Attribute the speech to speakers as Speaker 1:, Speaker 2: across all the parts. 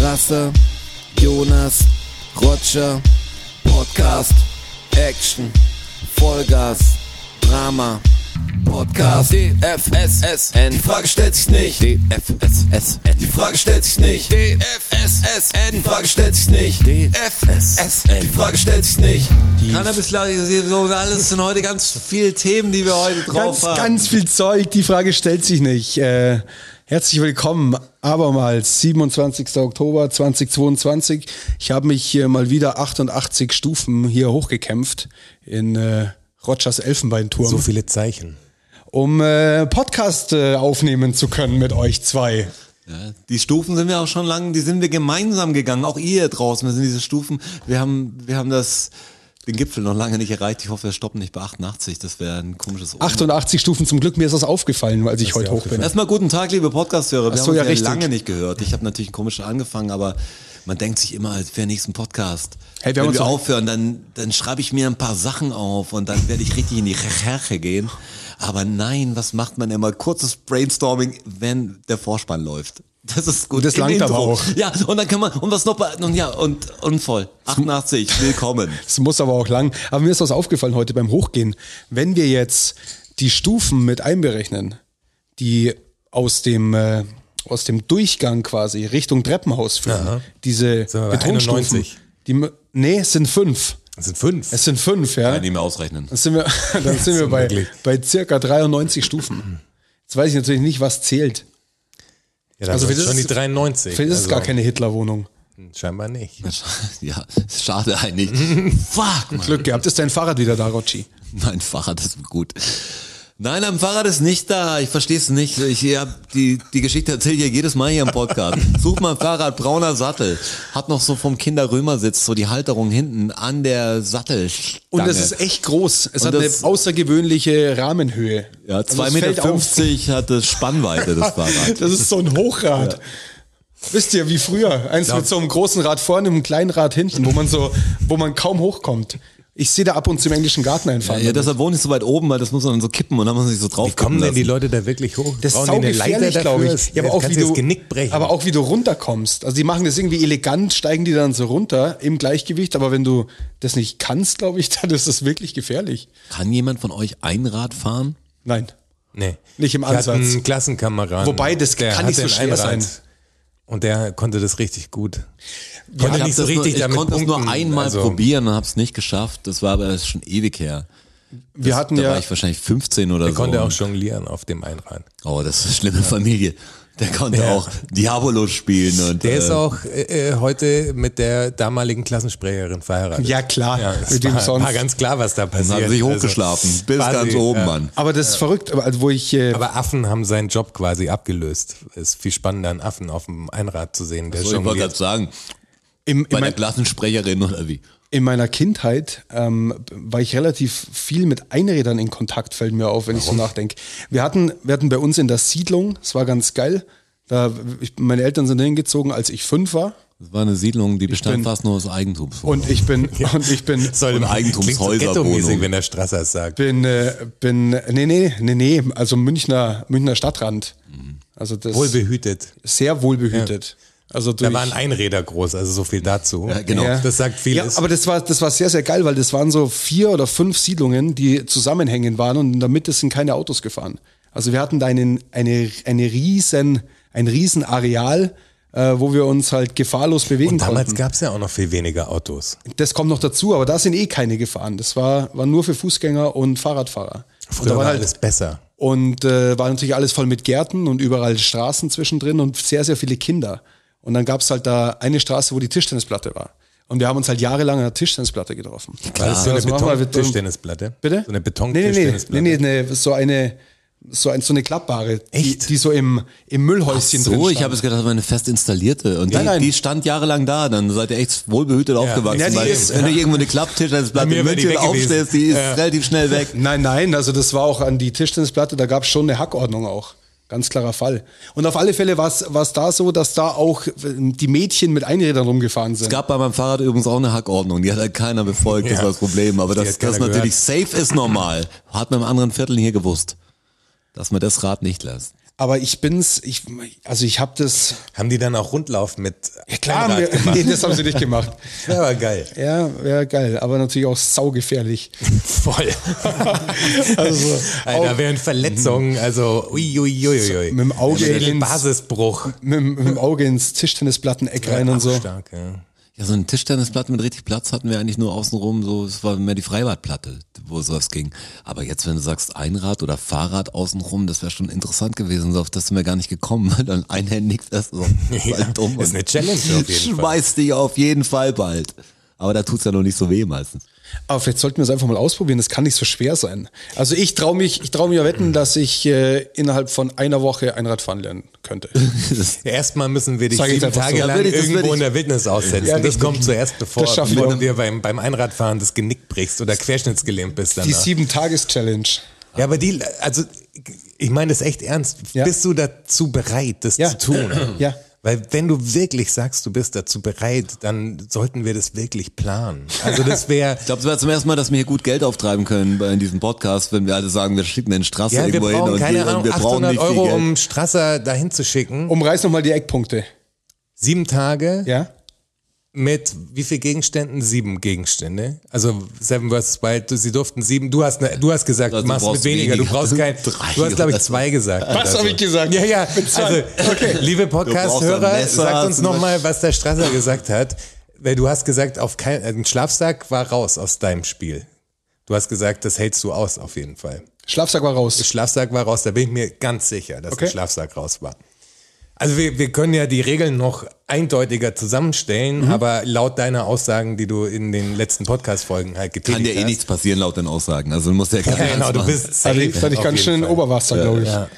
Speaker 1: Rasse, Jonas, Roger, Podcast, Action, Vollgas, Drama, Podcast, DFSSN, die Frage stellt sich nicht, DFSSN, die Frage stellt sich nicht, DFSSN, die Frage stellt sich nicht, DFSSN, die Frage stellt sich nicht.
Speaker 2: Cannabis alles sind heute ganz viele Themen, die wir heute drauf
Speaker 3: Ganz,
Speaker 2: haben.
Speaker 3: ganz viel Zeug, die Frage stellt sich nicht. Äh, herzlich willkommen abermals, 27. Oktober 2022. Ich habe mich hier mal wieder 88 Stufen hier hochgekämpft in äh, Rogers Elfenbeinturm,
Speaker 4: So viele Zeichen.
Speaker 3: um äh, Podcast äh, aufnehmen zu können mit euch zwei.
Speaker 2: Ja, die Stufen sind wir auch schon lange, die sind wir gemeinsam gegangen, auch ihr draußen, wir sind diese Stufen, wir haben, wir haben das, den Gipfel noch lange nicht erreicht, ich hoffe, wir stoppen nicht bei 88, das wäre ein komisches Omen.
Speaker 3: 88 Stufen, zum Glück mir ist das aufgefallen, als ich
Speaker 4: ist
Speaker 3: heute
Speaker 4: dir
Speaker 3: hoch bin.
Speaker 2: Erstmal guten Tag, liebe Podcast-Hörer, wir
Speaker 3: Ach so,
Speaker 2: haben
Speaker 3: ja,
Speaker 2: uns ja
Speaker 3: richtig.
Speaker 2: lange nicht gehört, ich habe natürlich einen komischen angefangen, aber man denkt sich immer, als wäre nächsten Podcast.
Speaker 3: Hey, wir haben
Speaker 2: Wenn
Speaker 3: uns
Speaker 2: wir
Speaker 3: doch-
Speaker 2: aufhören, dann, dann schreibe ich mir ein paar Sachen auf und dann werde ich richtig in die Recherche gehen. Aber nein, was macht man immer? Kurzes Brainstorming, wenn der Vorspann läuft. Das ist gut.
Speaker 3: Das
Speaker 2: Im
Speaker 3: langt aber auch.
Speaker 2: Ja, und dann kann man, und was noch bei, und ja, und, und voll. 88, willkommen.
Speaker 3: Es muss aber auch lang. Aber mir ist was aufgefallen heute beim Hochgehen. Wenn wir jetzt die Stufen mit einberechnen, die aus dem, äh, aus dem Durchgang quasi Richtung Treppenhaus führen,
Speaker 4: Aha.
Speaker 3: diese
Speaker 4: Sind wir bei
Speaker 3: Betonstufen.
Speaker 4: 91?
Speaker 3: Die, m- nee, es sind fünf.
Speaker 4: Das sind fünf.
Speaker 3: Es sind fünf, ja.
Speaker 2: Nicht mehr ausrechnen.
Speaker 3: Dann sind wir, dann sind wir bei,
Speaker 4: unmöglich.
Speaker 3: bei circa 93 Stufen. Jetzt weiß ich natürlich nicht, was zählt.
Speaker 4: ja, dann
Speaker 3: also
Speaker 4: also
Speaker 3: vielleicht
Speaker 4: schon
Speaker 3: ist
Speaker 4: die
Speaker 3: es-
Speaker 4: 93.
Speaker 3: Vielleicht ist es
Speaker 4: also,
Speaker 3: gar keine Hitlerwohnung.
Speaker 4: Scheinbar nicht.
Speaker 2: Ja, ist schade eigentlich. Fuck, Mann.
Speaker 3: Glück gehabt, ist dein Fahrrad wieder da, Rocci.
Speaker 2: Mein Fahrrad ist gut. Nein, mein Fahrrad ist nicht da. Ich verstehe es nicht. Ich hab die, die Geschichte erzähle ich ja jedes Mal hier im Podcast. Such mein Fahrrad, brauner Sattel. Hat noch so vom Kinderrömersitz so die Halterung hinten an der Sattel.
Speaker 3: Und es ist echt groß. Es
Speaker 2: Und
Speaker 3: hat eine
Speaker 2: das-
Speaker 3: außergewöhnliche Rahmenhöhe.
Speaker 2: ja,
Speaker 3: Also es
Speaker 2: 2,50 Meter
Speaker 3: fällt auf.
Speaker 2: fünfzig hat es Spannweite, das Fahrrad.
Speaker 3: Das ist so ein Hochrad. Wisst ihr, wie früher? Eins mit so einem großen Rad vorne und einem kleinen Rad hinten, wo man so, wo man kaum hochkommt. Ich sehe da ab und zu im englischen Garten
Speaker 2: Ja,
Speaker 3: einfahren.
Speaker 2: ja, deshalb wohne ich so weit oben, weil das muss man dann so kippen und dann muss man sich so drauf
Speaker 4: Wie kommen denn die Leute da wirklich hoch?
Speaker 3: das ist
Speaker 4: Brauchen die eine
Speaker 3: saugefährlich,
Speaker 4: Leiter
Speaker 3: glaube
Speaker 4: dafür?
Speaker 3: ich. Ja, aber, auch wie
Speaker 4: kannst du
Speaker 3: du,
Speaker 4: das Genick brechen.
Speaker 3: aber auch wie du runterkommst. Also die machen das irgendwie elegant, steigen die dann so runter im Gleichgewicht. Aber wenn du das nicht kannst, glaube ich, dann ist das wirklich gefährlich.
Speaker 2: Kann jemand von euch ein Rad fahren?
Speaker 3: Nein.
Speaker 4: nee.
Speaker 3: Nicht im
Speaker 4: Ich hatte
Speaker 3: Ansatz.
Speaker 4: einen Klassenkameraden.
Speaker 3: Wobei, das
Speaker 4: der
Speaker 3: kann nicht
Speaker 4: hatte
Speaker 3: so
Speaker 4: ein
Speaker 3: schwer
Speaker 4: Einrad.
Speaker 3: sein.
Speaker 4: Und der konnte das richtig gut.
Speaker 2: Ich
Speaker 4: Konnte
Speaker 2: hab
Speaker 4: nicht so
Speaker 2: das
Speaker 4: richtig
Speaker 2: nur, ich
Speaker 4: damit
Speaker 2: konnte es nur
Speaker 4: punkten.
Speaker 2: einmal
Speaker 4: Also,
Speaker 2: probieren und habe es nicht geschafft. Das war aber schon ewig her.
Speaker 3: Wir hatten
Speaker 2: Da
Speaker 3: ja.
Speaker 2: war ich wahrscheinlich 15 oder
Speaker 4: Der
Speaker 2: so.
Speaker 4: konnte auch jonglieren auf dem Einrad.
Speaker 2: Oh, das ist eine schlimme Familie. Der konnte
Speaker 4: Ja.
Speaker 2: auch Diabolo spielen und
Speaker 4: Der
Speaker 2: äh,
Speaker 4: ist auch äh, äh, heute mit der damaligen Klassensprecherin verheiratet.
Speaker 3: Ja, klar.
Speaker 4: es
Speaker 3: mit dem
Speaker 4: war,
Speaker 3: sonst.
Speaker 4: war ganz klar, was da passiert.
Speaker 2: hat sich
Speaker 4: Also,
Speaker 2: hochgeschlafen. bis
Speaker 4: quasi,
Speaker 2: ganz oben,
Speaker 4: ja.
Speaker 2: Mann.
Speaker 3: aber das ist verrückt, aber also wo ich äh,
Speaker 4: Aber Affen haben seinen Job quasi abgelöst. Ist viel spannender, einen Affen auf dem Einrad zu sehen, der
Speaker 2: So, ich wollte
Speaker 4: jongliert.
Speaker 2: gerade sagen,
Speaker 3: im, in,
Speaker 2: bei
Speaker 3: mein,
Speaker 2: der Klassensprecherin oder wie?
Speaker 3: in meiner Kindheit ähm, war ich relativ viel mit Einrädern in Kontakt, fällt mir auf, wenn ich so nachdenke. Wir hatten, wir hatten bei uns in der Siedlung, es war ganz geil. Da, ich, meine Eltern sind hingezogen, als ich fünf war.
Speaker 2: Das war eine Siedlung, die bestand
Speaker 3: bin-
Speaker 2: fast nur aus Eigentums.
Speaker 3: Und ich bin, und ich bin,
Speaker 4: Soll
Speaker 2: Und Eigentumshäuser-
Speaker 4: Klingt so ghetto-mäßig,
Speaker 2: Wohnung.
Speaker 4: wenn der Strasser es sagt.
Speaker 3: bin, äh, bin, nee, nee, nee, nee, also Münchner, Münchner Stadtrand.
Speaker 4: Mhm.
Speaker 3: Also das
Speaker 4: Wohlbehütet.
Speaker 3: sehr wohlbehütet. Also durch,
Speaker 4: Da waren Einräder groß, also so viel dazu. Ja,
Speaker 2: genau. Ja.
Speaker 4: Das sagt vieles.
Speaker 3: Ja, aber das war, das war sehr, sehr geil, weil das waren so vier oder fünf Siedlungen, die zusammenhängend waren und in der Mitte sind keine Autos gefahren. Also wir hatten da einen, eine, eine riesen, ein riesen Areal, äh, wo wir uns halt gefahrlos bewegen
Speaker 4: Und damals
Speaker 3: konnten.
Speaker 4: gab es ja auch noch viel weniger Autos.
Speaker 3: Das kommt noch dazu, aber da sind eh keine gefahren. Das war, war nur für Fußgänger und Fahrradfahrer. und
Speaker 4: Früher
Speaker 3: da
Speaker 4: war
Speaker 3: waren halt,
Speaker 4: alles besser.
Speaker 3: und äh, war natürlich alles voll mit Gärten und überall Straßen zwischendrin und sehr, sehr viele Kinder. Und dann gab's halt da eine Straße, wo die Tischtennisplatte war. Und wir haben uns halt jahrelang an der Tischtennisplatte getroffen.
Speaker 4: War das so eine
Speaker 3: Das machen wir, wir-
Speaker 4: Betontischtennisplatte?
Speaker 3: Bitte?
Speaker 4: So eine
Speaker 3: nee, nee,
Speaker 4: Betontischtennisplatte?
Speaker 3: nee, nee, nee, so eine, so, ein, so eine klappbare.
Speaker 4: Echt?
Speaker 3: Die, die so im, im Müllhäuschen drin
Speaker 2: So, ich
Speaker 3: stand.
Speaker 2: habe es gedacht, das war eine fest installierte. Und
Speaker 3: Nein,
Speaker 2: die,
Speaker 3: nein.
Speaker 2: die stand jahrelang da. Dann seid ihr echt wohlbehütet aufgewachsen.
Speaker 3: Ja, die
Speaker 2: weil
Speaker 3: ist-
Speaker 2: wenn du irgendwo eine Klapptischplatte
Speaker 4: Bei
Speaker 2: in
Speaker 4: mir wär die
Speaker 2: München
Speaker 4: weg gewesen.
Speaker 2: aufstellst, die ist relativ schnell weg.
Speaker 3: Nein, nein, also das war auch an die Tischtennisplatte, da gab es schon eine Hackordnung auch. Ganz klarer Fall. Und auf alle Fälle war es da so, dass da auch äh, die Mädchen mit Einrädern rumgefahren sind.
Speaker 2: Es gab bei meinem Fahrrad übrigens auch eine Hackordnung, die hat halt keiner befolgt, das
Speaker 4: Ja.
Speaker 2: war das Problem. Aber
Speaker 4: Die
Speaker 2: dass
Speaker 4: hat
Speaker 2: das
Speaker 4: keiner
Speaker 2: natürlich safe ist normal, hat man im anderen Viertel hier gewusst, dass man das Rad nicht lässt.
Speaker 3: Aber ich bin's, ich, also ich habe das.
Speaker 4: Haben die dann auch Rundlauf mit
Speaker 3: Ja, klar,
Speaker 4: Einrad
Speaker 3: wir,
Speaker 4: gemacht?
Speaker 3: nee, das haben sie nicht gemacht.
Speaker 4: Das war geil.
Speaker 3: Ja, wäre geil, aber natürlich auch saugefährlich.
Speaker 4: Voll.
Speaker 3: Also,
Speaker 4: Alter,
Speaker 3: auch-
Speaker 4: wären Verletzungen, also uiuiuiui.
Speaker 3: Mit dem Auge
Speaker 4: ja, mit dem
Speaker 3: ins-
Speaker 4: Also Basisbruch.
Speaker 3: Mit, dem- mit dem Auge ins Tischtennisplatteneck rein und so.
Speaker 4: Stark, ja.
Speaker 2: Ja, so eine Tischtennisplatte mit richtig Platz hatten wir eigentlich nur außenrum, so, es war mehr die Freibadplatte, wo sowas ging. Aber jetzt, wenn du sagst Einrad oder Fahrrad außenrum, das wäre schon interessant gewesen, so auf das sind wir gar nicht gekommen, weil dann einhändig das so, das ist,
Speaker 4: Ja,
Speaker 2: halt dumm
Speaker 4: ist
Speaker 2: und
Speaker 4: eine Challenge auf jeden Fall.
Speaker 2: Schmeißt dich auf jeden Fall bald. Aber da tut's ja noch nicht so weh meistens.
Speaker 3: Aber vielleicht sollten wir es einfach mal ausprobieren, das kann nicht so schwer sein. Also ich traue mich, ich traue mir wetten, dass ich äh, innerhalb von einer Woche Einrad fahren lernen könnte.
Speaker 2: Das,
Speaker 4: Ja, Erstmal müssen wir dich
Speaker 3: Sag ich
Speaker 4: sieben
Speaker 3: einfach so.
Speaker 4: Tage
Speaker 2: Ja,
Speaker 4: lang
Speaker 2: will ich, das will
Speaker 4: irgendwo
Speaker 2: ich.
Speaker 4: in der Wildnis aussetzen.
Speaker 3: Ja,
Speaker 4: das
Speaker 3: richtig.
Speaker 4: kommt zuerst, bevor
Speaker 3: Das schaffen wir.
Speaker 4: du dir beim, beim Einradfahren das Genick brichst oder querschnittsgelähmt bist
Speaker 3: Die
Speaker 4: danach.
Speaker 3: Sieben-Tages-Challenge.
Speaker 4: Ja, aber die, also ich meine das echt ernst.
Speaker 3: Ja.
Speaker 4: Bist du dazu bereit, das
Speaker 3: Ja.
Speaker 4: zu tun?
Speaker 3: Ja.
Speaker 4: Weil wenn du wirklich sagst, du bist dazu bereit, dann sollten wir das wirklich planen. Also das wäre
Speaker 2: Ich glaube, es wäre zum ersten Mal, dass wir hier gut Geld auftreiben können bei, in diesem Podcast, wenn wir alle sagen, wir schicken den Straße
Speaker 4: Ja, wir
Speaker 2: irgendwo hin
Speaker 4: brauchen
Speaker 2: und,
Speaker 4: keine
Speaker 2: wir, und
Speaker 4: Ahnung,
Speaker 2: wir brauchen
Speaker 4: 800
Speaker 2: nicht viel
Speaker 4: Euro,
Speaker 2: Geld.
Speaker 4: um Strasser dahin zu schicken.
Speaker 3: Umreiß nochmal die Eckpunkte.
Speaker 4: Sieben Tage
Speaker 3: Ja?
Speaker 4: mit wie viel Gegenständen? Sieben Gegenstände. Also Seven vs. Wild, du- sie durften sieben. Du hast, ne, du hast gesagt,
Speaker 2: Also,
Speaker 4: du
Speaker 2: du
Speaker 4: machst mit
Speaker 2: brauchst
Speaker 4: weniger. Du
Speaker 2: weniger.
Speaker 4: brauchst kein.
Speaker 2: Drei
Speaker 4: du hast, glaube ich,
Speaker 2: oder so.
Speaker 4: zwei gesagt.
Speaker 3: Was
Speaker 4: oder
Speaker 3: hab
Speaker 4: so.
Speaker 3: ich gesagt?
Speaker 4: Ja, ja.
Speaker 3: Mit zwei.
Speaker 4: Also,
Speaker 3: Okay.
Speaker 4: liebe
Speaker 2: ein
Speaker 4: Podcast-Hörer,
Speaker 2: Messer,
Speaker 4: sagt uns
Speaker 2: zum
Speaker 4: nochmal,
Speaker 2: Beispiel.
Speaker 4: was der Strasser gesagt hat. Weil du hast gesagt, auf kein, äh, ein Schlafsack war raus aus deinem Spiel. Du hast gesagt, das hältst du aus auf jeden Fall.
Speaker 3: Schlafsack war raus.
Speaker 4: Schlafsack war raus, da bin ich mir ganz sicher, dass
Speaker 3: Okay.
Speaker 4: der Schlafsack raus war. Also wir, wir können ja die Regeln noch eindeutiger zusammenstellen,
Speaker 3: Mhm.
Speaker 4: aber laut deiner Aussagen, die du in den letzten Podcast-Folgen halt getätigt
Speaker 2: Kann
Speaker 4: hast.
Speaker 2: dir eh nichts passieren laut den Aussagen. Also du musst ja keine
Speaker 4: Ja, genau,
Speaker 2: Angst
Speaker 4: du
Speaker 2: machen.
Speaker 4: bist
Speaker 3: Hatte
Speaker 4: safe.
Speaker 3: Also, ich, hatte ich
Speaker 4: auf
Speaker 3: ganz
Speaker 4: jeden
Speaker 3: schön
Speaker 4: Fall.
Speaker 3: Oberwasser, glaube ich.
Speaker 4: Ja.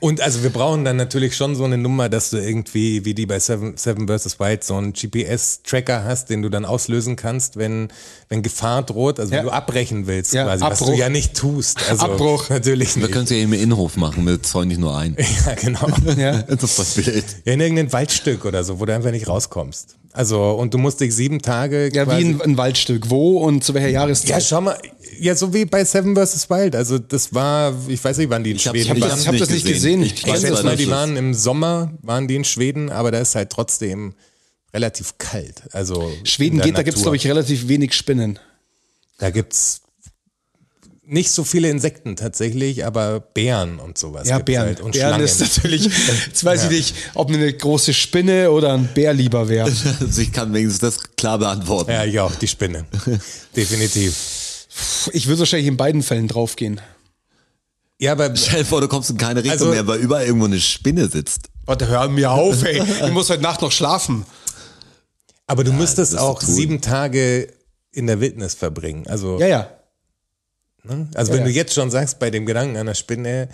Speaker 4: Und also wir brauchen dann natürlich schon so eine Nummer, dass du irgendwie, wie die bei Seven, Seven vs. Wild, so einen GPS-Tracker hast, den du dann auslösen kannst, wenn, wenn Gefahr droht, also
Speaker 3: Ja.
Speaker 4: wenn du abbrechen willst
Speaker 3: Ja,
Speaker 4: quasi, was du
Speaker 3: Abbruch.
Speaker 4: ja nicht tust. Also
Speaker 3: Abbruch.
Speaker 4: Natürlich
Speaker 2: Wir
Speaker 4: nicht.
Speaker 2: können es ja hier im Innenhof machen, wir zäunen dich nur ein.
Speaker 4: Ja, genau.
Speaker 3: Ja.
Speaker 2: Das ist voll wild.
Speaker 4: Ja, in irgendein Waldstück oder so, wo du einfach nicht rauskommst. Also, und du musst dich sieben Tage.
Speaker 3: Ja, wie
Speaker 4: quasi-
Speaker 3: ein, ein Waldstück. Wo und zu welcher
Speaker 4: Ja,
Speaker 3: Jahreszeit?
Speaker 4: schau mal. Ja, so wie bei Seven vs. Wild. Also, das war, ich weiß nicht, wann die in
Speaker 2: hab-
Speaker 4: Schweden
Speaker 3: ich hab
Speaker 4: waren.
Speaker 3: das- ich hab das nicht gesehen.
Speaker 2: Ich,
Speaker 3: Ich
Speaker 4: Ich
Speaker 3: kenn
Speaker 2: weiß
Speaker 4: schätze
Speaker 2: leider
Speaker 4: mal, die
Speaker 2: nicht.
Speaker 4: waren im Sommer, waren die in Schweden, aber da ist halt trotzdem relativ kalt. Also,
Speaker 3: Schweden
Speaker 4: in der
Speaker 3: geht, da gibt es,
Speaker 4: Natur.
Speaker 3: glaube ich, relativ wenig Spinnen.
Speaker 4: Da gibt's nicht so viele Insekten tatsächlich, aber Bären und sowas.
Speaker 3: Ja,
Speaker 4: gibt's
Speaker 3: Bären.
Speaker 4: Halt. Und
Speaker 3: äh, Bären
Speaker 4: Schlangen.
Speaker 3: ist natürlich, jetzt weiß ich nicht, ob mir eine große Spinne oder ein Bär lieber wäre.
Speaker 2: Also ich kann wenigstens das klar beantworten.
Speaker 4: Ja, ich auch, die Spinne. Definitiv.
Speaker 3: Ich würde wahrscheinlich in beiden Fällen draufgehen.
Speaker 4: Ja, aber
Speaker 2: Stell dir vor, du kommst in keine Richtung
Speaker 4: Also-
Speaker 2: mehr, weil überall irgendwo eine Spinne sitzt.
Speaker 3: Warte, hör mir auf, ey. Ich muss heute Nacht noch schlafen.
Speaker 4: Aber du müsstest
Speaker 2: wirst du
Speaker 4: auch
Speaker 2: tun.
Speaker 4: sieben Tage in der Wildnis verbringen. Also,
Speaker 3: Ja, ja.
Speaker 4: also
Speaker 3: ja,
Speaker 4: wenn du
Speaker 3: ja.
Speaker 4: jetzt schon sagst, bei dem Gedanken einer Spinne,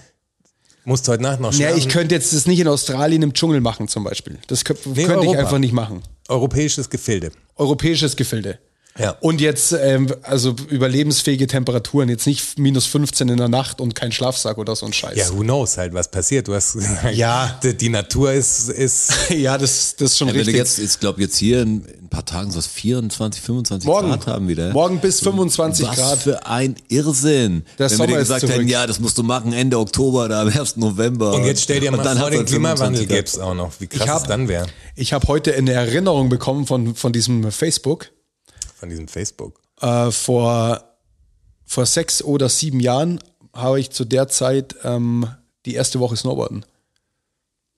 Speaker 4: musst du heute Nacht noch
Speaker 3: Ja,
Speaker 4: schlafen.
Speaker 3: ich könnte jetzt das nicht in Australien im Dschungel machen zum Beispiel. Das kö
Speaker 4: Nee,
Speaker 3: könnte ich
Speaker 4: Europa.
Speaker 3: einfach nicht machen.
Speaker 4: Europäisches Gefilde.
Speaker 3: Europäisches Gefilde.
Speaker 4: Ja.
Speaker 3: Und jetzt, ähm, also überlebensfähige Temperaturen, jetzt nicht minus 15 in der Nacht und kein Schlafsack oder so ein Scheiß.
Speaker 4: Ja, who knows halt, was passiert. Du hast gesagt,
Speaker 3: Ja.
Speaker 4: die, die Natur ist, ist
Speaker 3: Ja, das, das ist schon
Speaker 2: Ja, wenn du
Speaker 3: richtig.
Speaker 2: jetzt, ich glaube jetzt hier in, in ein paar Tagen so was 24, 25
Speaker 3: morgen,
Speaker 2: Grad haben wieder.
Speaker 3: morgen bis 25
Speaker 2: Was
Speaker 3: Grad.
Speaker 2: für ein Irrsinn.
Speaker 3: Der
Speaker 2: wenn
Speaker 3: Sommer
Speaker 2: wir dir
Speaker 3: ist
Speaker 2: gesagt hätten,
Speaker 3: zurück.
Speaker 2: ja, das musst du machen Ende Oktober oder am 1. November.
Speaker 4: und jetzt stell dir
Speaker 2: Und
Speaker 4: mal
Speaker 2: dann
Speaker 4: vor,
Speaker 2: hat's
Speaker 4: den
Speaker 2: dann
Speaker 4: Klimawandel
Speaker 2: 25 Grad.
Speaker 4: gäb's auch noch. Wie krass
Speaker 3: hab-
Speaker 4: es dann wäre
Speaker 3: Ich habe heute eine Erinnerung bekommen von, von diesem Facebook.
Speaker 4: von diesem Facebook.
Speaker 3: Äh, vor, vor sechs oder sieben Jahren habe ich zu der Zeit ähm, die erste Woche Snowboarden.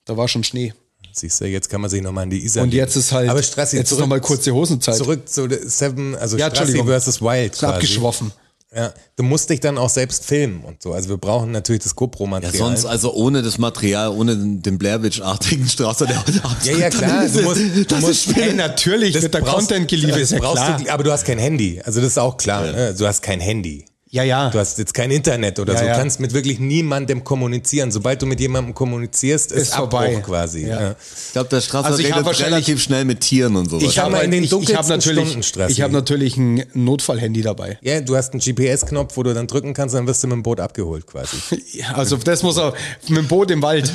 Speaker 3: Da war schon Schnee.
Speaker 4: Siehst du, jetzt kann man sich nochmal in die Isar
Speaker 3: Und
Speaker 4: legen.
Speaker 3: jetzt ist halt
Speaker 4: Aber Strassi,
Speaker 3: jetzt ist
Speaker 4: zurück,
Speaker 3: noch mal kurze Hosenzeit.
Speaker 4: Zurück zu Seven, also
Speaker 3: Ja,
Speaker 4: Strassi
Speaker 3: Entschuldigung.
Speaker 4: versus Wild
Speaker 3: Ist
Speaker 4: quasi.
Speaker 3: abgeschwoffen.
Speaker 4: Ja, du musst dich dann auch selbst filmen und so. Also wir brauchen natürlich das
Speaker 2: Ja,
Speaker 4: GoPro-Material.
Speaker 2: sonst also ohne das Material, ohne den, den Blairwitch-artigen Straße der
Speaker 4: Ja, ja, klar. Du musst, du
Speaker 3: Das
Speaker 4: musst,
Speaker 3: ist hey, natürlich, wird der Content geliefert,
Speaker 4: das
Speaker 3: ist ja
Speaker 4: brauchst
Speaker 3: klar.
Speaker 4: Du, aber du hast kein Handy. Also das ist auch klar. ne? Du hast kein Handy.
Speaker 3: Ja, ja.
Speaker 4: Du hast jetzt kein Internet oder
Speaker 3: Ah. Ja,
Speaker 4: so. Du
Speaker 3: ja.
Speaker 4: kannst mit wirklich niemandem kommunizieren. Sobald du mit jemandem kommunizierst, ist,
Speaker 3: Ist
Speaker 4: Abbruch
Speaker 3: vorbei.
Speaker 4: quasi. ne?
Speaker 3: Ja.
Speaker 4: Ja.
Speaker 2: Ich glaube, der Straße
Speaker 3: Also ich hab
Speaker 2: redet
Speaker 3: wahrscheinlich-
Speaker 2: relativ schnell mit Tieren und sowas.
Speaker 3: ich
Speaker 4: Sag
Speaker 3: habe
Speaker 4: mal, in den
Speaker 3: ich, ich hab
Speaker 4: dunkelsten Stunden,
Speaker 3: natürlich,
Speaker 4: Strassi.
Speaker 3: ich hab natürlich ein Notfallhandy dabei.
Speaker 4: ja, du hast einen GPS-Knopf, wo du dann drücken kannst, dann wirst du mit dem Boot abgeholt quasi.
Speaker 3: Ja, Also das muss auch mit dem Boot im Wald.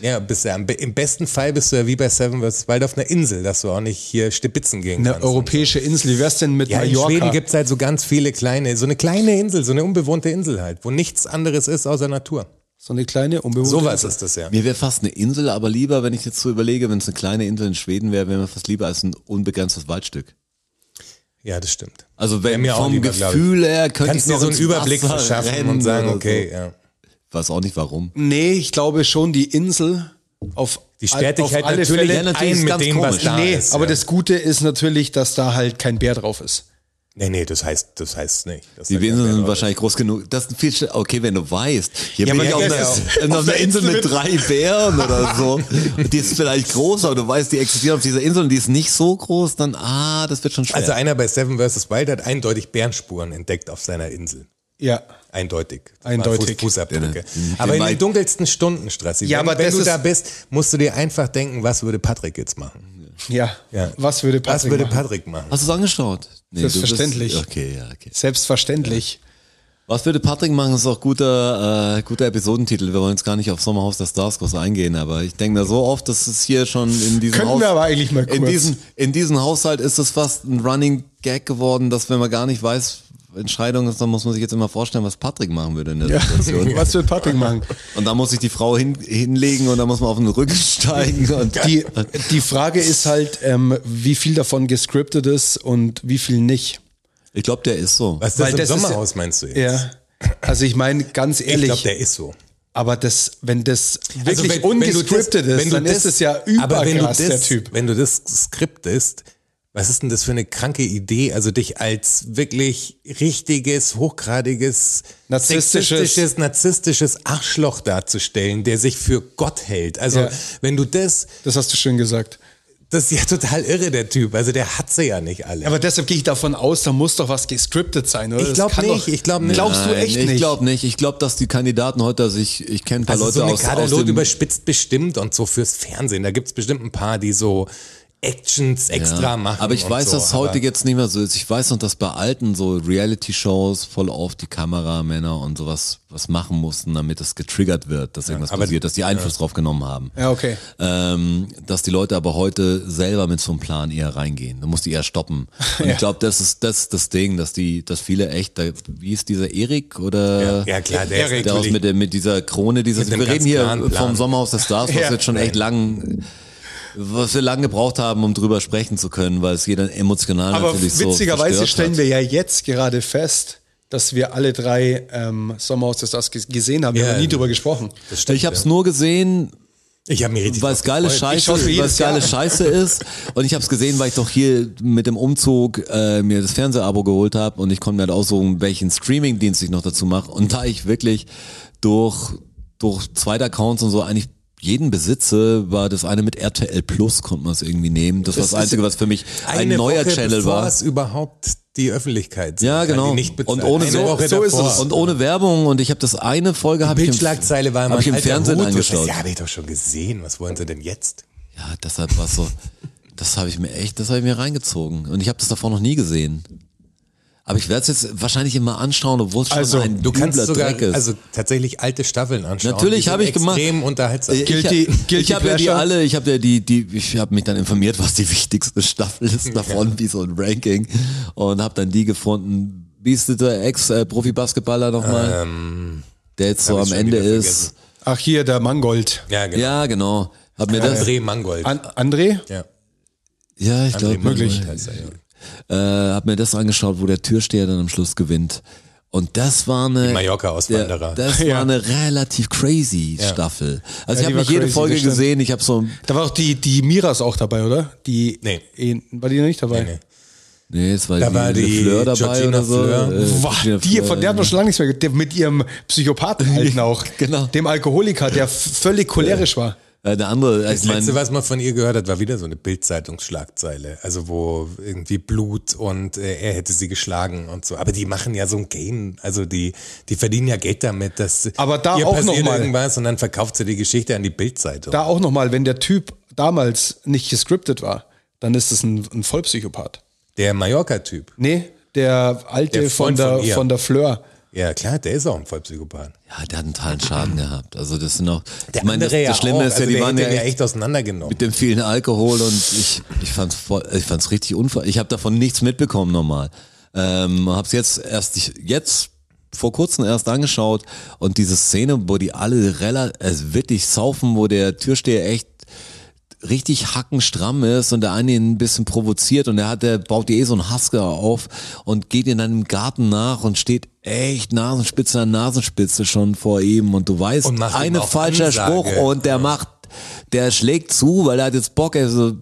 Speaker 4: ja, bist du, am be- im besten Fall bist du ja wie bei Seven vs. Wild auf einer Insel, dass du auch nicht hier stibitzen gehen
Speaker 3: Eine
Speaker 4: kannst. ne?
Speaker 3: europäische Insel. Wie wär's denn mit
Speaker 4: Ja, in
Speaker 3: Mallorca?
Speaker 4: Schweden gibt's halt so ganz viele kleine, so eine kleine Insel, so eine unbewohnte Insel halt, wo nichts anderes ist außer Natur.
Speaker 3: So eine kleine, unbewohnte
Speaker 4: Sowas
Speaker 3: Insel.
Speaker 4: ist das ja.
Speaker 2: Mir wäre fast eine Insel, aber lieber, wenn ich jetzt so überlege, wenn es eine kleine Insel in Schweden wäre, wäre mir fast lieber als ein unbegrenztes Waldstück.
Speaker 4: Ja, das stimmt.
Speaker 2: Also
Speaker 4: Wär
Speaker 2: wenn
Speaker 4: mir auch
Speaker 2: vom
Speaker 4: lieber, glaub ich.
Speaker 2: Gefühl her könnte
Speaker 4: Kannst
Speaker 2: ich
Speaker 4: dir
Speaker 2: noch
Speaker 4: so einen
Speaker 2: ins
Speaker 4: Überblick
Speaker 2: Wasser
Speaker 4: verschaffen und
Speaker 2: rennen
Speaker 4: sagen,
Speaker 2: oder
Speaker 4: okay,
Speaker 2: so.
Speaker 4: ja.
Speaker 2: weiß auch nicht warum.
Speaker 3: Nee, ich glaube schon, die Insel auf
Speaker 4: Die Sterblichkeit
Speaker 3: auf alle
Speaker 4: natürlich,
Speaker 3: Fälle.
Speaker 2: Ja, natürlich
Speaker 4: ein
Speaker 2: ist
Speaker 4: mit
Speaker 2: ganz
Speaker 4: dem, was
Speaker 2: komisch.
Speaker 4: da
Speaker 3: nee,
Speaker 4: ist.
Speaker 3: aber
Speaker 4: ja.
Speaker 3: das Gute ist natürlich, dass da halt kein Bär drauf ist.
Speaker 4: Nee, nee, das heißt, das heißt nicht. Das
Speaker 2: Die
Speaker 4: sagt
Speaker 2: Inseln
Speaker 4: ja
Speaker 2: sind
Speaker 4: keiner.
Speaker 2: wahrscheinlich groß genug. Das ist viel schneller. Okay, wenn du weißt. Hier bin
Speaker 4: aber
Speaker 2: ich auf
Speaker 4: das
Speaker 2: einer,
Speaker 4: ist
Speaker 2: auf einer Insel mit drei Bären oder so. Und die ist vielleicht groß, aber du weißt, die existieren auf dieser Insel und die ist nicht so groß, dann, ah, das wird schon schwer.
Speaker 4: Also einer bei Seven vs. Wild hat eindeutig Bärenspuren entdeckt auf seiner Insel.
Speaker 3: Ja.
Speaker 4: Eindeutig. Das waren
Speaker 3: Eindeutig.
Speaker 4: Fuß- Fußabdrücke.
Speaker 2: Den- den
Speaker 4: aber in den
Speaker 2: Wald-
Speaker 4: dunkelsten Stunden, Strassi.
Speaker 3: Ja,
Speaker 4: wenn
Speaker 3: aber
Speaker 4: wenn
Speaker 3: das
Speaker 4: du
Speaker 3: ist-
Speaker 4: da bist, musst du dir einfach denken, was würde Patrick jetzt machen?
Speaker 3: Ja.
Speaker 4: Ja.
Speaker 3: Was würde Patrick
Speaker 4: Was würde
Speaker 3: machen?
Speaker 4: Patrick machen?
Speaker 2: Hast du es angeschaut? Nee,
Speaker 3: Selbstverständlich.
Speaker 2: Du bist, okay, ja, okay.
Speaker 3: Selbstverständlich.
Speaker 2: Was würde Patrick machen, ist auch guter, äh, guter Episodentitel. Wir wollen jetzt gar nicht auf Sommerhaus der Stars groß eingehen, aber ich denke da so oft, dass es hier schon in diesem
Speaker 3: Können
Speaker 4: Genau.
Speaker 2: Haus,
Speaker 3: wir aber eigentlich mal kurz.
Speaker 2: In diesem, in diesem Haushalt ist es fast ein Running Gag geworden, dass wenn man gar nicht weiß, Entscheidung ist, dann muss man sich jetzt immer vorstellen, was Patrick machen würde in der Situation.
Speaker 3: Was würde Patrick machen?
Speaker 2: Und da muss sich die Frau hin, hinlegen und dann muss man auf den Rücken steigen und
Speaker 3: Die, die Frage ist halt, ähm, wie viel davon gescriptet ist und wie viel nicht.
Speaker 2: ich glaube, der ist so.
Speaker 4: Was ist das
Speaker 3: Weil
Speaker 4: im
Speaker 3: das ist-
Speaker 4: Sommerhaus, meinst du jetzt?
Speaker 3: Ja. Also ich meine, ganz
Speaker 4: Ich
Speaker 3: ehrlich,
Speaker 4: glaube, der ist so. Also
Speaker 3: aber das, wenn das wirklich
Speaker 4: wenn- wenn du das-
Speaker 3: ungescriptet
Speaker 4: wenn
Speaker 3: ist,
Speaker 4: du
Speaker 3: dann ist
Speaker 4: das-
Speaker 3: es ja
Speaker 4: aber wenn du
Speaker 3: überkrass,
Speaker 4: das,
Speaker 3: der Typ.
Speaker 4: Wenn du das skriptest, was ist denn das für eine kranke Idee? Also dich als wirklich richtiges, hochgradiges,
Speaker 3: Narzisstisches-
Speaker 4: sexistisches, narzisstisches Arschloch darzustellen, der sich für Gott hält. Also
Speaker 3: Ja.
Speaker 4: wenn du das,
Speaker 3: Das hast du schön gesagt.
Speaker 4: das ist ja total irre, der Typ. Also der hat sie ja nicht alle.
Speaker 3: Aber deshalb gehe ich davon aus, da muss doch was gescriptet sein, oder?
Speaker 4: Ich
Speaker 3: Das
Speaker 4: glaub
Speaker 3: kann
Speaker 4: nicht, ich glaub nicht.
Speaker 3: Glaubst du
Speaker 2: Nein,
Speaker 3: echt
Speaker 2: Ich
Speaker 3: nicht?
Speaker 2: glaube nicht. Ich glaube, dass die Kandidaten heute, also ich, ich kenne ein paar
Speaker 4: also
Speaker 2: Leute
Speaker 4: so eine
Speaker 2: aus, aus
Speaker 4: Katalog
Speaker 2: dem
Speaker 4: überspitzt bestimmt und so fürs Fernsehen. Da gibt's bestimmt ein paar, die so Actions extra
Speaker 2: Ja,
Speaker 4: machen.
Speaker 2: Aber ich
Speaker 4: und
Speaker 2: weiß,
Speaker 4: so,
Speaker 2: dass
Speaker 4: aber-
Speaker 2: heute jetzt nicht mehr so ist. Ich weiß noch, dass bei alten so Reality-Shows voll auf die Kameramänner und sowas was machen mussten, damit es getriggert wird, dass irgendwas
Speaker 4: aber-
Speaker 2: passiert, dass die Einfluss drauf genommen haben.
Speaker 3: Ja, okay.
Speaker 2: Ähm, dass die Leute aber heute selber mit so einem Plan eher reingehen. Du musst die eher stoppen. Und ich glaube, das ist das, ist das Ding, dass die, dass viele echt, da, wie ist dieser Erik oder
Speaker 4: Ja, ja, klar, der ist
Speaker 2: der aus
Speaker 4: natürlich-
Speaker 2: mit, der- mit dieser Krone, dieses,
Speaker 4: Mit einem
Speaker 2: wir
Speaker 4: ganz
Speaker 2: reden hier
Speaker 4: klaren Plan.
Speaker 2: vom Sommerhaus der Stars, was
Speaker 3: Ja.
Speaker 2: jetzt schon echt lang was wir lange gebraucht haben, um drüber sprechen zu können, weil es jeder emotional
Speaker 3: Aber
Speaker 2: natürlich so
Speaker 3: witzigerweise
Speaker 2: verstört
Speaker 3: stellen
Speaker 2: hat.
Speaker 3: wir ja jetzt gerade fest, dass wir alle drei ähm, Sommerhaus des Stars ges- gesehen haben. Wir
Speaker 4: Ja,
Speaker 3: haben nie
Speaker 4: ja.
Speaker 3: drüber gesprochen.
Speaker 2: Ich habe es nur gesehen,
Speaker 4: Ich habe mir richtig
Speaker 2: weil es geile Scheiße,
Speaker 3: hoffe
Speaker 2: weil
Speaker 3: jedes
Speaker 2: es geile
Speaker 3: Jahr.
Speaker 2: Scheiße ist. Und ich habe es gesehen, weil ich doch hier mit dem Umzug äh, mir das Fernsehabo geholt habe und ich konnte mir halt aussuchen, welchen Streamingdienst ich noch dazu mache. Und da ich wirklich durch durch Zweitaccounts und so eigentlich jeden besitze, war das eine mit RTL Plus konnte man es irgendwie nehmen. Das, war das Einzige, was für mich ein
Speaker 4: Eine
Speaker 2: neuer
Speaker 4: Woche
Speaker 2: Channel
Speaker 4: bevor
Speaker 2: war.
Speaker 4: es überhaupt die Öffentlichkeit sehen
Speaker 2: Ja,
Speaker 4: kann,
Speaker 2: genau.
Speaker 4: Die nicht bezahlt.
Speaker 2: und ohne
Speaker 4: Eine
Speaker 2: so,
Speaker 4: Woche
Speaker 2: so ist
Speaker 4: davor.
Speaker 2: es. Und ohne Werbung. Und ich habe das eine Folge habe ich im,
Speaker 4: Bildschlagzeile war
Speaker 2: hab ich im
Speaker 4: alter
Speaker 2: Fernsehen
Speaker 4: Hut.
Speaker 2: angeschaut.
Speaker 4: Das habe ich doch schon gesehen. Was wollen sie denn jetzt?
Speaker 2: Ja, deshalb war so. Das habe ich mir echt, das habe ich mir reingezogen. Und ich habe das davor noch nie gesehen. Aber ich werde es jetzt wahrscheinlich immer anschauen, obwohl es schon
Speaker 3: Also,
Speaker 2: ein
Speaker 4: Du kannst
Speaker 2: übler
Speaker 4: sogar
Speaker 2: Dreck ist.
Speaker 4: also tatsächlich alte Staffeln anschauen.
Speaker 2: Natürlich
Speaker 4: Die
Speaker 2: habe
Speaker 4: sind
Speaker 2: ich gemacht.
Speaker 4: Extrem unterhaltsam.
Speaker 2: Äh,
Speaker 3: Guilty-
Speaker 2: ich hab-
Speaker 3: Guilty
Speaker 2: ich habe ja die
Speaker 3: Pleasure?
Speaker 2: alle, ich habe ja die, die, ich habe mich dann informiert, was die wichtigste Staffel ist davon, wie so ein Ranking und habe dann die gefunden. Wie ist dieser Ex-Profi-Basketballer nochmal, der jetzt so
Speaker 4: Ähm, hab ich
Speaker 2: am
Speaker 4: schon
Speaker 2: Ende
Speaker 4: wieder
Speaker 2: ist?
Speaker 3: Ach, hier der Mangold.
Speaker 4: ja, genau.
Speaker 2: Ja, genau. Hab mir das.
Speaker 4: André Mangold.
Speaker 3: An André?
Speaker 4: ja.
Speaker 2: Ja, ich glaube
Speaker 4: Möglich.
Speaker 2: möglich. Äh, hab mir das angeschaut, wo der Türsteher dann am Schluss gewinnt. Und das war eine
Speaker 4: Mallorca-Auswanderer.
Speaker 2: Ja, das
Speaker 3: Ja.
Speaker 2: war eine relativ crazy Staffel.
Speaker 3: Ja,
Speaker 2: Also ich
Speaker 3: die
Speaker 2: habe nicht
Speaker 3: war
Speaker 2: jede
Speaker 3: crazy,
Speaker 2: Folge
Speaker 3: das stimmt.
Speaker 2: gesehen. Ich habe so ein-
Speaker 3: Da war auch die, die Miras auch dabei, oder? Die,
Speaker 4: Nee.
Speaker 3: Eh, War die noch nicht dabei?
Speaker 4: nee.
Speaker 2: nee, es war
Speaker 4: Da
Speaker 2: die,
Speaker 4: war die
Speaker 2: Fleur dabei
Speaker 4: Georgina
Speaker 2: oder so.
Speaker 4: Fleur.
Speaker 2: Äh,
Speaker 3: Wow,
Speaker 2: Georgina
Speaker 3: die,
Speaker 2: Fleur,
Speaker 3: von der hat man schon lange nichts mehr gehört. Der Mit ihrem Psychopathen alten auch.
Speaker 2: Genau.
Speaker 3: Dem Alkoholiker, der f- völlig cholerisch war.
Speaker 2: äh, der andere, ich
Speaker 4: Das letzte,
Speaker 2: meine,
Speaker 4: was man von ihr gehört hat, war wieder so eine Bildzeitungsschlagzeile. Also wo irgendwie Blut und äh, er hätte sie geschlagen und so. Aber die machen ja so ein Game. Also die, die verdienen ja Geld damit, dass
Speaker 3: Aber da
Speaker 4: ihr
Speaker 3: auch
Speaker 4: passiert
Speaker 3: noch mal.
Speaker 4: irgendwas und dann verkauft sie die Geschichte an die Bildzeitung.
Speaker 3: Da auch nochmal, wenn der Typ damals nicht gescriptet war, dann ist es ein, ein Vollpsychopath.
Speaker 4: Der Mallorca-Typ.
Speaker 3: Nee, der alte von,
Speaker 4: Der Freund
Speaker 3: der,
Speaker 4: von ihr.
Speaker 3: von der Fleur.
Speaker 4: Ja klar, der ist auch ein Vollpsychopath.
Speaker 2: ja, der hat einen totalen Schaden gehabt. Also das sind auch,
Speaker 4: Der
Speaker 2: ich meine, das,
Speaker 4: andere ja
Speaker 2: das Schlimme
Speaker 4: auch.
Speaker 2: ist ja,
Speaker 4: also
Speaker 2: die
Speaker 4: der
Speaker 2: waren
Speaker 4: hätte
Speaker 2: ja
Speaker 4: ihn
Speaker 2: echt
Speaker 4: echt auseinandergenommen.
Speaker 2: mit dem vielen Alkohol und ich, ich fand's voll, ich fand's richtig unver, ich habe davon nichts mitbekommen normal. Ähm, hab's jetzt erst ich, jetzt vor kurzem erst angeschaut und diese Szene, wo die alle rela- es wirklich saufen, wo der Türsteher echt richtig hackenstramm ist und der eine ihn ein bisschen provoziert und er hat, der baut ihr eh so einen Hasker auf und geht in einem Garten nach und steht echt Nasenspitze an Nasenspitze schon vor ihm und du weißt,
Speaker 4: Und macht ihm
Speaker 2: eine
Speaker 4: auch
Speaker 2: falscher
Speaker 4: Ansage.
Speaker 2: Spruch und der macht, der schlägt zu, weil er hat jetzt Bock, also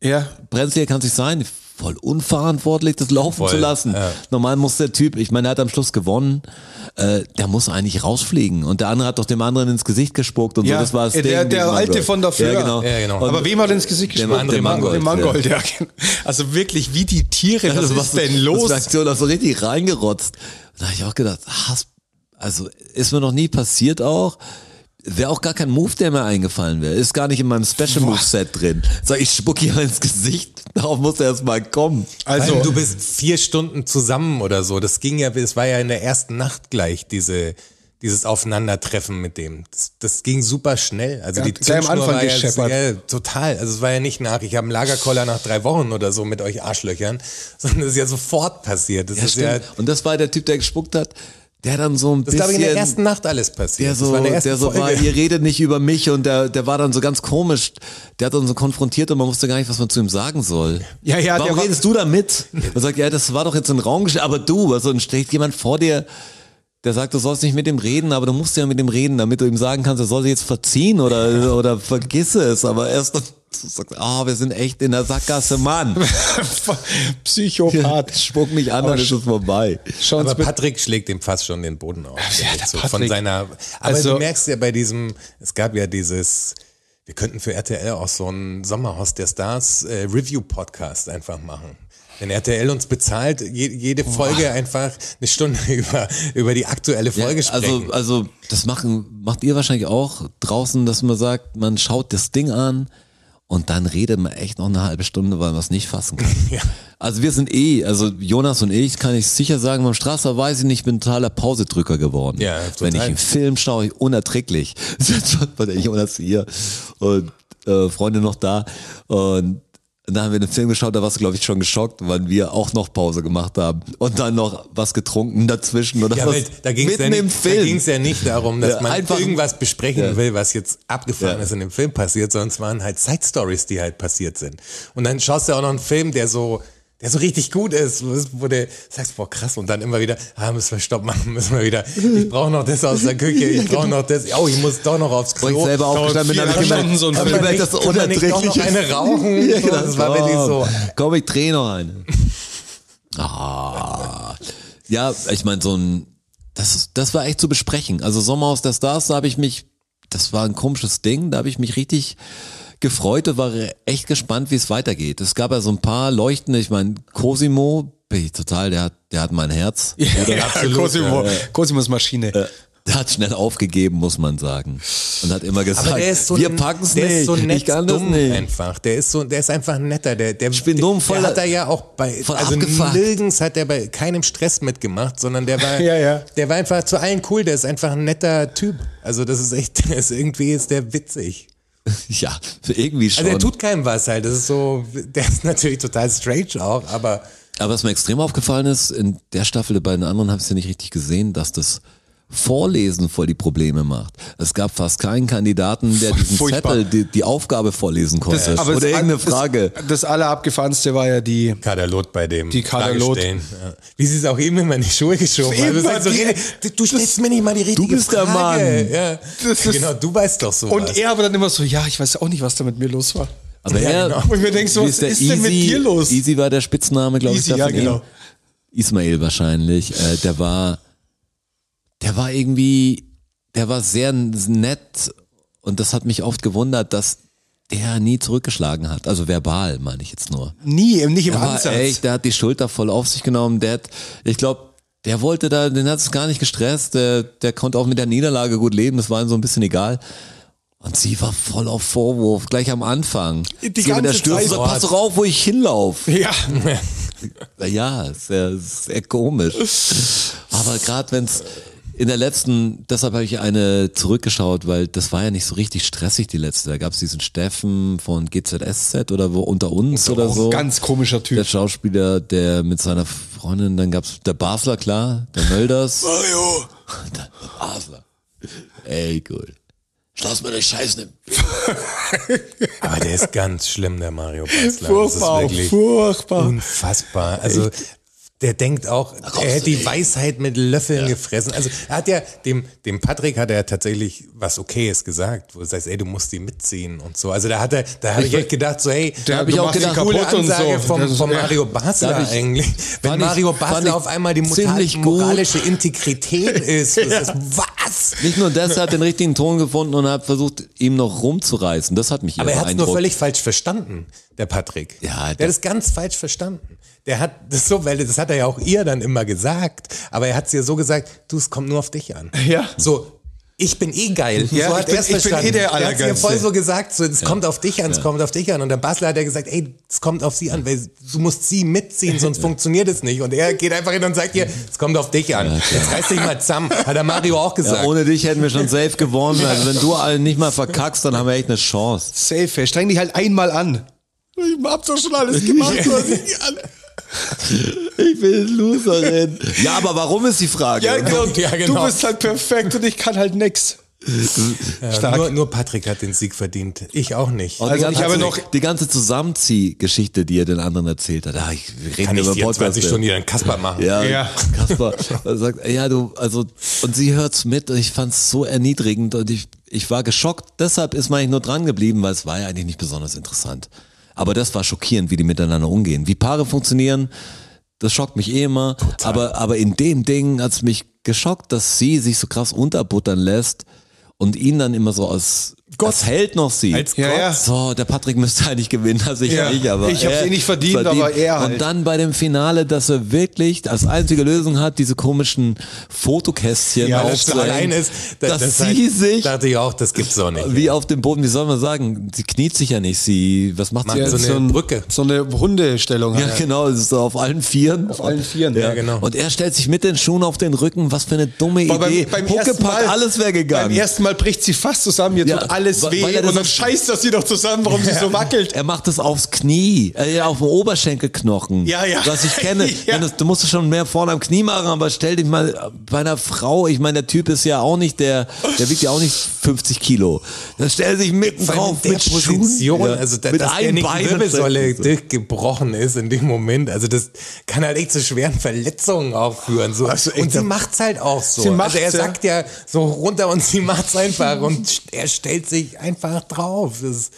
Speaker 3: Ja.
Speaker 2: Bremslier kann sich sein, voll unverantwortlich, das laufen
Speaker 4: Voll,
Speaker 2: zu lassen.
Speaker 4: ja.
Speaker 2: Normal muss der Typ, ich meine, er hat am Schluss gewonnen, äh, der muss eigentlich rausfliegen. Und der andere hat doch dem anderen ins Gesicht gespuckt und
Speaker 3: Ja, Äh,
Speaker 2: so, das war das
Speaker 3: der-
Speaker 2: Ding,
Speaker 3: der
Speaker 2: dieses Mal,
Speaker 3: alte
Speaker 2: glaub ich.
Speaker 3: von der Fleur.
Speaker 2: Ja, genau.
Speaker 4: Ja, genau.
Speaker 2: Und
Speaker 3: Aber wem hat er ins Gesicht
Speaker 2: Der
Speaker 3: gespuckt?
Speaker 4: Mangold,
Speaker 3: Dem
Speaker 2: der
Speaker 3: Dem
Speaker 2: Mangold,
Speaker 3: Mangold, ja. genau. Also wirklich, wie die Tiere, was
Speaker 2: Also
Speaker 4: Also,
Speaker 2: das
Speaker 3: ist denn los?
Speaker 2: Das Aktion hat so richtig reingerotzt. Da habe ich auch gedacht, Hass, also ist mir noch nie passiert auch. Wäre auch gar kein Move, der mir eingefallen wäre. Ist gar nicht in meinem Special Move Set drin. Sag ich, spuck hier ins Gesicht. Darauf muss er erst mal kommen.
Speaker 4: Also
Speaker 3: Also,
Speaker 4: du bist vier Stunden zusammen oder so. Das ging ja, es war ja in der ersten Nacht gleich diese dieses Aufeinandertreffen mit dem. Das, das ging super schnell. Also
Speaker 3: Ja,
Speaker 4: die
Speaker 3: gleich am
Speaker 4: Zündschnur
Speaker 3: Anfang
Speaker 4: war ja,
Speaker 3: gescheppert.
Speaker 4: ja, total. Also es war ja nicht nach, ich habe einen Lagerkoller nach drei Wochen oder so mit euch Arschlöchern, sondern das ist ja sofort passiert. Das
Speaker 2: Ja,
Speaker 4: ist
Speaker 2: stimmt.
Speaker 4: ja,
Speaker 2: und das war der Typ, der gespuckt hat, der dann so ein
Speaker 4: das ist,
Speaker 2: bisschen.
Speaker 4: glaube ich, in der ersten Nacht alles passiert.
Speaker 2: der
Speaker 4: das
Speaker 2: so,
Speaker 4: war in der ersten
Speaker 2: der so war,
Speaker 4: Folge.
Speaker 2: ihr redet nicht über mich und der, der war dann so ganz komisch. Der hat uns so konfrontiert und man wusste gar nicht, was man zu ihm sagen soll.
Speaker 3: Ja, ja,
Speaker 2: Warum
Speaker 3: der war-
Speaker 2: redest du da mit? Und sagt, ja, das war doch jetzt ein Raum, aber du, also dann steht jemand vor dir, der sagt, du sollst nicht mit ihm reden, aber du musst ja mit ihm reden, damit du ihm sagen kannst, er soll sich jetzt verziehen oder, oder vergiss es, aber erst dann sagt, ah, wir sind echt in der Sackgasse, Mann.
Speaker 3: Psychopath.
Speaker 2: Spuck mich an,
Speaker 3: Aber
Speaker 2: dann ist es vorbei.
Speaker 3: Schauen
Speaker 4: Aber
Speaker 3: uns bitte.
Speaker 4: Patrick schlägt dem fast schon den Boden auf.
Speaker 3: Ja, der
Speaker 4: so von
Speaker 3: Patrick.
Speaker 4: seiner. Aber
Speaker 3: Also-
Speaker 4: du merkst ja bei diesem, es gab ja dieses, wir könnten für RTL auch so einen Sommerhaus der Stars äh, Review Podcast einfach machen. Wenn RTL uns bezahlt, je, jede Folge einfach eine Stunde über, über die aktuelle Folge
Speaker 2: also,
Speaker 4: sprechen.
Speaker 2: also das machen, macht ihr wahrscheinlich auch draußen, dass man sagt, man schaut das Ding an und dann redet man echt noch eine halbe Stunde, weil man es nicht fassen kann. Also wir sind eh, also Jonas und ich, kann ich sicher sagen, beim Strasser weiß ich nicht, ich bin totaler Pausedrücker geworden.
Speaker 4: Ja,
Speaker 2: Wenn ich
Speaker 4: total.
Speaker 2: einen Film schaue, ich unerträglich. Das war der Jonas hier und äh, Freunde noch da und dann haben wir den Film geschaut, da warst du, glaube ich, schon geschockt, weil wir auch noch Pause gemacht haben und dann noch was getrunken dazwischen oder
Speaker 4: ja,
Speaker 2: was.
Speaker 4: weil da ging es
Speaker 2: mitten
Speaker 4: ja,
Speaker 2: im
Speaker 4: nicht- da
Speaker 2: Film.
Speaker 4: ging's ja nicht darum, dass
Speaker 2: Ja,
Speaker 4: man
Speaker 2: einfach-
Speaker 4: irgendwas besprechen
Speaker 2: Ja.
Speaker 4: will, was jetzt abgefahren
Speaker 2: Ja.
Speaker 4: ist in dem Film passiert, sondern es waren halt Side-Stories, die halt passiert sind. Und dann schaust du auch noch einen Film, der so, der so richtig gut ist, wo wo du sagst, boah, krass, und dann immer wieder, ah, müssen wir Stopp machen, müssen wir wieder, ich brauche noch das aus der Küche, ich brauche noch das, oh, ich muss doch noch aufs Klo.
Speaker 2: Wo ich selber
Speaker 4: Dauert
Speaker 2: aufgestanden bin,
Speaker 4: vier
Speaker 2: habe ich
Speaker 4: Stunden
Speaker 2: gemerkt,
Speaker 4: so ein
Speaker 2: hab ich
Speaker 4: Film.
Speaker 2: gemerkt, dass das
Speaker 4: Kann man nicht doch noch
Speaker 2: unerträglich ist.
Speaker 4: eine rauchen?
Speaker 2: Ja, genau,
Speaker 4: So, das war wirklich so.
Speaker 2: Komm, ich dreh noch eine. Ah. Ja, ich meine, so ein, das, ist- das war echt zu besprechen. Also Sommerhaus der Stars, da habe ich mich, das war ein komisches Ding, da habe ich mich richtig gefreut und war echt gespannt, wie es weitergeht. Es gab ja so ein paar leuchtende, ich meine, Cosimo, bin ich total, der hat, der hat mein Herz.
Speaker 3: Ja, Cosimo, Cosimos Maschine.
Speaker 2: Der hat schnell aufgegeben, muss man sagen. Und hat immer gesagt,
Speaker 4: Aber der ist so
Speaker 2: wir
Speaker 4: ein-
Speaker 2: packen es
Speaker 4: der
Speaker 2: nicht.
Speaker 4: Ist so nett
Speaker 2: ich kann das
Speaker 4: dumm
Speaker 2: nicht.
Speaker 4: einfach. Der ist so, der ist einfach netter. Der, der,
Speaker 2: bin
Speaker 4: der,
Speaker 2: dumm, voll-
Speaker 4: der hat er ja auch bei,
Speaker 2: voll
Speaker 4: also
Speaker 2: abgefuckt.
Speaker 4: nirgends hat er bei keinem Stress mitgemacht, sondern der war,
Speaker 3: Ja, ja.
Speaker 4: der war einfach zu allen cool. Der ist einfach ein netter Typ. Also das ist echt, der ist irgendwie ist der witzig.
Speaker 2: Ja, irgendwie schon.
Speaker 4: Also er tut keinem was halt. Das ist so, der ist natürlich total strange auch, aber
Speaker 2: Aber was mir extrem aufgefallen ist, in der Staffel, bei den anderen habe ich es ja nicht richtig gesehen, dass das Vorlesen voll die Probleme macht. Es gab fast keinen Kandidaten, der diesen
Speaker 3: Furchtbar.
Speaker 2: Zettel, die, die Aufgabe vorlesen konnte.
Speaker 3: Äh, aber
Speaker 2: oder
Speaker 3: das-
Speaker 2: irgendeine
Speaker 3: das-
Speaker 2: Frage.
Speaker 3: Das allerabgefahrenste war ja die
Speaker 4: Kaderlot bei dem.
Speaker 3: Die Kaderlot.
Speaker 4: Fragestellen. Ja. Wie sie es auch eben immer in die Schuhe geschoben hat. Du,
Speaker 3: Immer
Speaker 4: sagst so,
Speaker 3: die-
Speaker 4: Rede, du- du stellst mir nicht mal die richtige
Speaker 2: bist der
Speaker 4: Frage.
Speaker 2: Mann.
Speaker 4: Ja.
Speaker 3: Das ist-
Speaker 4: genau, du weißt doch sowas.
Speaker 3: Und er aber dann immer so, ja, ich weiß auch nicht, was da mit mir los war.
Speaker 2: Aber er,
Speaker 4: genau.
Speaker 3: Und ich mir denke so,
Speaker 2: wie
Speaker 3: was ist denn mit dir los?
Speaker 2: Easy war der Spitzname, glaube ich.
Speaker 3: Easy,
Speaker 2: da
Speaker 3: ja,
Speaker 2: von ihm.
Speaker 3: genau.
Speaker 2: Ismail wahrscheinlich. Äh, der war, der war irgendwie, der war sehr nett und das hat mich oft gewundert, dass der nie zurückgeschlagen hat. Also verbal meine ich jetzt nur.
Speaker 3: Nie, nicht im
Speaker 2: Der war
Speaker 3: Ansatz.
Speaker 2: echt, der hat die Schulter voll auf sich genommen. Der hat, ich glaube, der wollte da, den hat es gar nicht gestresst. Der, der konnte auch mit der Niederlage gut leben. Das war ihm so ein bisschen egal. Und sie war voll auf Vorwurf, gleich am Anfang.
Speaker 3: Die
Speaker 2: sie mit der
Speaker 3: ganze
Speaker 2: Stürze,
Speaker 3: Zeit.
Speaker 2: sagt, pass doch auf, wo ich hinlaufe.
Speaker 3: ja,
Speaker 2: Ja, sehr, sehr komisch. Aber gerade wenn's in der letzten, deshalb habe ich eine zurückgeschaut, weil das war ja nicht so richtig stressig, die letzte. Da gab es diesen Steffen von GZSZ oder wo unter uns oder
Speaker 3: auch
Speaker 2: so.
Speaker 3: Ganz komischer Typ.
Speaker 2: Der Schauspieler, der mit seiner Freundin, dann gab's der Basler, klar, der Mölders.
Speaker 3: Mario!
Speaker 2: der Basler. Ey, cool. Schloss mir den Scheiß nimmt.
Speaker 4: Aber der ist ganz schlimm, der Mario Basler.
Speaker 3: Furchtbar,
Speaker 4: das ist wirklich
Speaker 3: furchtbar.
Speaker 4: unfassbar. Also der denkt auch,
Speaker 2: kommst
Speaker 4: er
Speaker 2: du
Speaker 4: hätte die
Speaker 2: nicht.
Speaker 4: Weisheit mit Löffeln gefressen. Also er hat ja, dem, dem Patrick hat er ja tatsächlich was Okayes gesagt, wo du sagst, ey, du musst die mitziehen und so. Also da hat er, da habe ich echt gedacht, so, ey,
Speaker 3: Der
Speaker 2: hab ich
Speaker 3: du
Speaker 2: auch
Speaker 3: machst ihn
Speaker 2: gedacht,
Speaker 3: kaputt
Speaker 4: coole
Speaker 3: und so.
Speaker 4: Ansage vom,
Speaker 3: Das ist-
Speaker 4: vom
Speaker 3: ja.
Speaker 4: Mario Basler
Speaker 2: Darf ich-
Speaker 4: eigentlich. Wenn
Speaker 2: fand ich-
Speaker 4: Mario
Speaker 2: fand ich
Speaker 4: Basler auf einmal die
Speaker 2: ziemlich
Speaker 4: muta-
Speaker 2: gut.
Speaker 4: moralische Integrität ist, das ist was?
Speaker 2: Nicht nur das, er hat den richtigen Ton gefunden und hat versucht, ihm noch rumzureißen. Das hat mich eher
Speaker 4: Aber er hat es nur
Speaker 2: beeindruckt.
Speaker 4: völlig falsch verstanden, der Patrick.
Speaker 2: Ja,
Speaker 4: der,
Speaker 2: der-
Speaker 4: hat es ganz falsch verstanden. Der hat das so, weil das hat er ja auch ihr dann immer gesagt. Aber er hat es ihr so gesagt, du, es kommt nur auf dich an.
Speaker 3: Ja.
Speaker 4: So, ich bin eh geil.
Speaker 3: Ja,
Speaker 4: so
Speaker 3: ich
Speaker 4: hat
Speaker 3: bin-
Speaker 4: er es
Speaker 3: ich bin eh
Speaker 4: verstanden.
Speaker 3: der
Speaker 4: der hat ihr
Speaker 3: Allergeilste.
Speaker 4: voll so gesagt, so, es kommt auf dich an, es kommt auf dich an. Und der Basler hat ja gesagt, ey, es kommt auf sie an, weil du musst sie mitziehen, sonst funktioniert es nicht. Und er geht einfach hin und sagt ihr, es kommt auf dich an. Jetzt reiß dich mal zusammen. Hat der Mario auch gesagt.
Speaker 2: Ja, ohne dich hätten wir schon safe gewonnen. Also wenn du allen nicht mal verkackst, dann haben wir echt eine Chance.
Speaker 3: Safe, ey. streng dich halt einmal an. Ich hab doch schon alles gemacht. du hast nicht an-
Speaker 2: Ich will Loserin. Ja, aber warum ist die Frage?
Speaker 3: ja, genau.
Speaker 4: Ja, genau.
Speaker 3: Du bist halt perfekt und ich kann halt nix. Stark.
Speaker 4: Nur, nur Patrick hat den Sieg verdient. Ich auch nicht.
Speaker 2: Und die
Speaker 3: Also
Speaker 2: ganze-
Speaker 3: ich habe
Speaker 2: also
Speaker 3: noch-
Speaker 2: die ganze Zusammenziehgeschichte, die er den anderen erzählt hat. Ah, ich rede
Speaker 4: kann ich
Speaker 2: über
Speaker 4: dir
Speaker 2: Podcast.
Speaker 4: 20
Speaker 2: ey.
Speaker 4: Stunden hier einen Kasper machen.
Speaker 2: Ja,
Speaker 3: Ja.
Speaker 2: Kasper sagt, ja, du, also, und sie hört's mit und ich fand's so erniedrigend und ich, ich war geschockt. Deshalb ist man eigentlich nur dran geblieben, weil es war ja eigentlich nicht besonders interessant. Aber das war schockierend, wie die miteinander umgehen. Wie Paare funktionieren, das schockt mich eh immer. Aber, aber in dem Ding hat's mich geschockt, dass sie sich so krass unterbuttern lässt und ihn dann immer so als,
Speaker 4: Gott.
Speaker 2: als Held noch sieht.
Speaker 4: Als
Speaker 3: Ja,
Speaker 4: Gott.
Speaker 3: ja.
Speaker 2: So, der Patrick müsste eigentlich gewinnen, also ich
Speaker 3: Ja.
Speaker 2: nicht, aber.
Speaker 3: Ich hab's
Speaker 2: er
Speaker 3: eh nicht verdient, aber er
Speaker 2: Und
Speaker 3: halt.
Speaker 2: dann bei dem Finale, dass er wirklich als einzige Lösung hat, diese komischen Fotokästchen
Speaker 3: Ja, das
Speaker 4: Ob
Speaker 2: aufzuhängen,
Speaker 4: allein ist, da-
Speaker 2: dass
Speaker 4: das
Speaker 2: sie
Speaker 4: hat-
Speaker 2: sich
Speaker 4: dachte ich auch, das gibt's auch nicht.
Speaker 2: wie auf dem Boden, wie soll man sagen, sie kniet sich ja nicht, sie, was macht sie?
Speaker 4: Macht so eine
Speaker 3: ein-
Speaker 4: Brücke.
Speaker 3: So eine Hundestellung.
Speaker 2: Ja,
Speaker 3: hat er.
Speaker 2: genau, es ist so auf allen Vieren.
Speaker 3: Auf allen Vieren.
Speaker 2: Ja,
Speaker 4: Ja, genau.
Speaker 2: genau. Und er stellt sich mit den Schuhen auf den Rücken, was für eine dumme
Speaker 3: Aber
Speaker 2: Idee.
Speaker 3: ersten
Speaker 2: Huckepack,
Speaker 3: Mal-
Speaker 2: alles wäre gegangen.
Speaker 3: Beim ersten Mal bricht sie fast zusammen, ihr
Speaker 2: Ja,
Speaker 3: tut alles
Speaker 2: weil-
Speaker 3: weh
Speaker 2: weil er das
Speaker 3: und dann
Speaker 2: auf-
Speaker 3: scheißt das sie doch zusammen, warum sie so wackelt.
Speaker 2: Er macht es aufs Knie, äh, auf dem Oberschenkelknochen.
Speaker 3: Ja, ja.
Speaker 2: Was ich kenne.
Speaker 3: Ja.
Speaker 2: Wenn das, du musst es schon mehr vorne am Knie machen, aber stell dich mal bei einer Frau, ich meine, der Typ ist ja auch nicht der, der wiegt ja auch nicht 50 Kilo. Dann stell sich mitten
Speaker 4: Vor allem
Speaker 2: drauf
Speaker 4: in der
Speaker 2: mit
Speaker 4: Position,
Speaker 2: Schuhen, ja,
Speaker 4: also da,
Speaker 2: mit
Speaker 4: dass der
Speaker 2: einem
Speaker 4: nicht
Speaker 2: Bein.
Speaker 4: die Wirbelsäule durchgebrochen ist in dem Moment, also das kann halt echt zu schweren Verletzungen auch führen. So.
Speaker 2: Also
Speaker 4: und sie macht's halt auch so.
Speaker 3: Sie macht's,
Speaker 4: also er
Speaker 3: ja.
Speaker 4: sagt ja so runter und sie macht's einfach und st- er stellt sich einfach drauf. Das ist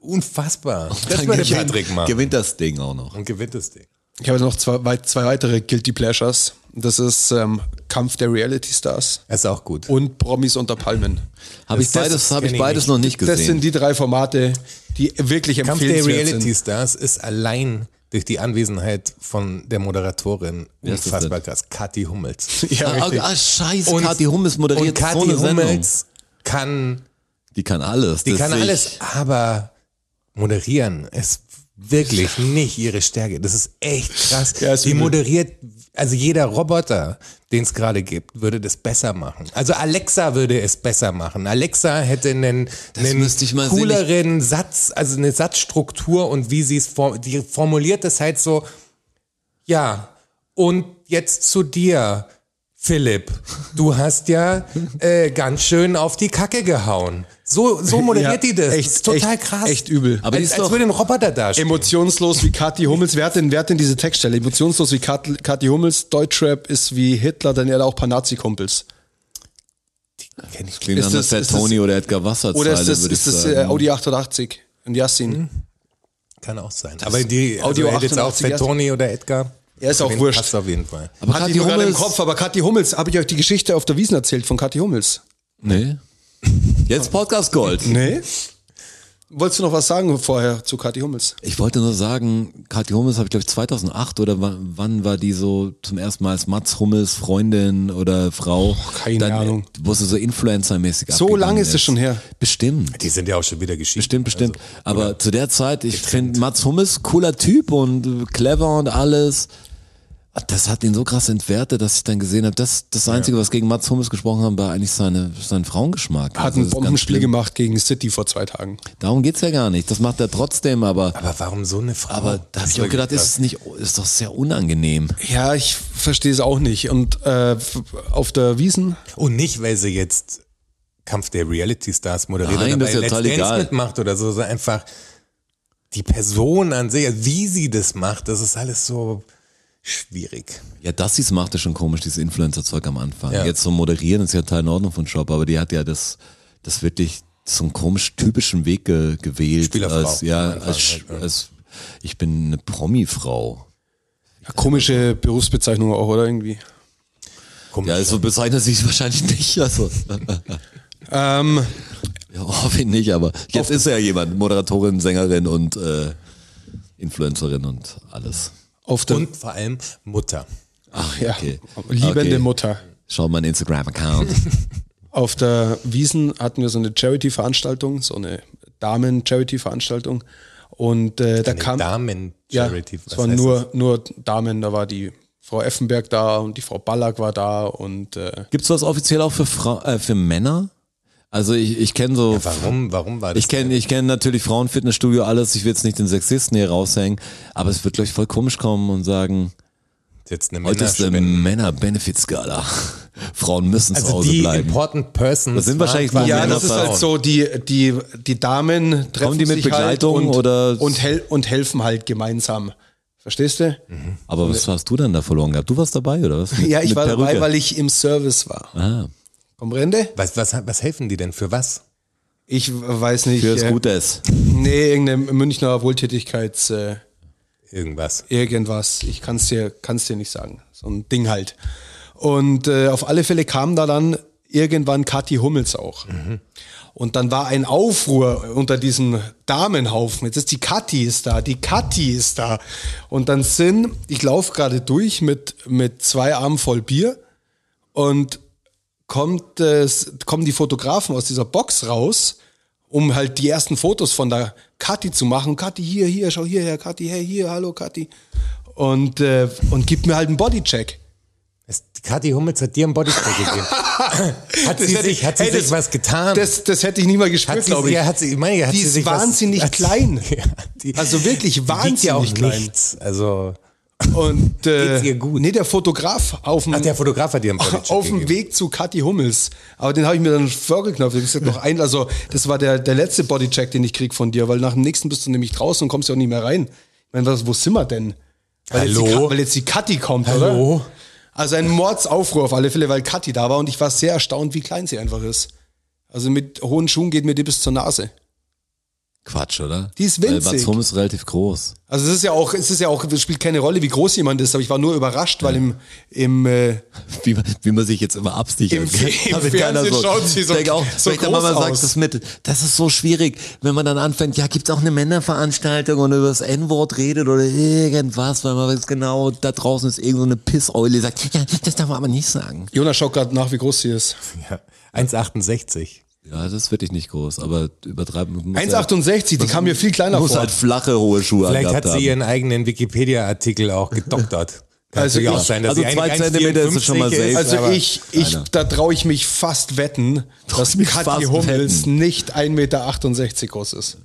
Speaker 4: unfassbar. Das
Speaker 2: Dann
Speaker 4: würde
Speaker 2: gewinnt-
Speaker 4: Patrick machen.
Speaker 2: Gewinnt das Ding auch noch.
Speaker 4: Und gewinnt das Ding.
Speaker 3: Ich habe noch zwei, wei- zwei weitere Guilty Pleasures. Das ist ähm, Kampf der Reality Stars
Speaker 4: Das ist auch gut.
Speaker 3: und Promis unter Palmen.
Speaker 2: Habe ich
Speaker 4: das
Speaker 2: beides, hab
Speaker 4: kenn
Speaker 2: ich
Speaker 4: ich
Speaker 2: beides
Speaker 4: nicht.
Speaker 2: noch nicht gesehen.
Speaker 3: Das sind die drei Formate, die wirklich
Speaker 4: Kampf der
Speaker 3: empfehlenswert
Speaker 4: Reality
Speaker 3: sind.
Speaker 4: Stars ist allein durch die Anwesenheit von der Moderatorin
Speaker 2: Wer ist das
Speaker 4: unfassbar krass. Kathi Hummels.
Speaker 2: ah,
Speaker 4: richtig.
Speaker 2: ah, scheiße, Kathi Hummels moderiert
Speaker 4: und Kathi
Speaker 2: so eine Sendung.
Speaker 4: Hummels kann,
Speaker 2: Die kann alles.
Speaker 4: die
Speaker 2: das
Speaker 4: kann
Speaker 2: sehe ich.
Speaker 4: alles, aber moderieren ist wirklich nicht ihre Stärke. Das ist echt krass.
Speaker 3: Ja, ist
Speaker 4: die
Speaker 3: übel.
Speaker 4: moderiert, also jeder Roboter, den es gerade gibt, würde das besser machen. Also Alexa würde es besser machen. Alexa hätte einen, einen
Speaker 2: müsste ich mal sehen.
Speaker 4: cooleren Satz, also eine Satzstruktur und wie sie es form die formuliert es halt so, ja, und jetzt zu dir, Philipp. Du hast ja äh, ganz schön auf die Kacke gehauen. So, so moderiert
Speaker 3: Ja,
Speaker 4: die das.
Speaker 3: echt,
Speaker 4: das ist total
Speaker 3: echt,
Speaker 4: krass.
Speaker 3: echt übel.
Speaker 2: Aber die
Speaker 4: als,
Speaker 2: ist
Speaker 4: als
Speaker 2: doch-
Speaker 4: würde ein Roboter da stehen.
Speaker 3: Emotionslos wie Kathi Hummels. Wer hat denn, wer hat denn diese Textstelle? Emotionslos wie Kat, Kathi Hummels. Deutschrap ist wie Hitler, Daniela auch paar Nazi-Kumpels.
Speaker 4: Kenn ich
Speaker 2: Klingt
Speaker 3: Ist
Speaker 2: dann
Speaker 3: das-
Speaker 2: das, der
Speaker 3: ist das-
Speaker 2: Tony oder Edgar Wasserzeile,
Speaker 3: Oder ist das,
Speaker 2: würde ich
Speaker 3: ist das
Speaker 2: sagen. Hm.
Speaker 3: äh, Audi 88 und Yassin?
Speaker 4: Kann auch sein. Aber die also
Speaker 3: Audio
Speaker 4: hätte jetzt auch
Speaker 3: 88
Speaker 4: Fettoni oder Edgar.
Speaker 3: Er ist
Speaker 4: Für
Speaker 3: auch
Speaker 4: den
Speaker 3: wurscht.
Speaker 4: Passt auf jeden Fall.
Speaker 2: Aber
Speaker 3: Hatte
Speaker 2: Kathi
Speaker 3: ich nur gerade im
Speaker 2: Hummels,
Speaker 3: Kopf, aber Kathi Hummels, habe ich euch die Geschichte auf der Wiesn erzählt von Kathi Hummels?
Speaker 2: Nee. Jetzt Podcast Gold.
Speaker 3: Nee. Wolltest du noch was sagen vorher zu Kathi Hummels?
Speaker 2: Ich wollte nur sagen, Kathi Hummels habe ich glaube ich 2008 oder wann, wann war die so zum ersten Mal als Mats Hummels Freundin oder Frau? äh,
Speaker 3: keine Ahnung.
Speaker 2: Wo sie so Influencer-mäßig
Speaker 3: So lange ist es schon her.
Speaker 2: Bestimmt. Also,
Speaker 4: Die sind ja auch schon wieder geschieden.
Speaker 2: Bestimmt, bestimmt. Aber zu der Zeit, ich finde Mats Hummels cooler Typ und äh, clever und alles. Das hat ihn so krass entwertet, dass ich dann gesehen habe, das, das Einzige, was gegen Mats Hummels gesprochen haben, war eigentlich seine, sein Frauengeschmack.
Speaker 3: Hat
Speaker 2: Also
Speaker 3: ein
Speaker 2: das ist ganz
Speaker 3: Bombenspiel
Speaker 2: schlimm.
Speaker 3: gemacht gegen City vor zwei Tagen.
Speaker 2: Darum geht's ja gar nicht. Das macht er trotzdem, aber,
Speaker 4: Also, Aber warum so eine Frau?
Speaker 2: aber da habe ich auch
Speaker 4: Wirklich
Speaker 2: gedacht, ist
Speaker 4: krass.
Speaker 2: es nicht, ist doch sehr unangenehm.
Speaker 3: Ja, ich verstehe es auch nicht. Und äh, f- auf der Wiesen,
Speaker 4: Und nicht, weil sie jetzt Kampf der Reality Stars moderiert
Speaker 2: Nein,
Speaker 4: oder
Speaker 2: das ist
Speaker 4: bei
Speaker 2: ja
Speaker 4: Let's
Speaker 2: total
Speaker 4: Dance
Speaker 2: egal.
Speaker 4: mitmacht oder so, so einfach die Person an sich, also wie sie das macht, das ist alles so schwierig.
Speaker 2: Ja, das sie's macht ja schon komisch, dieses Influencer-Zeug am Anfang.
Speaker 4: Ja.
Speaker 2: Jetzt so moderieren ist ja Teil in Ordnung von Job, aber die hat ja das, das wirklich so einen komisch typischen Weg ge gewählt.
Speaker 4: Spielerfrau.
Speaker 2: Als, ja,
Speaker 4: Einfach
Speaker 2: als,
Speaker 4: halt, ja.
Speaker 2: als, ich bin eine Promi-Frau.
Speaker 3: ja, komische Berufsbezeichnung auch, oder irgendwie?
Speaker 4: Komisch.
Speaker 2: Ja, also bezeichnet sich wahrscheinlich nicht. Also,
Speaker 3: Ähm,
Speaker 2: ja, hoffe ich nicht, aber jetzt ist ja jemand, Moderatorin, Sängerin und äh, Influencerin und alles.
Speaker 3: auf der
Speaker 4: Und vor allem Mutter.
Speaker 2: Ach,
Speaker 3: ja,
Speaker 2: okay.
Speaker 3: liebende
Speaker 2: Okay.
Speaker 3: Mutter.
Speaker 2: Schau mal in Instagram-Account.
Speaker 3: Auf der Wiesen hatten wir so eine Charity-Veranstaltung, so eine Damen-Charity-Veranstaltung. Und äh, da
Speaker 4: Eine
Speaker 3: kam.
Speaker 4: Damen-Charity.
Speaker 3: Ja, es
Speaker 4: was
Speaker 3: waren
Speaker 4: heißt
Speaker 3: nur,
Speaker 4: das?
Speaker 3: nur Damen, da war die Frau Effenberg da und die Frau Ballack war da und äh,
Speaker 2: Gibt's was offiziell auch für, Frau, äh, für Männer? Also ich, ich kenne so
Speaker 4: Warum, warum war das?
Speaker 2: Ich kenne ich kenn natürlich Frauenfitnessstudio, alles. Ich will jetzt nicht den Sexisten hier raushängen, aber es wird, glaube ich, voll komisch kommen und sagen,
Speaker 4: jetzt eine
Speaker 2: heute ist eine
Speaker 4: Männerspende?
Speaker 2: Männer-Benefit-Skala. Frauen müssen zu
Speaker 4: Also
Speaker 2: Hause
Speaker 4: die
Speaker 2: bleiben.
Speaker 4: Important Persons.
Speaker 2: Das sind wahrscheinlich
Speaker 4: waren
Speaker 2: die
Speaker 4: quasi
Speaker 3: ja,
Speaker 2: Männer
Speaker 3: das ist
Speaker 4: Frauen.
Speaker 3: halt so, die, die, die Damen treffen
Speaker 2: Kommen die mit
Speaker 3: sich
Speaker 2: Begleitung
Speaker 3: halt und,
Speaker 2: oder-
Speaker 3: und, hel und helfen halt gemeinsam. Verstehst du?
Speaker 2: Aber was hast du denn da verloren gehabt? Du warst dabei, oder was? Mit-
Speaker 3: Ja, ich
Speaker 2: mit
Speaker 3: war dabei,
Speaker 2: Perücke.
Speaker 3: weil ich im Service war.
Speaker 2: Ah,
Speaker 3: Comprende?
Speaker 4: Was, was, was helfen die denn für was?
Speaker 3: Ich weiß nicht.
Speaker 2: fürs
Speaker 3: äh,
Speaker 2: Gutes.
Speaker 3: Nee, irgendeine Münchner Wohltätigkeits äh,
Speaker 4: Irgendwas.
Speaker 3: irgendwas. Ich kann es dir, kann's dir nicht sagen. So ein Ding halt. Und äh, auf alle Fälle kam da dann irgendwann Kathi Hummels auch. Und dann war ein Aufruhr unter diesem Damenhaufen. Jetzt ist die Kathi ist da, die Kathi ist da. Und dann sind, ich laufe gerade durch mit, mit zwei Armen voll Bier und kommt, äh, kommen die Fotografen aus dieser Box raus, um halt die ersten Fotos von der Kathi zu machen. Kathi, hier, hier, schau hierher, Kathi, hey, hier, hallo Kathi. Und, äh, und gibt mir halt einen Bodycheck.
Speaker 4: Es- Kathi Hummels hat dir einen Bodycheck gegeben. hat sie
Speaker 3: hätte ich-
Speaker 4: sich, hat sie
Speaker 3: hey,
Speaker 4: sich
Speaker 3: das-
Speaker 4: was getan?
Speaker 3: Das, das hätte ich nie mal
Speaker 4: hat
Speaker 3: gespürt,
Speaker 4: sie,
Speaker 3: glaube ich.
Speaker 4: Ja, hat sie, ich meine, hat
Speaker 3: Die
Speaker 4: sie
Speaker 3: ist
Speaker 4: sich was-
Speaker 3: wahnsinnig
Speaker 4: hat sie-
Speaker 3: klein.
Speaker 4: die,
Speaker 3: Also wirklich
Speaker 4: die wiegt
Speaker 3: wahnsinnig
Speaker 4: ja auch
Speaker 3: klein.
Speaker 4: Nichts. Also
Speaker 3: Und äh,
Speaker 4: Geht's ihr gut?
Speaker 3: nee, der Fotograf auf dem
Speaker 4: hat der Fotograf hat dir einen Bodycheck
Speaker 3: auf dem
Speaker 4: gegeben.
Speaker 3: Weg zu Kathi Hummels. Aber den habe ich mir dann vorgeknöpft. Ich hab gesagt, noch ein, also das war der, der letzte Bodycheck, den ich krieg von dir, weil nach dem nächsten bist du nämlich draußen und kommst ja auch nicht mehr rein. Ich meine, was, wo sind wir denn? Weil, Jetzt, die,
Speaker 4: Hallo?
Speaker 3: Ka- weil jetzt die Kathi kommt,
Speaker 4: Hallo?
Speaker 3: oder? Also ein Mordsaufruhr auf alle Fälle, weil Kathi da war und ich war sehr erstaunt, wie klein sie einfach ist. Also mit hohen Schuhen geht mir die bis zur Nase.
Speaker 2: Quatsch, oder?
Speaker 3: Die ist
Speaker 2: Weil
Speaker 3: winzig.
Speaker 2: Mats Hummels ist relativ groß.
Speaker 3: Also es ist ja auch, es ist ja auch, es spielt keine Rolle, wie groß jemand ist, aber ich war nur überrascht, weil im, im äh,
Speaker 2: Wie, man- wie man sich jetzt immer absichert.
Speaker 3: Im Fe- im
Speaker 2: Damit
Speaker 3: Fernsehen
Speaker 2: keiner
Speaker 3: schaut sie so-
Speaker 2: Denk auch,
Speaker 3: so
Speaker 2: wenn ich der Mama
Speaker 3: groß aus.
Speaker 2: sagt das mit, das ist so schwierig, wenn man dann anfängt, ja, gibt's auch eine Männerveranstaltung und über das N-Wort redet oder irgendwas, weil man weiß genau, da draußen ist irgend so eine Pisseule, die sagt, ja, das darf man aber nicht sagen.
Speaker 3: Jonas schaut gerade nach, wie groß sie ist.
Speaker 4: Ja, 1,68.
Speaker 2: Ja, das ist wirklich nicht groß, aber übertreiben. muss
Speaker 3: 1,68, die kam mir viel
Speaker 2: halt,
Speaker 3: kleiner
Speaker 2: muss
Speaker 3: vor.
Speaker 2: halt flache, hohe Schuhe
Speaker 4: Vielleicht hat
Speaker 2: angehabt
Speaker 4: sie
Speaker 2: haben.
Speaker 4: ihren eigenen Wikipedia-Artikel auch gedoktert. Kann
Speaker 3: Also
Speaker 4: natürlich auch
Speaker 3: ich-
Speaker 4: sein, dass
Speaker 2: also
Speaker 4: sie
Speaker 2: zwei
Speaker 4: eigentlich
Speaker 2: Zentimeter ist es schon mal
Speaker 4: 1,54 ist,
Speaker 2: safe.
Speaker 3: also
Speaker 4: aber-
Speaker 3: ich, ich
Speaker 2: Einer.
Speaker 3: da traue ich mich fast wetten, dass
Speaker 2: mich
Speaker 3: Kathi
Speaker 2: fast
Speaker 3: Hummels
Speaker 2: wetten.
Speaker 3: nicht 1,68 Meter groß ist.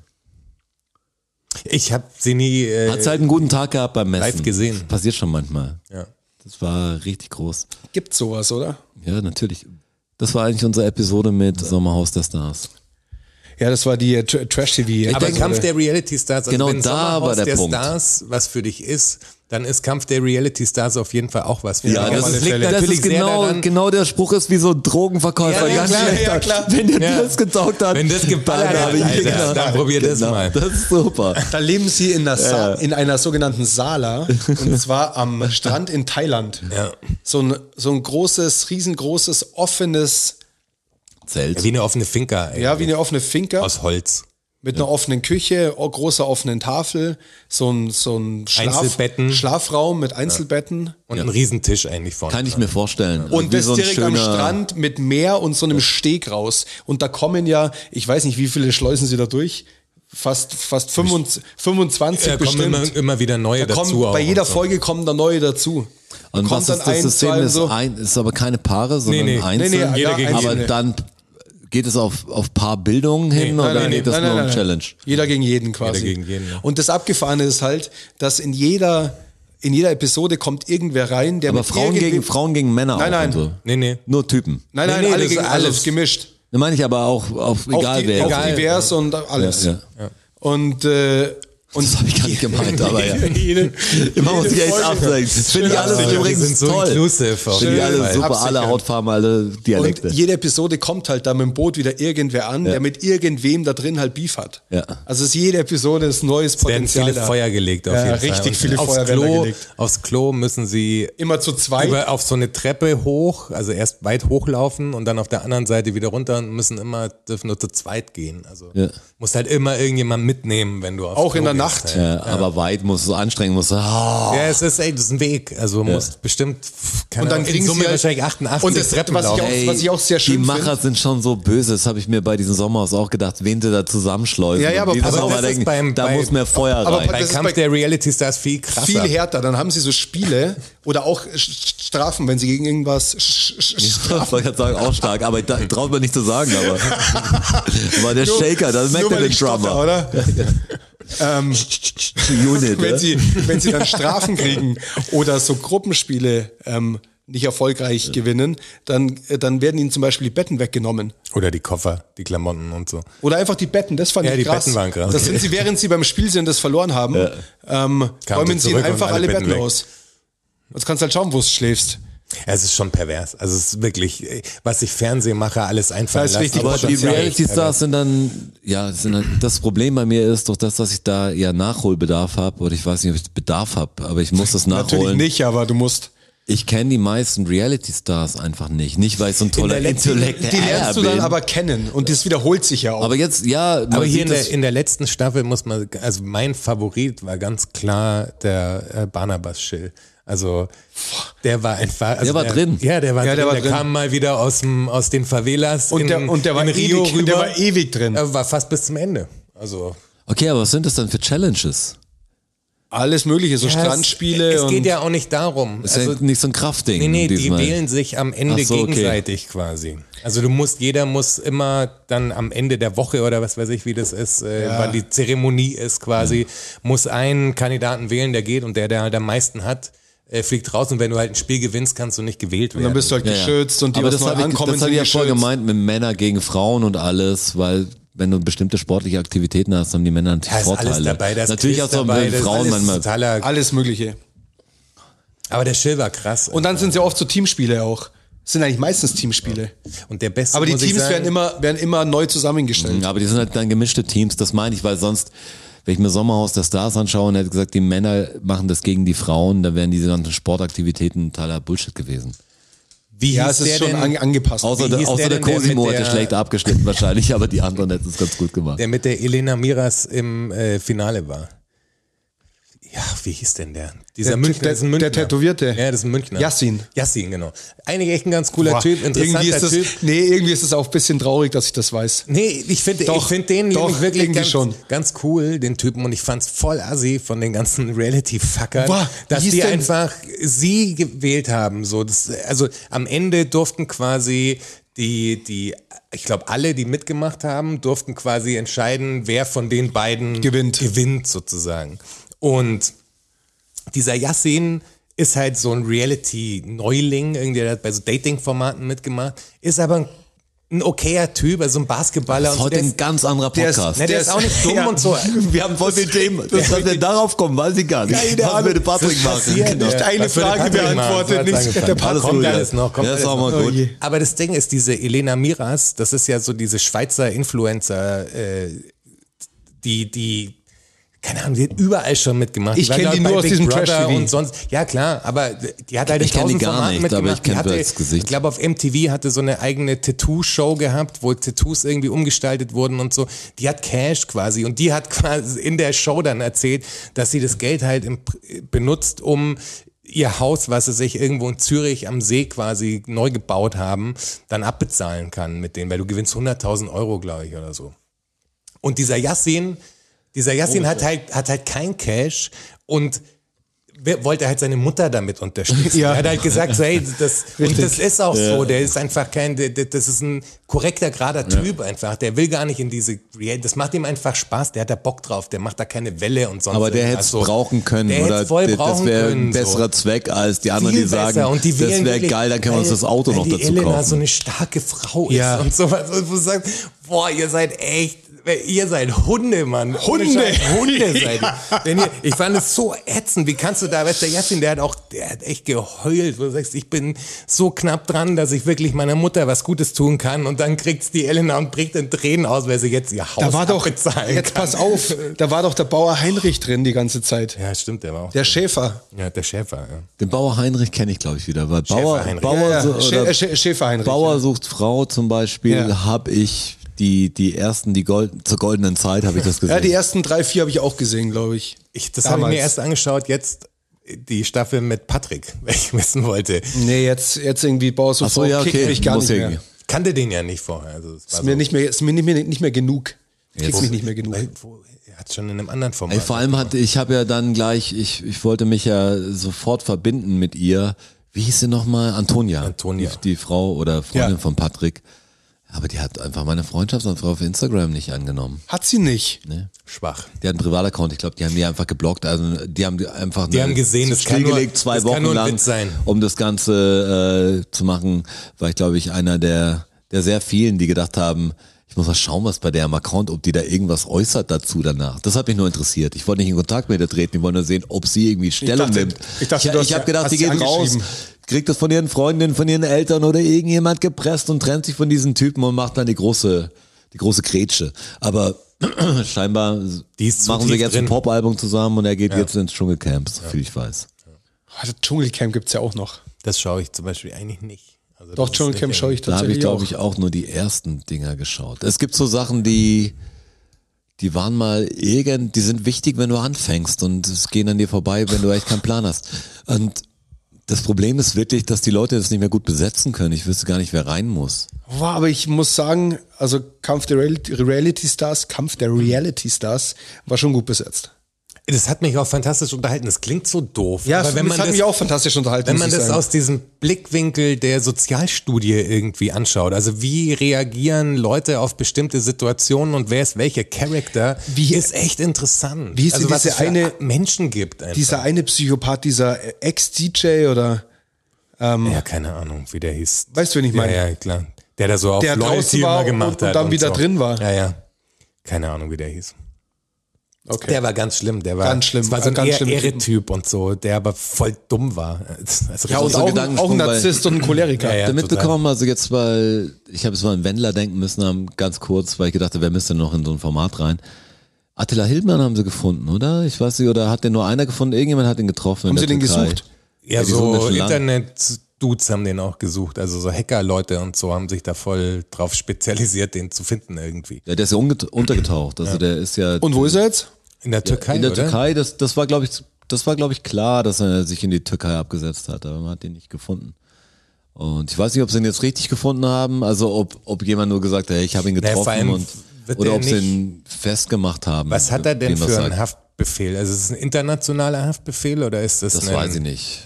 Speaker 4: Ich habe sie nie. Äh,
Speaker 2: Hat's halt einen guten Tag gehabt beim Messen.
Speaker 4: live gesehen.
Speaker 2: Passiert schon manchmal.
Speaker 4: ja.
Speaker 2: Das war richtig groß.
Speaker 3: Gibt sowas, oder?
Speaker 2: Ja, natürlich. Das war eigentlich unsere Episode mit Sommerhaus der Stars.
Speaker 3: Ja, das war die äh, Tr- Trash-TV.
Speaker 4: Aber
Speaker 2: denke-
Speaker 4: Kampf der Reality Stars, also
Speaker 2: Genau
Speaker 4: wenn
Speaker 2: da
Speaker 4: Sommerhaus
Speaker 2: war der Punkt.
Speaker 4: Stars was für dich ist, dann ist Kampf der Reality Stars auf jeden Fall auch was für
Speaker 2: Ja,
Speaker 4: dich.
Speaker 2: das,
Speaker 3: alle
Speaker 2: ist,
Speaker 3: Fälle.
Speaker 2: das ist genau, genau der Spruch ist wie so ein Drogenverkäufer.
Speaker 4: Ja, ja,
Speaker 2: ganz
Speaker 4: klar,
Speaker 2: schlecht.
Speaker 4: ja, klar.
Speaker 2: Wenn der
Speaker 4: Ja.
Speaker 2: das getaugt hat,
Speaker 4: Wenn das geballert
Speaker 2: dann
Speaker 4: hat,
Speaker 2: hab ich
Speaker 4: Alter,
Speaker 2: gedacht,
Speaker 4: dann probier das mal.
Speaker 2: Das ist super.
Speaker 3: Da leben sie in, der Sa in einer sogenannten Sala und zwar am Strand in Thailand.
Speaker 4: Ja.
Speaker 3: So, ein, so ein großes, riesengroßes, offenes,
Speaker 2: Zelt.
Speaker 4: Wie eine offene Finca, ey.
Speaker 3: ja, wie eine offene Finca.
Speaker 4: Aus Holz.
Speaker 3: Mit einer offenen Küche, o- großer offenen Tafel, so ein, so ein Schlaf
Speaker 4: Einzelbetten.
Speaker 3: Schlafraum mit Einzelbetten.
Speaker 4: Und ein Riesentisch eigentlich vorne.
Speaker 2: Kann ich mir vorstellen.
Speaker 3: Und
Speaker 2: Also Wie
Speaker 3: das
Speaker 2: so ein
Speaker 3: direkt am
Speaker 2: schöner-
Speaker 3: Strand mit Meer und so einem Steg raus. Und da kommen ja, ich weiß nicht, wie viele Schleusen sie da durch. fast, fast 25, 25
Speaker 4: Da kommen
Speaker 3: bestimmt.
Speaker 4: immer, immer wieder neue
Speaker 3: da kommen,
Speaker 4: dazu. auch
Speaker 3: bei jeder
Speaker 4: und so.
Speaker 3: Folge kommen da neue dazu.
Speaker 2: Und
Speaker 3: kommt
Speaker 2: was ist
Speaker 3: dann
Speaker 2: das
Speaker 3: ein,
Speaker 2: System?
Speaker 3: zwei und
Speaker 2: Ist,
Speaker 3: so.
Speaker 2: ein, ist aber keine Paare, sondern
Speaker 4: Nee, nee.
Speaker 2: einzeln.
Speaker 3: Nee, nee,
Speaker 4: Jeder ja, gegen
Speaker 2: aber
Speaker 3: einzeln.
Speaker 2: dann geht es auf, auf Paarbildung hin oder
Speaker 4: nein, nee,
Speaker 2: geht das nur um Challenge?
Speaker 3: Jeder gegen jeden quasi.
Speaker 4: Jeder gegen jeden, ja.
Speaker 3: Und das Abgefahrene ist halt, dass in jeder, in jeder Episode kommt irgendwer rein, der
Speaker 2: Aber
Speaker 3: mit
Speaker 2: Frauen gegen,
Speaker 3: irgendwem-
Speaker 2: Frauen gegen Männer
Speaker 3: Nein,
Speaker 2: auch
Speaker 3: nein.
Speaker 2: und so.
Speaker 4: Nee, nee.
Speaker 2: Nur Typen.
Speaker 3: Nein, nein,
Speaker 4: Nee, nee,
Speaker 3: alle
Speaker 4: das
Speaker 3: gegen
Speaker 4: ist
Speaker 3: alles,
Speaker 4: alles-
Speaker 3: gemischt.
Speaker 2: Da meine ich aber auch auf egal
Speaker 3: auf, die,
Speaker 2: wer.
Speaker 3: auf
Speaker 4: Egal.
Speaker 3: divers und alles.
Speaker 2: Ja, ja.
Speaker 3: Und, äh, und
Speaker 2: Das habe ich gar nicht gemeint, aber ja.
Speaker 4: Jede-
Speaker 2: Immer muss ich echt
Speaker 4: Folge.
Speaker 2: absagen. Das Finde ich
Speaker 4: Ja,
Speaker 2: alles
Speaker 4: sicher, die
Speaker 2: übrigens
Speaker 4: sind so
Speaker 2: toll.
Speaker 4: inclusive auf
Speaker 2: Finde ich
Speaker 4: jeden
Speaker 2: alles
Speaker 4: Fall.
Speaker 2: super, alle
Speaker 4: Absichern.
Speaker 2: Hautfarben, alle Dialekte.
Speaker 3: Und jede Episode kommt halt da mit dem Boot wieder irgendwer an, der mit irgendwem da drin halt Beef hat.
Speaker 2: Ja.
Speaker 3: Also es ist jede Episode ist neues
Speaker 4: werden
Speaker 3: Potenzial
Speaker 4: viele
Speaker 3: da.
Speaker 4: Feuer gelegt auf
Speaker 3: Ja,
Speaker 4: jeden Fall.
Speaker 3: richtig
Speaker 4: Und
Speaker 3: viele
Speaker 4: aufs
Speaker 3: Feuer werden da
Speaker 4: Klo,
Speaker 3: gelegt.
Speaker 4: Aufs Klo müssen sie
Speaker 3: Immer zu zweit.
Speaker 4: über, auf so eine Treppe hoch, also erst weit hochlaufen und dann auf der anderen Seite wieder runter und müssen immer, dürfen nur zu zweit gehen. Also
Speaker 2: Ja.
Speaker 4: musst halt immer irgendjemand mitnehmen, wenn du aufs
Speaker 3: Auch
Speaker 4: Klo
Speaker 3: in der
Speaker 4: gehst,
Speaker 3: Nacht.
Speaker 4: Halt.
Speaker 2: ja, Aber weit muss es anstrengen, muss ah,
Speaker 4: Ja, es ist, ey, das ist ein Weg. Also du musst bestimmt, pff, keine
Speaker 3: Und dann
Speaker 4: Ahnung, in
Speaker 3: kriegen sie
Speaker 4: Summe
Speaker 3: halt-
Speaker 4: wahrscheinlich 88
Speaker 3: Und das-
Speaker 4: Treppen
Speaker 3: was ich
Speaker 4: laufen.
Speaker 3: auch-
Speaker 2: ey,
Speaker 3: was ich auch sehr schön
Speaker 2: Die Macher
Speaker 3: find.
Speaker 2: sind schon so böse, das habe ich mir bei diesem Sommerhaus auch gedacht, wen sie da zusammenschleusen.
Speaker 3: Ja, ja, aber
Speaker 2: Und dieses
Speaker 3: aber
Speaker 4: das
Speaker 2: Mal
Speaker 4: ist
Speaker 2: denken,
Speaker 4: beim-
Speaker 2: da
Speaker 4: bei-
Speaker 2: muss mehr Feuer
Speaker 3: aber
Speaker 2: rein.
Speaker 4: Bei
Speaker 3: Das ist
Speaker 4: Kampf
Speaker 3: bei-
Speaker 4: der Reality Stars viel krasser.
Speaker 3: viel härter. Dann haben sie so Spiele oder auch Sch- Sch- Strafen, wenn sie gegen irgendwas sch- sch- sch-
Speaker 2: Ich wollte gerade sagen, auch stark, aber da traut man nicht zu sagen, aber. War der Shaker, da merkt
Speaker 3: Nur
Speaker 2: er
Speaker 3: weil
Speaker 2: den
Speaker 3: ich stotter,
Speaker 2: Drummer.
Speaker 3: oder? ähm,
Speaker 2: Unit,
Speaker 3: wenn,
Speaker 2: ja?
Speaker 3: sie, wenn sie dann Strafen kriegen oder so Gruppenspiele ähm, nicht erfolgreich gewinnen, dann, äh, dann werden ihnen zum Beispiel die Betten weggenommen.
Speaker 4: Oder die Koffer, die Klamotten und so.
Speaker 3: Oder einfach die Betten, das fand
Speaker 4: Ja,
Speaker 3: ich
Speaker 4: die
Speaker 3: krass.
Speaker 4: Betten waren krass.
Speaker 3: Das sind sie, während sie beim Spiel sind, das verloren haben, ähm,
Speaker 4: Kamen
Speaker 3: räumen
Speaker 4: sie
Speaker 3: sie ihnen
Speaker 4: zurück und
Speaker 3: einfach
Speaker 4: alle
Speaker 3: alle
Speaker 4: Betten
Speaker 3: Betten,
Speaker 4: weg.
Speaker 3: aus. Jetzt kannst du halt schauen, wo du schläfst.
Speaker 4: Ja, Es ist schon pervers. Also es ist wirklich, ey, was sich Fernsehmacher alles
Speaker 3: Da
Speaker 4: einfallen
Speaker 3: ist
Speaker 4: lassen.
Speaker 3: richtig
Speaker 2: Aber
Speaker 4: ist schon
Speaker 2: die
Speaker 4: ziemlich
Speaker 2: Reality
Speaker 4: pervers.
Speaker 2: Stars sind dann, ja, sind dann, das Problem bei mir ist doch das, dass ich da eher Nachholbedarf habe oder ich weiß nicht, ob ich Bedarf habe, aber ich muss das
Speaker 3: Natürlich
Speaker 2: nachholen.
Speaker 3: nicht, aber du musst.
Speaker 2: Ich kenne die meisten Reality Stars einfach nicht, nicht weil ich so ein toller
Speaker 4: der letzten-
Speaker 2: Intellekt
Speaker 3: Die lernst du dann
Speaker 2: bin.
Speaker 3: aber kennen und das wiederholt sich ja auch.
Speaker 2: Aber jetzt, ja, man
Speaker 4: Aber hier in
Speaker 2: sieht
Speaker 4: der,
Speaker 2: das,
Speaker 4: in der letzten Staffel muss man, also mein Favorit war ganz klar der äh, Barnabas Schill. Also der war einfach. Also
Speaker 2: Der war drin.
Speaker 4: Ja, der war
Speaker 3: Ja, der
Speaker 4: drin. Der,
Speaker 3: war drin.
Speaker 4: kam mal wieder aus, dem, aus den Favelas
Speaker 3: und,
Speaker 4: in,
Speaker 3: der, und der, war
Speaker 4: in Rio
Speaker 3: ewig,
Speaker 4: rüber.
Speaker 3: der war ewig drin.
Speaker 4: Er war fast bis zum Ende. Also
Speaker 2: okay, aber was sind das dann für Challenges?
Speaker 3: Alles Mögliche, so Strandspiele.
Speaker 4: Es, es geht
Speaker 3: und
Speaker 4: ja auch nicht darum. Also
Speaker 2: Ist ja nicht so ein Kraftding.
Speaker 4: Nee, nee, die
Speaker 2: diesmal.
Speaker 4: wählen sich am Ende
Speaker 2: Ach so, okay.
Speaker 4: gegenseitig quasi. Also du musst, jeder muss immer dann am Ende der Woche oder was weiß ich, wie das ist, äh, wann die Zeremonie ist quasi, muss einen Kandidaten wählen, der geht und der, der halt am meisten hat, äh, fliegt raus und wenn du halt ein Spiel gewinnst, kannst du nicht gewählt werden.
Speaker 3: dann bist du halt
Speaker 2: Ja, ja.
Speaker 3: geschützt und die,
Speaker 2: aber
Speaker 3: was
Speaker 2: das
Speaker 3: neu
Speaker 2: hab ich,
Speaker 3: ankommen,
Speaker 2: das hab
Speaker 3: sind
Speaker 2: ich ja voll
Speaker 3: geschützt.
Speaker 2: gemeint mit Männer gegen Frauen und alles, weil wenn du bestimmte sportliche Aktivitäten hast, haben die Männer natürlich
Speaker 4: da ist
Speaker 2: Vorteile.
Speaker 4: alles dabei, da ist
Speaker 2: natürlich
Speaker 4: Quiz
Speaker 2: auch so
Speaker 4: dabei,
Speaker 2: bei
Speaker 4: da ist
Speaker 2: Frauen
Speaker 4: alles
Speaker 2: manchmal.
Speaker 4: Totaler,
Speaker 3: Alles Mögliche.
Speaker 4: aber der Schill war krass.
Speaker 3: Und dann sind es ja oft so Teamspiele auch. Es sind eigentlich meistens Teamspiele.
Speaker 4: und der beste
Speaker 3: Aber die
Speaker 4: muss ich
Speaker 3: Teams
Speaker 4: sagen,
Speaker 3: werden immer, werden immer neu zusammengestellt.
Speaker 2: Aber die sind halt dann gemischte Teams, das meine ich, weil sonst, wenn ich mir Sommerhaus der Stars anschaue und hätte gesagt, die Männer machen das gegen die Frauen, dann wären diese ganzen Sportaktivitäten totaler Bullshit gewesen.
Speaker 4: wie
Speaker 3: Ja,
Speaker 4: hieß
Speaker 3: es ist
Speaker 4: der
Speaker 3: schon an,
Speaker 4: denn,
Speaker 3: angepasst.
Speaker 2: Außer
Speaker 4: Wie
Speaker 2: der,
Speaker 4: hieß
Speaker 2: außer
Speaker 4: der
Speaker 2: der
Speaker 4: denn, der
Speaker 2: Cosimo
Speaker 4: mit
Speaker 2: hätte
Speaker 4: der-
Speaker 2: schlecht abgeschnitten wahrscheinlich, aber die anderen hätten es ganz gut gemacht.
Speaker 4: der mit der Elena Miras im äh, Finale war. Ja, wie hieß denn der? Dieser
Speaker 3: Der-
Speaker 4: Münchner,
Speaker 3: der-
Speaker 4: das ist ein Münchner.
Speaker 3: der Tätowierte.
Speaker 4: Ja, das ist ein Münchner.
Speaker 3: Yassin.
Speaker 4: Yassin, genau. Eigentlich echt ein ganz cooler
Speaker 3: Boah,
Speaker 4: Typ, interessanter
Speaker 3: irgendwie ist das,
Speaker 4: Typ.
Speaker 3: Nee, irgendwie ist es auch ein bisschen traurig, dass ich das weiß.
Speaker 4: Nee, ich finde ich
Speaker 3: Doch,
Speaker 4: find den
Speaker 3: doch,
Speaker 4: nämlich wirklich
Speaker 3: irgendwie
Speaker 4: ganz,
Speaker 3: schon.
Speaker 4: ganz cool, den Typen. Und ich fand's voll assi von den ganzen Reality-Fuckern,
Speaker 3: Boah, wie
Speaker 4: dass
Speaker 3: hieß
Speaker 4: die
Speaker 3: denn-
Speaker 4: einfach sie gewählt haben. So, das, also am Ende durften quasi die, die ich glaube, alle, die mitgemacht haben, durften quasi entscheiden, wer von den beiden
Speaker 3: Gewinnt.
Speaker 4: gewinnt sozusagen. Und dieser Yassin ist halt so ein Reality-Neuling, irgendwie der hat bei so Dating-Formaten mitgemacht, ist aber ein, ein okayer Typ, also ein Basketballer.
Speaker 2: Das ist
Speaker 4: und so,
Speaker 2: heute
Speaker 4: der
Speaker 2: ein ganz anderer
Speaker 3: der ist-
Speaker 2: Podcast.
Speaker 4: ne, der ist auch nicht dumm
Speaker 3: Ja.
Speaker 4: und so.
Speaker 2: Wir haben voll viel Themen. Das soll denn darauf kommen, weiß ich gar nicht.
Speaker 3: Keine
Speaker 2: Was
Speaker 3: Ahnung.
Speaker 2: würde Patrick machen?
Speaker 4: passiert,
Speaker 2: Genau.
Speaker 4: ja.
Speaker 3: eine
Speaker 4: Was würde
Speaker 3: Frage
Speaker 4: Patrick machen?
Speaker 3: beantwortet,
Speaker 4: So hat's
Speaker 3: nichts-
Speaker 4: angefangen.
Speaker 3: der Patrick-
Speaker 4: kommt
Speaker 2: ja.
Speaker 4: alles noch. Kommt
Speaker 2: ja, ist
Speaker 4: alles
Speaker 2: auch
Speaker 4: noch.
Speaker 2: mal
Speaker 3: Oh
Speaker 2: gut.
Speaker 3: je.
Speaker 4: Aber das Ding ist, diese Elena Miras, das ist ja so diese Schweizer Influencer, äh, die, die, keine Ahnung, die hat überall schon mitgemacht.
Speaker 3: Ich
Speaker 4: war,
Speaker 3: kenn
Speaker 4: glaub
Speaker 3: die
Speaker 4: bei
Speaker 3: nur aus
Speaker 4: Big
Speaker 3: diesem
Speaker 4: Brother
Speaker 3: Trash-TV.
Speaker 4: und sonst. Ja, klar, aber die hat halt
Speaker 2: Ich kenn die gar nicht, aber ich kenn
Speaker 4: die
Speaker 2: sie
Speaker 4: hatte,
Speaker 2: als Gesicht.
Speaker 4: Ich glaube, auf MTV hatte so eine eigene Tattoo-Show gehabt, wo Tattoos irgendwie umgestaltet wurden und so. Die hat Cash quasi und die hat quasi in der Show dann erzählt, dass sie das Geld halt im, benutzt, um ihr Haus, was sie sich irgendwo in Zürich am See quasi neu gebaut haben, dann abbezahlen kann mit denen, weil du gewinnst 100.000 Euro, glaube ich, oder so. Und dieser Yassin Dieser Yassin hat halt, hat halt kein Cash und wer- wollte halt seine Mutter damit unterstützen.
Speaker 3: Ja.
Speaker 4: Er hat halt gesagt, so, hey, das, und
Speaker 3: Richtig.
Speaker 4: das ist auch so. Der ist einfach kein, der- der- das ist ein korrekter, gerader Typ einfach. Der will gar nicht in diese, Real- das macht ihm einfach Spaß. Der hat da Bock drauf. Der macht da keine Welle und sonst
Speaker 2: Aber der hätte
Speaker 4: irgendwas.
Speaker 2: es
Speaker 4: So,
Speaker 2: brauchen können
Speaker 4: Also, der
Speaker 2: oder
Speaker 4: hätt's voll
Speaker 2: d- das
Speaker 4: brauchen
Speaker 2: wäre
Speaker 4: können,
Speaker 2: ein
Speaker 4: so.
Speaker 2: besserer Zweck als die anderen, die
Speaker 4: Viel besser.
Speaker 2: sagen,
Speaker 4: und die
Speaker 2: das
Speaker 4: wählen
Speaker 2: wäre
Speaker 4: wirklich-
Speaker 2: geil, dann können wir uns
Speaker 4: weil-
Speaker 2: das Auto
Speaker 4: weil
Speaker 2: noch
Speaker 4: die
Speaker 2: dazu
Speaker 4: Elena
Speaker 2: kaufen.
Speaker 4: so eine starke Frau
Speaker 3: Ja.
Speaker 4: ist und sowas. Und wo du sagst, boah, ihr seid echt, ihr seid Hunde, Mann. Ohne
Speaker 3: Hunde.
Speaker 4: Scheiß, Hunde seid ihr.
Speaker 3: Ja.
Speaker 4: Wenn ihr. Ich fand es so ätzend. Wie kannst du da, weißt du, der Yassin, der hat auch, der hat echt geheult. Wo du sagst, ich bin so knapp dran, dass ich wirklich meiner Mutter was Gutes tun kann. Und dann kriegt's die Elena und bricht in Tränen aus, weil sie jetzt ihr Haus
Speaker 3: Da war doch,
Speaker 4: abbezahlen
Speaker 3: jetzt
Speaker 4: kann.
Speaker 3: pass auf, da war doch der Bauer Heinrich drin die ganze Zeit.
Speaker 4: Ja, stimmt, der war auch.
Speaker 3: Der Schäfer.
Speaker 4: ja, der Schäfer, ja.
Speaker 2: Den Bauer Heinrich kenne ich, glaube ich, wieder. Weil Bauer,
Speaker 4: Heinrich.
Speaker 2: Bauer,
Speaker 3: Ja, ja,
Speaker 2: so-
Speaker 3: Schä-
Speaker 2: oder
Speaker 3: äh, Schä- Schäfer Heinrich,
Speaker 2: Bauer sucht Frau zum Beispiel,
Speaker 3: Ja.
Speaker 2: habe ich die, die ersten, die Gold, zur goldenen Zeit habe ich das gesehen.
Speaker 3: Ja, die ersten drei, vier habe ich auch gesehen, glaube ich.
Speaker 4: Ich, das habe ich mir
Speaker 3: Damals.
Speaker 4: erst angeschaut, jetzt die Staffel mit Patrick, weil ich wissen wollte.
Speaker 3: Nee, jetzt, jetzt irgendwie Bauer sucht
Speaker 2: Ach so,
Speaker 3: Frau,
Speaker 2: ja,
Speaker 3: kickt
Speaker 2: okay,
Speaker 3: mich gar nicht
Speaker 2: muss ja
Speaker 3: mehr.
Speaker 2: irgendwie.
Speaker 4: Ich kannte den ja nicht vorher. Also es war
Speaker 3: Ist mir nicht mehr, ist mir nicht mehr, nicht mehr genug. Kickt mich nicht mehr genug.
Speaker 4: Weil, wo, er hat schon in einem anderen Format.
Speaker 2: Ey, vor allem hat, ich habe ja dann gleich, ich, ich wollte mich ja sofort verbinden mit ihr. Wie hieß sie nochmal? Antonia.
Speaker 4: Antonia.
Speaker 2: Die, die Frau oder Freundin
Speaker 3: Ja.
Speaker 2: von Patrick. Aber die hat einfach meine Freundschaftsanfrage auf Instagram nicht angenommen.
Speaker 3: Hat sie nicht.
Speaker 4: schwach.
Speaker 2: Die hat einen Privataccount, ich glaube, die haben die einfach geblockt. Also die haben die einfach die
Speaker 4: haben gesehen, das kann nur-
Speaker 2: zwei
Speaker 4: das kann
Speaker 2: Wochen
Speaker 4: nur ein
Speaker 2: lang,
Speaker 4: Witz sein.
Speaker 2: um das Ganze äh, zu machen, war ich, glaube ich, einer der, der sehr vielen, die gedacht haben, ich muss mal schauen, was bei der am Account, ob die da irgendwas äußert dazu danach. Das hat mich nur interessiert. Ich wollte nicht in Kontakt mit ihr treten, ich wollte nur sehen, ob sie irgendwie Stellung
Speaker 3: dachte-
Speaker 2: nimmt.
Speaker 3: ich dachte,
Speaker 2: ich,
Speaker 3: du hast-
Speaker 2: ich habe gedacht,
Speaker 3: hast
Speaker 2: die
Speaker 3: sie
Speaker 2: geht raus,
Speaker 3: angeschrieben.
Speaker 2: kriegt das von ihren Freundinnen, von ihren Eltern oder irgendjemand gepresst und trennt sich von diesen Typen und macht dann die große, die große Grätsche. Aber scheinbar
Speaker 4: Die ist zu
Speaker 2: machen
Speaker 4: tief
Speaker 2: sie jetzt
Speaker 4: drin.
Speaker 2: ein Pop-Album zusammen und er geht jetzt ins Dschungelcamp, so viel ich weiß.
Speaker 3: Ah, das Dschungelcamp gibt es ja auch noch.
Speaker 4: Das schaue ich zum Beispiel eigentlich nicht. Also
Speaker 3: Doch,
Speaker 4: das ist
Speaker 3: Dschungelcamp
Speaker 4: nicht-
Speaker 3: schaue ich
Speaker 2: Da habe ich,
Speaker 3: tatsächlich
Speaker 2: glaube
Speaker 3: auch.
Speaker 2: ich, auch nur die ersten Dinger geschaut. Es gibt so Sachen, die, die waren mal irgend, die sind wichtig, wenn du anfängst und es gehen an dir vorbei, wenn du echt keinen Plan hast. Und das Problem ist wirklich, dass die Leute das nicht mehr gut besetzen können. Ich wüsste gar nicht, wer rein muss.
Speaker 3: Boah, aber ich muss sagen, also Kampf der Reality, Reality Stars, Kampf der Reality Stars war schon gut besetzt.
Speaker 4: Das hat mich auch fantastisch unterhalten. Das klingt so doof.
Speaker 3: Ja,
Speaker 4: aber wenn
Speaker 3: das
Speaker 4: man
Speaker 3: hat
Speaker 4: das,
Speaker 3: mich auch fantastisch unterhalten.
Speaker 4: Wenn
Speaker 3: muss
Speaker 4: man
Speaker 3: ich
Speaker 4: das
Speaker 3: sagen.
Speaker 4: aus diesem Blickwinkel der Sozialstudie irgendwie anschaut, also wie reagieren Leute auf bestimmte Situationen und wer ist welcher Charakter,
Speaker 3: Wie-
Speaker 4: ist echt interessant.
Speaker 3: Wie hieß
Speaker 4: also
Speaker 3: denn
Speaker 4: was
Speaker 3: diese
Speaker 4: es für
Speaker 3: eine-
Speaker 4: Menschen gibt einfach.
Speaker 3: dieser eine Psychopath, dieser Ex-DJ oder
Speaker 4: ja, keine Ahnung, wie der hieß.
Speaker 3: Weißt du, wen ich meine?
Speaker 4: Ja, ja, klar. Der da so auf
Speaker 3: Der
Speaker 4: Loyalty
Speaker 3: draußen war
Speaker 4: immer gemacht
Speaker 3: und- und
Speaker 4: hat.
Speaker 3: dann wieder
Speaker 4: so.
Speaker 3: drin war.
Speaker 4: Ja, ja. Keine Ahnung, wie der hieß.
Speaker 3: Okay.
Speaker 4: Der war ganz schlimm. Der war
Speaker 3: Ganz schlimm,
Speaker 4: Das war so ein
Speaker 3: ganz
Speaker 4: ganz
Speaker 3: schlimm.
Speaker 4: Ehre-Typ und so, der aber voll dumm war. Also
Speaker 3: ja, und
Speaker 2: so
Speaker 3: auch,
Speaker 2: Gedanken
Speaker 3: auch ein
Speaker 2: von bei-
Speaker 3: Narzisst und ein Choleriker.
Speaker 4: Ja, ja.
Speaker 2: Habt ihr mitbekommen, also jetzt, weil ich habe jetzt mal an Wendler denken müssen, haben ganz kurz, weil ich gedacht habe, wer müsste denn noch in so ein Format rein? Attila Hildmann haben sie gefunden, oder? Ich weiß nicht, oder hat den nur einer gefunden? Irgendjemand hat ihn getroffen. in
Speaker 3: Haben
Speaker 2: der
Speaker 3: sie den
Speaker 2: Türkei.
Speaker 3: gesucht?
Speaker 4: Ja,
Speaker 2: Ja, die suchen den
Speaker 4: so
Speaker 2: schon lang.
Speaker 4: Internet-Dudes haben den auch gesucht. Also so Hacker-Leute und so haben sich da voll drauf spezialisiert, den zu finden irgendwie.
Speaker 2: Ja, der ist ja unge- untergetaucht. Also der ist ja
Speaker 3: Und wo ist er jetzt?
Speaker 4: In der Türkei,
Speaker 2: in der
Speaker 4: oder?
Speaker 2: Türkei. Das, das war, glaube ich, das war, glaube ich, klar, dass er sich in die Türkei abgesetzt hat, aber man hat ihn nicht gefunden. Und ich weiß nicht, ob sie ihn jetzt richtig gefunden haben, also ob, ob jemand nur gesagt hat, hey, ich habe ihn
Speaker 4: vor
Speaker 2: getroffen
Speaker 4: allem
Speaker 2: und
Speaker 4: wird
Speaker 2: oder
Speaker 4: der
Speaker 2: ob sie
Speaker 4: nicht-
Speaker 2: ihn festgemacht haben.
Speaker 4: Was hat er denn
Speaker 2: wem das
Speaker 4: für
Speaker 2: sagt.
Speaker 4: einen Haftbefehl? Also ist es ein internationaler Haftbefehl oder ist das,
Speaker 2: Das
Speaker 4: ein...
Speaker 2: weiß ich nicht.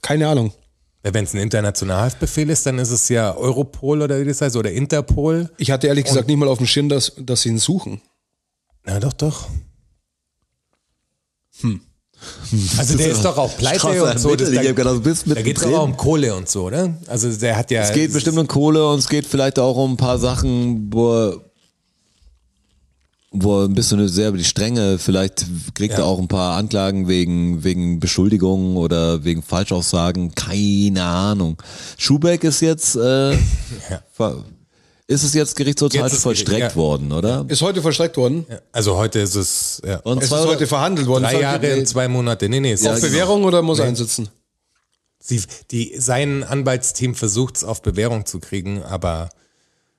Speaker 3: Keine Ahnung.
Speaker 4: Wenn es ein internationaler Haftbefehl ist, dann ist es ja Europol oder wie das heißt, oder Interpol.
Speaker 3: Ich hatte ehrlich gesagt nicht mal auf dem Schirm, dass, dass sie ihn suchen.
Speaker 4: Na doch, doch.
Speaker 2: Hm.
Speaker 4: Also der ist doch auch pleite
Speaker 2: Strauß
Speaker 4: und so. Das,
Speaker 2: ermittelt. Ich
Speaker 4: da
Speaker 2: hab gedacht, genau, du bist
Speaker 4: da geht es
Speaker 2: mittendrin.
Speaker 4: auch um Kohle und so, oder? Also der hat ja...
Speaker 2: Es geht bestimmt um Kohle und es geht vielleicht auch um ein paar Sachen, wo er, wo er ein bisschen sehr über die Stränge, vielleicht kriegt
Speaker 4: Ja.
Speaker 2: er auch ein paar Anklagen wegen, wegen Beschuldigungen oder wegen Falschaussagen, keine Ahnung. Schubeck ist jetzt, äh, ver- ist es jetzt Gerichtsurteil
Speaker 4: Jetzt ist
Speaker 2: vollstreckt
Speaker 4: Gericht, ja.
Speaker 2: worden, oder?
Speaker 3: Ist heute verstreckt worden.
Speaker 4: Also heute ist es... Ja.
Speaker 2: um- Und
Speaker 3: Es ist
Speaker 2: zwei genau. oder-
Speaker 3: heute verhandelt worden.
Speaker 4: Drei
Speaker 3: Ist
Speaker 4: Jahre und zwei Monate. Nee, nee, es
Speaker 3: Auf
Speaker 4: ist
Speaker 3: Bewährung oder muss er einsitzen?
Speaker 4: Sie, die, sein Anwaltsteam versucht es auf Bewährung zu kriegen, aber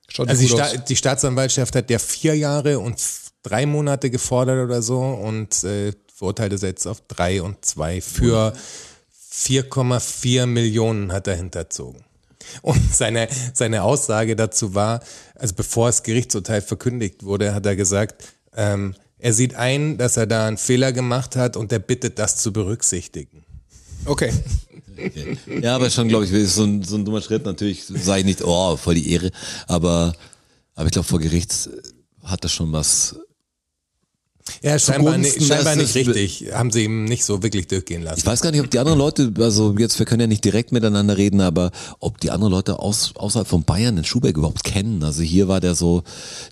Speaker 3: Schaut
Speaker 4: also die,
Speaker 3: nicht gut
Speaker 4: Sta
Speaker 3: aus.
Speaker 4: die Staatsanwaltschaft hat ja vier Jahre und f- drei Monate gefordert oder so und äh, verurteilt es jetzt auf drei und zwei für 4,4 Millionen hat er hinterzogen. Und seine, seine Aussage dazu war, also bevor das Gerichtsurteil verkündigt wurde, hat er gesagt, Ähm, er sieht ein, dass er da einen Fehler gemacht hat und er bittet, das zu berücksichtigen.
Speaker 3: Okay.
Speaker 2: Ja, aber schon, glaube ich, ist so ein, so ein dummer Schritt. Natürlich sage ich nicht, oh, voll die Ehre. Aber, aber ich glaube, vor Gericht hat das schon was.
Speaker 4: Ja, scheinbar, nicht,
Speaker 2: Zugunsten
Speaker 4: scheinbar
Speaker 2: des-
Speaker 4: nicht richtig. Haben sie ihm nicht so wirklich durchgehen lassen.
Speaker 2: Ich weiß gar nicht, ob die anderen Leute, also jetzt, wir können ja nicht direkt miteinander reden, aber ob die anderen Leute aus, außerhalb von Bayern den Schuberg überhaupt kennen. Also hier war der so,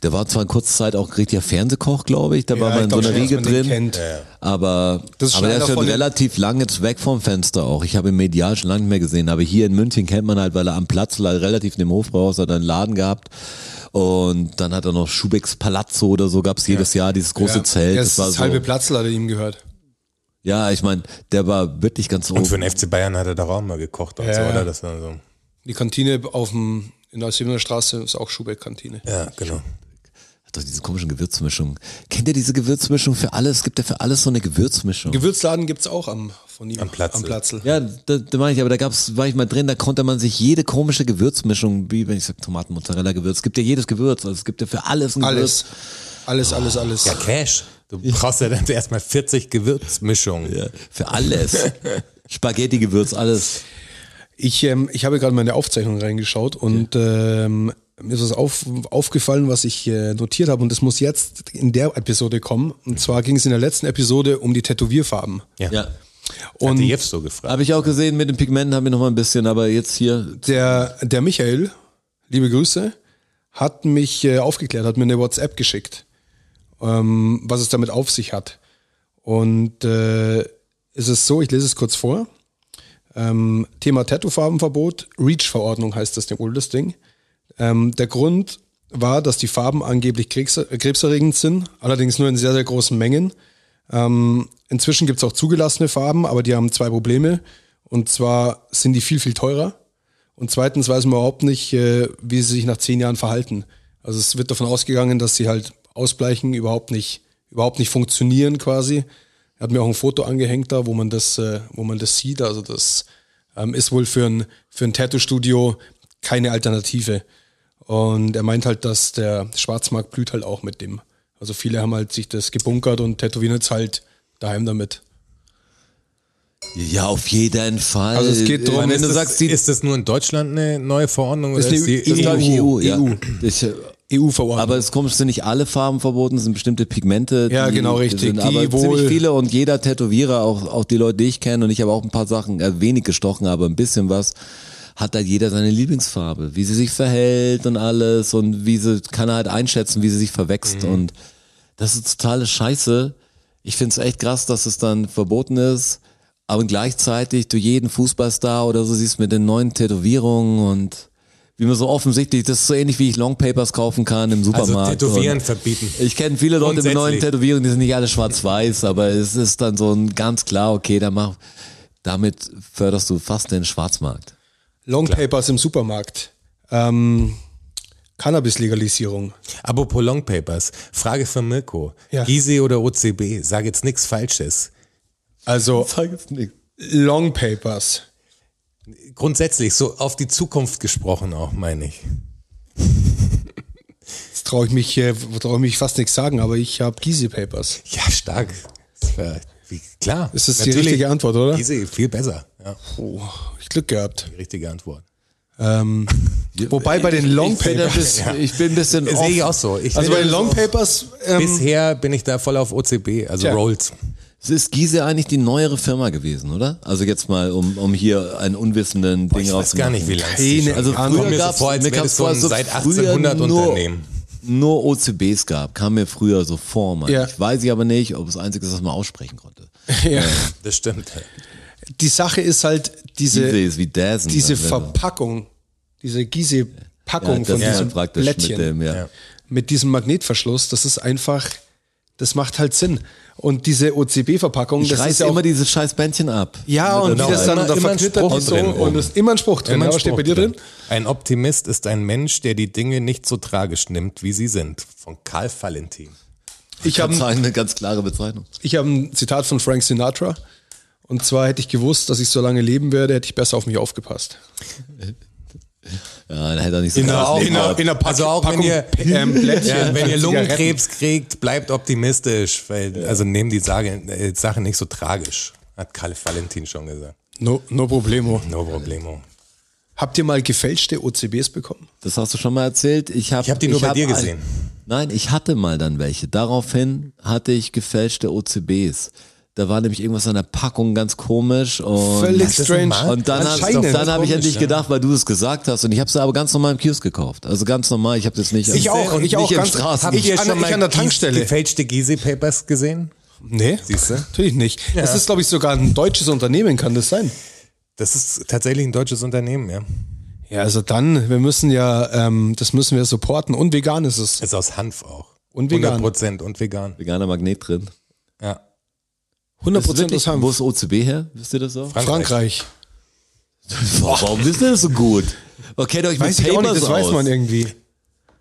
Speaker 2: der war zwar in kurzer Zeit auch ein richtiger Fernsehkoch, glaube ich. Da war
Speaker 3: Ja,
Speaker 2: man
Speaker 3: ich
Speaker 2: in
Speaker 3: glaub
Speaker 2: so einer
Speaker 3: schon, dass
Speaker 2: Riege
Speaker 3: man den
Speaker 2: drin.
Speaker 3: kennt.
Speaker 2: Aber,
Speaker 3: Das ist
Speaker 2: aber der ist
Speaker 3: Schneider
Speaker 2: schon
Speaker 3: von den-
Speaker 2: relativ lang jetzt weg vom Fenster auch. Ich habe ihn medial schon lange nicht mehr gesehen. Aber hier in München kennt man halt, weil er am Platz lag, relativ neben dem Hofbräuhaus hat er einen Laden gehabt. Und dann hat er noch Schubecks Palazzo oder so, gab es jedes Jahr dieses große Zelt.
Speaker 3: Das,
Speaker 2: Das war
Speaker 3: das
Speaker 2: so,
Speaker 3: halbe Platzlade ihm gehört.
Speaker 2: ja, ich meine, der war wirklich ganz oben.
Speaker 4: Und für den FC Bayern hat er doch auch mal gekocht und
Speaker 3: Ja,
Speaker 4: so,
Speaker 3: ja.
Speaker 4: oder? Das war so.
Speaker 3: Die Kantine auf dem, in der Siebener Straße ist auch Schubeck-Kantine.
Speaker 4: Ja, genau.
Speaker 2: Doch diese komischen Gewürzmischungen. Kennt ihr diese Gewürzmischung für alles? Es gibt ja für alles so eine Gewürzmischung.
Speaker 3: Gewürzladen gibt's auch am, von ihm.
Speaker 4: Am Platzl.
Speaker 3: Am Platzl.
Speaker 2: ja, da, da meine ich, aber da gab's, war ich mal drin, da konnte man sich jede komische Gewürzmischung, wie wenn ich sag Tomaten, Mozzarella, Gewürz, es gibt ja jedes Gewürz, also es gibt ja für alles ein
Speaker 3: Alles. Alles, alles, alles.
Speaker 4: Ah, Ja, Cash. Du brauchst ja dann zuerst mal 40 Gewürzmischungen.
Speaker 2: Gewürz. Ja, für alles. Spaghetti-Gewürz, alles.
Speaker 3: Ich, ähm, ich habe gerade meine Aufzeichnung reingeschaut und ähm, mir ist was auf, aufgefallen, was ich äh, notiert habe und das muss jetzt in der Episode kommen. Und zwar ging es in der letzten Episode um die Tätowierfarben.
Speaker 4: Ja.
Speaker 2: Ja.
Speaker 4: Hat
Speaker 3: Und
Speaker 4: die Jeff so gefragt.
Speaker 2: Habe ich auch gesehen mit den Pigmenten, habe ich noch mal ein bisschen, aber jetzt hier,
Speaker 3: der, der Michael, liebe Grüße, hat mich äh, aufgeklärt, hat mir eine WhatsApp geschickt, ähm, was es damit auf sich hat. Und äh, es ist so, ich lese es kurz vor. Ähm, Thema Tattoo-Farbenverbot, REACH-Verordnung heißt das wohl das Ding. Ähm, der Grund war, dass die Farben angeblich krebs äh, krebserregend sind, allerdings nur in sehr, sehr großen Mengen. Ähm, Inzwischen gibt's auch zugelassene Farben, aber die haben zwei Probleme. Und zwar sind die viel, viel teurer. Und zweitens weiß man überhaupt nicht, äh, wie sie sich nach zehn Jahren verhalten. Also es wird davon ausgegangen, dass sie halt ausbleichen, überhaupt nicht, überhaupt nicht funktionieren quasi. Er hat mir auch ein Foto angehängt da, wo man das, äh, wo man das sieht. Also das ähm, ist wohl für ein, für ein Tattoo-Studio keine Alternative. Und er meint halt, dass der Schwarzmarkt blüht halt auch mit dem. Also viele haben halt sich das gebunkert und tätowieren jetzt halt daheim damit.
Speaker 2: ja, auf jeden Fall.
Speaker 3: Also es geht drum,
Speaker 2: wenn
Speaker 4: ist
Speaker 2: du
Speaker 4: das,
Speaker 2: sagst, die,
Speaker 4: ist das nur in Deutschland eine neue Verordnung?
Speaker 3: Ist
Speaker 4: Oder ist
Speaker 3: die
Speaker 4: die,
Speaker 2: das
Speaker 3: EU.
Speaker 2: glaub ich, EU, E ja.
Speaker 3: EU.
Speaker 2: Ich, äh,
Speaker 3: EU-Verordnung.
Speaker 2: Aber es komisch sind nicht alle Farben verboten, es sind bestimmte Pigmente.
Speaker 3: Ja, genau, richtig.
Speaker 2: Sind,
Speaker 3: Die
Speaker 2: aber ziemlich
Speaker 3: wohl-
Speaker 2: viele und jeder Tätowierer, auch, auch die Leute, die ich kenne, und ich habe auch ein paar Sachen, äh, wenig gestochen, aber ein bisschen was, hat halt jeder seine Lieblingsfarbe, wie sie sich verhält und alles und wie sie, kann er halt einschätzen, wie sie sich verwächst
Speaker 3: Mhm.
Speaker 2: und das ist totale Scheiße. Ich find's echt krass, dass es dann verboten ist, aber gleichzeitig du jeden Fußballstar oder so siehst mit den neuen Tätowierungen und wie man so offensichtlich, das ist so ähnlich wie ich Longpapers kaufen kann im
Speaker 4: also
Speaker 2: Supermarkt.
Speaker 4: Tätowieren
Speaker 2: und
Speaker 4: verbieten.
Speaker 2: ich kenne viele Leute mit
Speaker 4: Grundsätzlich.
Speaker 2: neuen Tätowierungen, die sind nicht alle schwarz-weiß, aber es ist dann so ein ganz klar, okay, dann mach, damit förderst du fast den Schwarzmarkt.
Speaker 3: Longpapers im Supermarkt. Ähm, Cannabis-Legalisierung.
Speaker 4: Apropos Long Papers. Frage von Mirko.
Speaker 3: Ja.
Speaker 4: Gysi oder OCB? Sag jetzt nichts Falsches.
Speaker 3: Also
Speaker 2: Sag jetzt nichts.
Speaker 3: Longpapers.
Speaker 4: Grundsätzlich, so auf die Zukunft gesprochen auch, meine ich.
Speaker 3: Jetzt traue ich mich, äh, traue ich mich fast nichts sagen, aber ich habe Gysi Papers.
Speaker 4: Ja, stark. Das war, wie, klar.
Speaker 3: Ist das die richtige Antwort, oder?
Speaker 4: Gysi, viel besser. Ja,
Speaker 3: Oh, ich Glück gehabt.
Speaker 4: die richtige Antwort.
Speaker 3: Ähm, wobei bei den
Speaker 2: Ich eh bin, ein
Speaker 3: Longpapers.
Speaker 2: bisschen, ich bin ein bisschen
Speaker 4: Sehe ich
Speaker 2: offen.
Speaker 4: eh auch so. Ich
Speaker 3: Also bei den
Speaker 4: bin-
Speaker 3: Longpapers. Ähm,
Speaker 4: Bisher bin ich da voll auf OCB, also
Speaker 3: Tja.
Speaker 4: Rolls.
Speaker 2: Es Ist Giese eigentlich die neuere Firma gewesen, oder? Also jetzt mal, um, um hier einen unwissenden Ding
Speaker 4: Ich weiß
Speaker 2: rauszumachen.
Speaker 4: gar nicht, wie lange es die
Speaker 3: Keine
Speaker 4: schon
Speaker 2: Also
Speaker 4: gibt.
Speaker 2: früher
Speaker 4: Kommt mir so
Speaker 2: gab's-
Speaker 4: vor, als
Speaker 2: mir
Speaker 4: wäre
Speaker 2: kam's
Speaker 4: das so
Speaker 2: vor,
Speaker 4: ein
Speaker 2: als ob
Speaker 4: seit
Speaker 2: es früher
Speaker 4: 1800
Speaker 2: nur-
Speaker 4: Unternehmen.
Speaker 2: Nur OCBs gab, kam mir früher so vor, man.
Speaker 3: Ja.
Speaker 2: Ich weiß ja aber nicht, ob es einzig ist, was man aussprechen konnte.
Speaker 3: ja.
Speaker 4: Das stimmt.
Speaker 3: Genau, Die Sache ist halt
Speaker 2: Giese
Speaker 3: diese,
Speaker 2: ist wie Dazen.
Speaker 3: diese
Speaker 2: dann, wenn du-
Speaker 3: Verpackung, diese Gysi
Speaker 2: ja,
Speaker 3: Packung
Speaker 2: das
Speaker 3: von
Speaker 2: ist ja
Speaker 3: diesem
Speaker 2: praktisch
Speaker 3: Blättchen.
Speaker 2: mit dem, ja.
Speaker 4: Ja.
Speaker 3: mit diesem Magnetverschluss, das ist einfach, das macht halt Sinn. Und diese OCB-Verpackung,
Speaker 2: Ich
Speaker 3: das ist
Speaker 2: reiß
Speaker 3: ja auch,
Speaker 2: immer diese scheiß Bändchen ab.
Speaker 3: ja, und
Speaker 4: Genau.
Speaker 3: wie das dann,
Speaker 4: Immer-
Speaker 3: da
Speaker 4: immer ein
Speaker 3: verknittert
Speaker 4: Spruch
Speaker 3: die so
Speaker 4: drin
Speaker 3: und
Speaker 4: oben.
Speaker 3: es ist immer ein Genau, Spruch drin,
Speaker 4: Immer ein
Speaker 3: ja, steht bei
Speaker 4: Spruch
Speaker 3: dir drin?
Speaker 4: Ein Optimist ist ein Mensch, der die Dinge nicht so tragisch nimmt, wie sie sind. Von Karl Valentin.
Speaker 3: Ich habe
Speaker 2: Das ist eine ganz klare Bezeichnung.
Speaker 3: ich hab ein Zitat von Frank Sinatra. Und zwar hätte ich gewusst, dass ich so lange leben werde, hätte ich besser auf mich aufgepasst.
Speaker 2: Ja, dann hätte er nicht so
Speaker 4: In der,
Speaker 2: krasses
Speaker 4: auch,
Speaker 2: Leben
Speaker 4: in der,
Speaker 2: gehabt.
Speaker 4: in der Pack, also auch wenn
Speaker 3: Packung
Speaker 4: ihr,
Speaker 3: P- ähm, Plättchen
Speaker 4: ja, wenn ihr
Speaker 3: Zigaretten.
Speaker 4: Lungenkrebs kriegt, bleibt optimistisch, weil also nehmt die Sage, äh, Sache nicht so tragisch, hat Karl Valentin schon gesagt.
Speaker 3: No, no problemo.
Speaker 4: No problemo.
Speaker 3: Habt ihr mal gefälschte OCBs bekommen?
Speaker 2: Das hast du schon mal erzählt. Ich habe
Speaker 4: Ich hab die nur bei dir gesehen.
Speaker 2: Nein, ich hatte mal dann welche. Daraufhin hatte ich gefälschte OCBs. Da war nämlich irgendwas an der Packung ganz komisch und
Speaker 3: Völlig
Speaker 4: das ist ein
Speaker 3: strange.
Speaker 4: Markt?
Speaker 2: und dann, hab-
Speaker 3: Anscheinend.
Speaker 2: dann habe
Speaker 4: Komisch,
Speaker 2: ich
Speaker 4: ne?
Speaker 2: endlich
Speaker 4: ja.
Speaker 2: gedacht, weil du es gesagt hast und ich habe sie aber ganz normal im Kiosk gekauft. Also ganz normal, ich habe das nicht
Speaker 3: Ich auch,
Speaker 2: und
Speaker 3: ich auch
Speaker 2: nicht im
Speaker 3: ganz-
Speaker 2: Straßen.
Speaker 3: hab ich- an- ich an der
Speaker 4: Gies-
Speaker 3: Tankstelle.
Speaker 4: gefälschte Gizi Papers gesehen?
Speaker 3: Nee.
Speaker 4: Siehst du?
Speaker 3: Natürlich nicht. Das ist, glaube ich, sogar ein deutsches Unternehmen, kann das sein?
Speaker 4: Das ist tatsächlich ein deutsches Unternehmen, ja.
Speaker 3: Ja, also dann, wir müssen ja, ähm, das müssen wir supporten. Und vegan ist es.
Speaker 4: Ist aus Hanf auch.
Speaker 3: Und vegan.
Speaker 4: 100% und vegan.
Speaker 2: veganer Magnet drin.
Speaker 4: Ja.
Speaker 3: 100
Speaker 2: Ist
Speaker 3: Prozent
Speaker 2: wirklich,
Speaker 3: aus
Speaker 2: wo
Speaker 3: Hanf.
Speaker 2: ist OCB her? Wisst ihr das auch?
Speaker 3: Frankreich.
Speaker 2: Boah, warum wisst ihr das so gut? Man kennt euch
Speaker 3: Weiß
Speaker 2: mit
Speaker 3: ich auch
Speaker 2: Papers
Speaker 3: nicht, das
Speaker 2: aus.
Speaker 3: weiß man irgendwie.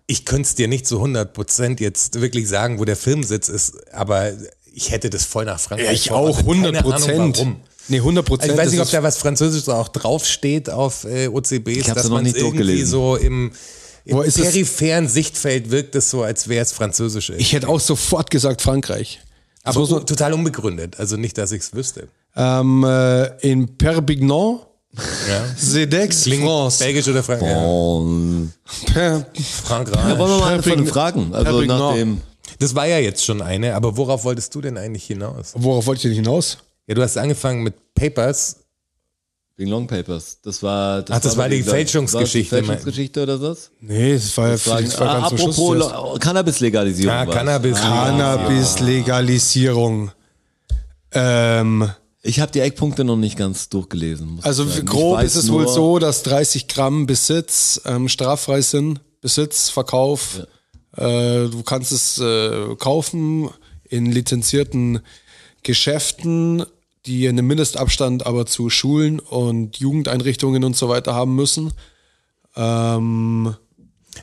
Speaker 4: Ich könnte es dir nicht zu 100% jetzt wirklich sagen, wo der Filmsitz ist, aber ich hätte das voll nach Frankreich.
Speaker 3: Ja, ich auch,
Speaker 4: verortet.
Speaker 3: 100
Speaker 4: Keine Ahnung,
Speaker 3: Prozent.
Speaker 4: warum.
Speaker 3: Nee, 100 Prozent.
Speaker 4: Also ich weiß nicht, ob da was Französisches auch draufsteht auf äh, OCBs,
Speaker 2: hab's
Speaker 4: dass
Speaker 2: noch
Speaker 4: man
Speaker 2: nicht
Speaker 4: irgendwie
Speaker 2: durchgelesen.
Speaker 4: so im, im
Speaker 3: Wo ist es?
Speaker 4: peripheren Sichtfeld wirkt es so, als wäre es Französisch.
Speaker 3: ich hätte auch sofort gesagt Frankreich.
Speaker 4: aber
Speaker 3: muss man-
Speaker 4: total unbegründet. Also nicht, dass ich es wüsste.
Speaker 3: Ähm, äh, in Perpignan,
Speaker 4: Ja.
Speaker 3: Sedex,
Speaker 4: Klingt
Speaker 3: France.
Speaker 4: Belgisch oder Frank ja,
Speaker 2: Oh.
Speaker 3: Per
Speaker 4: Frankreich.
Speaker 2: Ja, wollen wir mal eine von den
Speaker 3: Perpignan-
Speaker 2: Fragen? Also
Speaker 3: Perpignan.
Speaker 2: nach dem
Speaker 4: das war ja jetzt schon eine, aber worauf wolltest du denn eigentlich hinaus?
Speaker 3: Worauf wollt ihr denn hinaus?
Speaker 4: Ja, du hast angefangen mit Papers.
Speaker 2: Wegen Long Papers. Das war
Speaker 4: Ach, das war die
Speaker 2: glaub ich,
Speaker 4: Fälschungsgeschichte,
Speaker 2: war das die Fälschungsgeschichte oder was?
Speaker 3: Nee, das war, das war,
Speaker 2: Sagen, ah,
Speaker 3: ganz zum Schluss.
Speaker 2: apropos
Speaker 3: erst.
Speaker 2: Lo- Cannabis-Legalisierung.
Speaker 4: Ah,
Speaker 2: war's.
Speaker 4: Cannabis.
Speaker 3: Cannabis-Legalisierung. Ähm,
Speaker 2: Ich habe die Eckpunkte noch nicht ganz durchgelesen. muss
Speaker 3: also
Speaker 2: ich sagen. Ich
Speaker 3: grob ist
Speaker 2: weiß
Speaker 3: es
Speaker 2: nur-
Speaker 3: wohl so, dass 30 Gramm Besitz ähm, straffrei sind. Besitz, Verkauf. Äh, du kannst es äh, kaufen in lizenzierten Geschäften, die einen Mindestabstand aber zu Schulen und Jugendeinrichtungen und so weiter haben müssen. Ähm,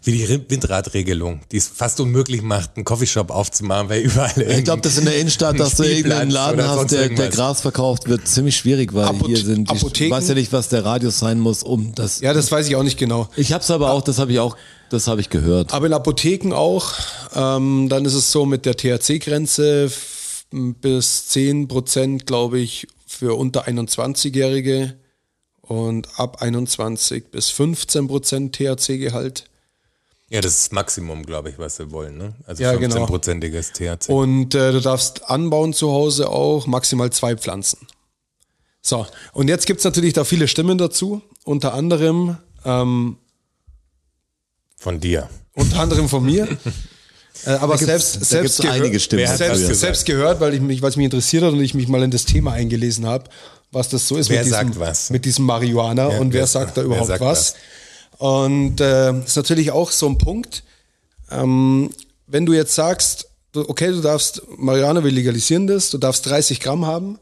Speaker 4: Wie die Rind- Windradregelung, die es fast unmöglich macht, einen Coffeeshop aufzumachen, weil überall.
Speaker 2: Ich glaube, das in der Innenstadt, dass du irgendeinen Laden hast, der, der Gras verkauft, wird ziemlich schwierig, weil
Speaker 3: Apoth-
Speaker 2: hier sind die,
Speaker 3: Apotheken?
Speaker 2: weiß ja nicht, was der Radius sein muss, um das.
Speaker 3: ja, das weiß ich auch nicht genau.
Speaker 2: Ich hab's aber auch, das habe ich auch, das habe ich gehört.
Speaker 3: Aber in Apotheken auch. Ähm, dann ist es so mit der THC-Grenze f- bis 10 Prozent, glaube ich, für unter 21-Jährige und ab 21 bis 15 Prozent THC-Gehalt.
Speaker 4: Ja, das ist das Maximum, glaube ich, was sie wollen. Ne? Also
Speaker 3: Ja, genau.
Speaker 4: 15-prozentiges THC.
Speaker 3: Und äh, du darfst anbauen zu Hause auch maximal zwei Pflanzen. So, und jetzt gibt es natürlich da viele Stimmen dazu. Unter anderem ähm,
Speaker 4: Von dir.
Speaker 3: unter anderem von mir. Äh, Aber selbst,
Speaker 2: da
Speaker 3: selbst,
Speaker 2: gibt's einige Stimmen.
Speaker 4: Wer hat das
Speaker 3: selbst,
Speaker 4: gesagt?
Speaker 3: selbst gehört, weil ich mich, weil es mich interessiert hat und ich mich mal in das Thema eingelesen habe, was das so ist
Speaker 4: Wer
Speaker 3: mit, diesem,
Speaker 4: sagt was?
Speaker 3: mit diesem Marihuana
Speaker 4: Ja,
Speaker 3: und wer
Speaker 4: wer-
Speaker 3: sagt da
Speaker 4: wer
Speaker 3: überhaupt
Speaker 4: sagt
Speaker 3: was. Und äh, ist natürlich auch so ein Punkt, ähm, wenn du jetzt sagst, du- okay, du darfst Marihuana, wir legalisieren das, du darfst 30 Gramm haben,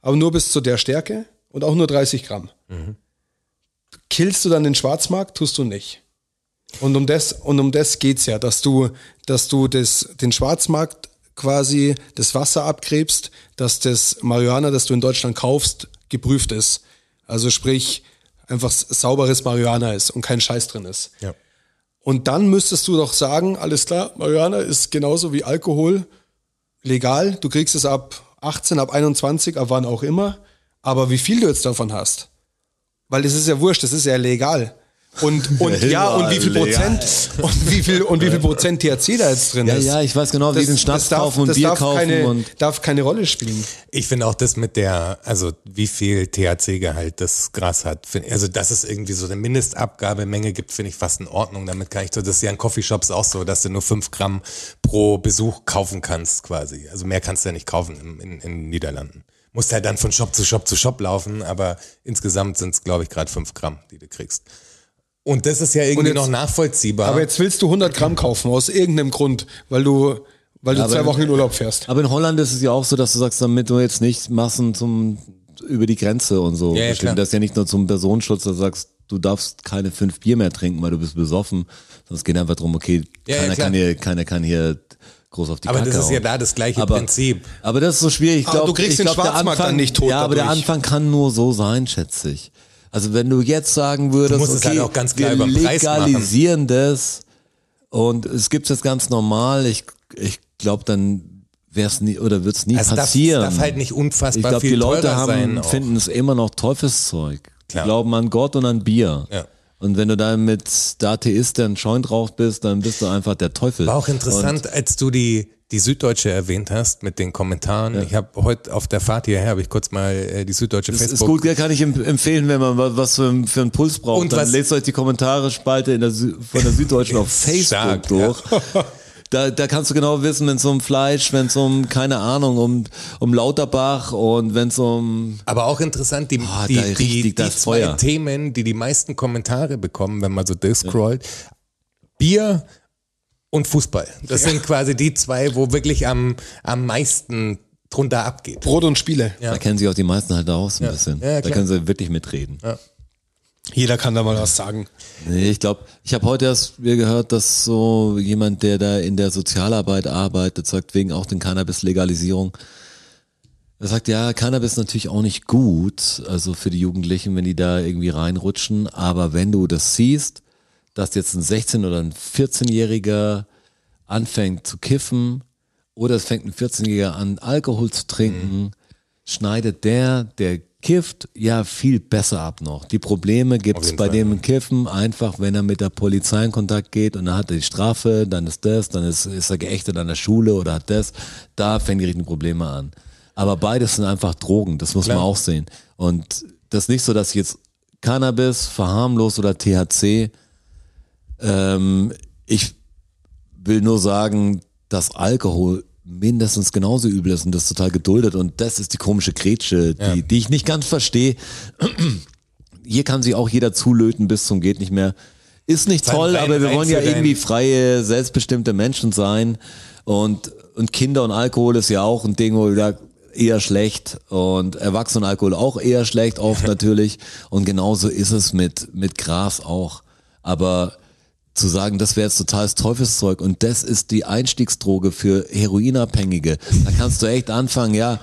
Speaker 3: aber nur bis zu der Stärke und auch nur 30 Gramm. Killst du dann den Schwarzmarkt, tust du nicht. Und um das, und um das geht's ja, dass du, dass du das, den Schwarzmarkt quasi das Wasser abgräbst, dass das Marihuana, das du in Deutschland kaufst, geprüft ist. Also sprich, einfach s- sauberes Marihuana ist und kein Scheiß drin ist.
Speaker 4: Ja.
Speaker 3: Und dann müsstest du doch sagen, alles klar, Marihuana ist genauso wie Alkohol legal. Du kriegst es ab 18, ab 21, ab wann auch immer. Aber wie viel du jetzt davon hast, weil das ist ja wurscht, das ist ja legal. Und, und ja, und wie viel
Speaker 2: Legal.
Speaker 3: Prozent und wie viel und wie viel Prozent THC da jetzt drin
Speaker 2: Ja,
Speaker 3: ist.
Speaker 2: ja, ich weiß genau, wie den Schnaps kaufen und
Speaker 3: das
Speaker 2: Bier
Speaker 3: darf
Speaker 2: kaufen
Speaker 3: keine,
Speaker 2: und
Speaker 3: darf keine Rolle spielen.
Speaker 4: Ich finde auch das mit der, also wie viel THC-Gehalt das Gras hat, find, also dass es irgendwie so eine Mindestabgabemenge gibt, finde ich fast in Ordnung. Damit kann ich so, das ist ja in Coffeeshops auch so, dass du nur 5 Gramm pro Besuch kaufen kannst quasi. Also mehr kannst du ja nicht kaufen in, in, in den Niederlanden. Musst halt dann von Shop zu Shop zu Shop laufen, aber insgesamt sind es, glaube ich, gerade 5 Gramm, die du kriegst. Und das ist ja irgendwie
Speaker 3: jetzt-
Speaker 4: noch nachvollziehbar.
Speaker 3: Aber jetzt willst du 100 Gramm kaufen aus irgendeinem Grund, weil du weil du
Speaker 2: aber-
Speaker 3: zwei Wochen in Urlaub fährst.
Speaker 2: Aber in Holland ist es ja auch so, dass du sagst, damit du jetzt nicht Massen zum über die Grenze und so.
Speaker 4: Ja, ja,
Speaker 2: bestimmt.
Speaker 4: klar.
Speaker 2: das ist ja nicht nur zum Personenschutz, dass du sagst, du darfst keine fünf Bier mehr trinken, weil du bist besoffen. Sonst geht einfach drum, okay,
Speaker 4: Ja, ja,
Speaker 2: keiner,
Speaker 4: klar.
Speaker 2: kann hier, keiner kann hier groß auf die
Speaker 4: Aber
Speaker 2: Kacke
Speaker 4: das ist ja
Speaker 2: hauen.
Speaker 4: da das gleiche
Speaker 2: aber,
Speaker 4: Prinzip.
Speaker 2: Aber das ist so schwierig. Ich
Speaker 3: Aber
Speaker 2: glaub,
Speaker 3: du kriegst
Speaker 2: ich
Speaker 3: den
Speaker 2: glaub, der
Speaker 3: Schwarzmarkt
Speaker 2: Anfang,
Speaker 3: dann nicht tot
Speaker 2: Ja, aber der
Speaker 3: dadurch.
Speaker 2: Anfang kann nur so sein, schätze ich. Also wenn du jetzt sagen würdest,
Speaker 4: musst es
Speaker 2: okay,
Speaker 4: halt auch ganz klar
Speaker 2: wir
Speaker 4: über den Preis machen.
Speaker 2: legalisieren das und es gibt es ganz normal, ich, ich glaube, dann wäre es nie oder wird es nie
Speaker 4: Also es darf, es
Speaker 2: passieren.
Speaker 4: darf halt nicht unfassbar
Speaker 2: ich glaube,
Speaker 4: viel
Speaker 2: die Leute
Speaker 4: teurer
Speaker 2: haben,
Speaker 4: sein. auch.
Speaker 2: finden es immer noch Teufelszeug. Die
Speaker 4: Klar.
Speaker 2: glauben an Gott und an Bier.
Speaker 4: Ja.
Speaker 2: Und wenn du dann mit der Atheist, der ein Joint raucht bist, dann bist du einfach der Teufel.
Speaker 4: War auch interessant, als du die, die Süddeutsche erwähnt hast mit den Kommentaren. Ich habe heute auf der Fahrt hierher, habe ich kurz mal äh, die Süddeutsche
Speaker 2: Das ist
Speaker 4: Facebook.
Speaker 2: gut, kann ich emp- empfehlen, wenn man wa- was für, einen- für einen Puls braucht.
Speaker 4: Und
Speaker 2: dann
Speaker 4: was-
Speaker 2: lest euch die Kommentarespalte in der Sü von der Süddeutschen auf
Speaker 4: Ist
Speaker 2: Facebook
Speaker 4: stark,
Speaker 2: durch. Da, da kannst du genau wissen, wenn es um Fleisch, wenn es um, keine Ahnung, um, um Lauterbach und wenn es um...
Speaker 4: Aber auch interessant, die,
Speaker 2: Ah,
Speaker 4: die,
Speaker 2: da richtig,
Speaker 4: die,
Speaker 2: da
Speaker 4: die
Speaker 2: ist
Speaker 4: zwei
Speaker 2: Feuer.
Speaker 4: Themen, die die meisten Kommentare bekommen, wenn man so durchscrollt, Bier und Fußball. Das sind quasi die zwei, wo wirklich am, am meisten drunter abgeht.
Speaker 3: Brot und Spiele.
Speaker 2: Da kennen sich auch die meisten halt auch so ein bisschen.
Speaker 4: Ja, ja,
Speaker 2: da
Speaker 4: klar.
Speaker 2: können sie wirklich mitreden.
Speaker 3: Jeder kann da mal was sagen.
Speaker 2: Nee, ich glaube, ich habe heute erst mir gehört, dass so jemand, der da in der Sozialarbeit arbeitet, sagt, wegen auch den Cannabis-Legalisierung, er sagt, ja, Cannabis ist natürlich auch nicht gut, also für die Jugendlichen, wenn die da irgendwie reinrutschen, aber wenn du das siehst, dass jetzt ein 16- oder ein 14-Jähriger anfängt zu kiffen oder es fängt ein 14-Jähriger an, Alkohol zu trinken, schneidet der, der kifft, ja viel besser ab noch. Die Probleme gibt es bei dem Kiffen einfach, wenn er mit der Polizei in Kontakt geht und dann hat er die Strafe, dann ist das, dann ist, ist er geächtet an der Schule oder hat das. Da fängt die richtigen Probleme an. Aber beides sind einfach Drogen, das muss man auch sehen. Und das ist nicht so, dass ich jetzt Cannabis, verharmlos oder THC, ähm, ich will nur sagen, dass Alkohol mindestens genauso übel ist und das total geduldet und das ist die komische Grätsche, die, die ich nicht ganz verstehe. Hier kann sich auch jeder zulöten bis zum geht nicht mehr. Ist nicht
Speaker 4: Sein
Speaker 2: toll,
Speaker 4: rein-
Speaker 2: aber wir
Speaker 4: rein
Speaker 2: wollen ja
Speaker 4: für dein-
Speaker 2: irgendwie freie, selbstbestimmte Menschen sein und, und Kinder und Alkohol ist ja auch ein Ding, wo wir sagen, eher schlecht und Erwachsenenalkohol auch eher schlecht oft natürlich und genauso ist es mit, mit Gras auch. Aber zu sagen, das wäre jetzt totales Teufelszeug und das ist die Einstiegsdroge für Heroinabhängige. Da kannst du echt anfangen, ja.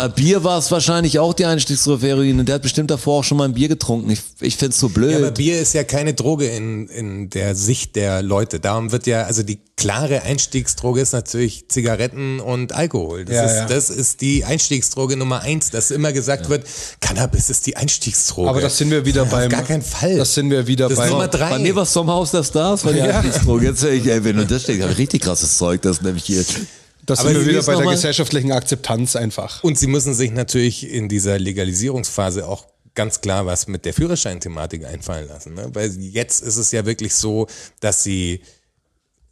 Speaker 2: Äh, Bier war es wahrscheinlich auch die Einstiegsdroge für Heroin und der hat bestimmt davor auch schon mal ein Bier getrunken. Ich, ich find's so blöd.
Speaker 4: Ja, aber Bier ist ja keine Droge in, in der Sicht der Leute. Darum wird ja, also die klare Einstiegsdroge ist natürlich Zigaretten und Alkohol. Das,
Speaker 3: Ja,
Speaker 4: ist,
Speaker 3: ja.
Speaker 4: das ist die Einstiegsdroge Nummer eins, dass immer gesagt wird, Cannabis ist die Einstiegsdroge.
Speaker 3: Aber das sind wir wieder beim.
Speaker 4: gar keinen Fall.
Speaker 3: Das sind wir wieder
Speaker 4: Das ist
Speaker 3: beim.
Speaker 4: Nummer drei.
Speaker 2: Bei mir war Sommerhaus der Stars, weil die Einstiegsdroge. Jetzt sehe ich, ey, wenn du das steht, richtig krasses Zeug, das ist nämlich hier.
Speaker 3: Das
Speaker 4: Aber
Speaker 3: sind wir
Speaker 4: Sie
Speaker 3: wieder
Speaker 4: wissen
Speaker 3: bei der
Speaker 2: noch mal-
Speaker 3: gesellschaftlichen Akzeptanz einfach.
Speaker 4: Und sie müssen sich natürlich in dieser Legalisierungsphase auch ganz klar was mit der Führerscheinthematik einfallen lassen. Ne? Weil jetzt ist es ja wirklich so, dass sie,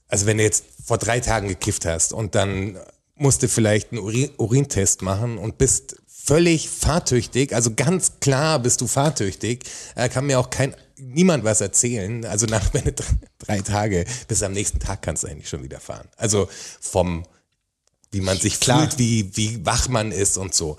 Speaker 4: also wenn du jetzt vor drei Tagen gekifft hast und dann musst du vielleicht einen Urin Urintest machen und bist völlig fahrtüchtig, also ganz klar bist du fahrtüchtig, äh, kann mir auch kein niemand was erzählen. Also nach wenn du drei, drei Tage, bis am nächsten Tag kannst du eigentlich schon wieder fahren. Also vom wie man sich
Speaker 3: Klar.
Speaker 4: fühlt, wie, wie wach man ist und so.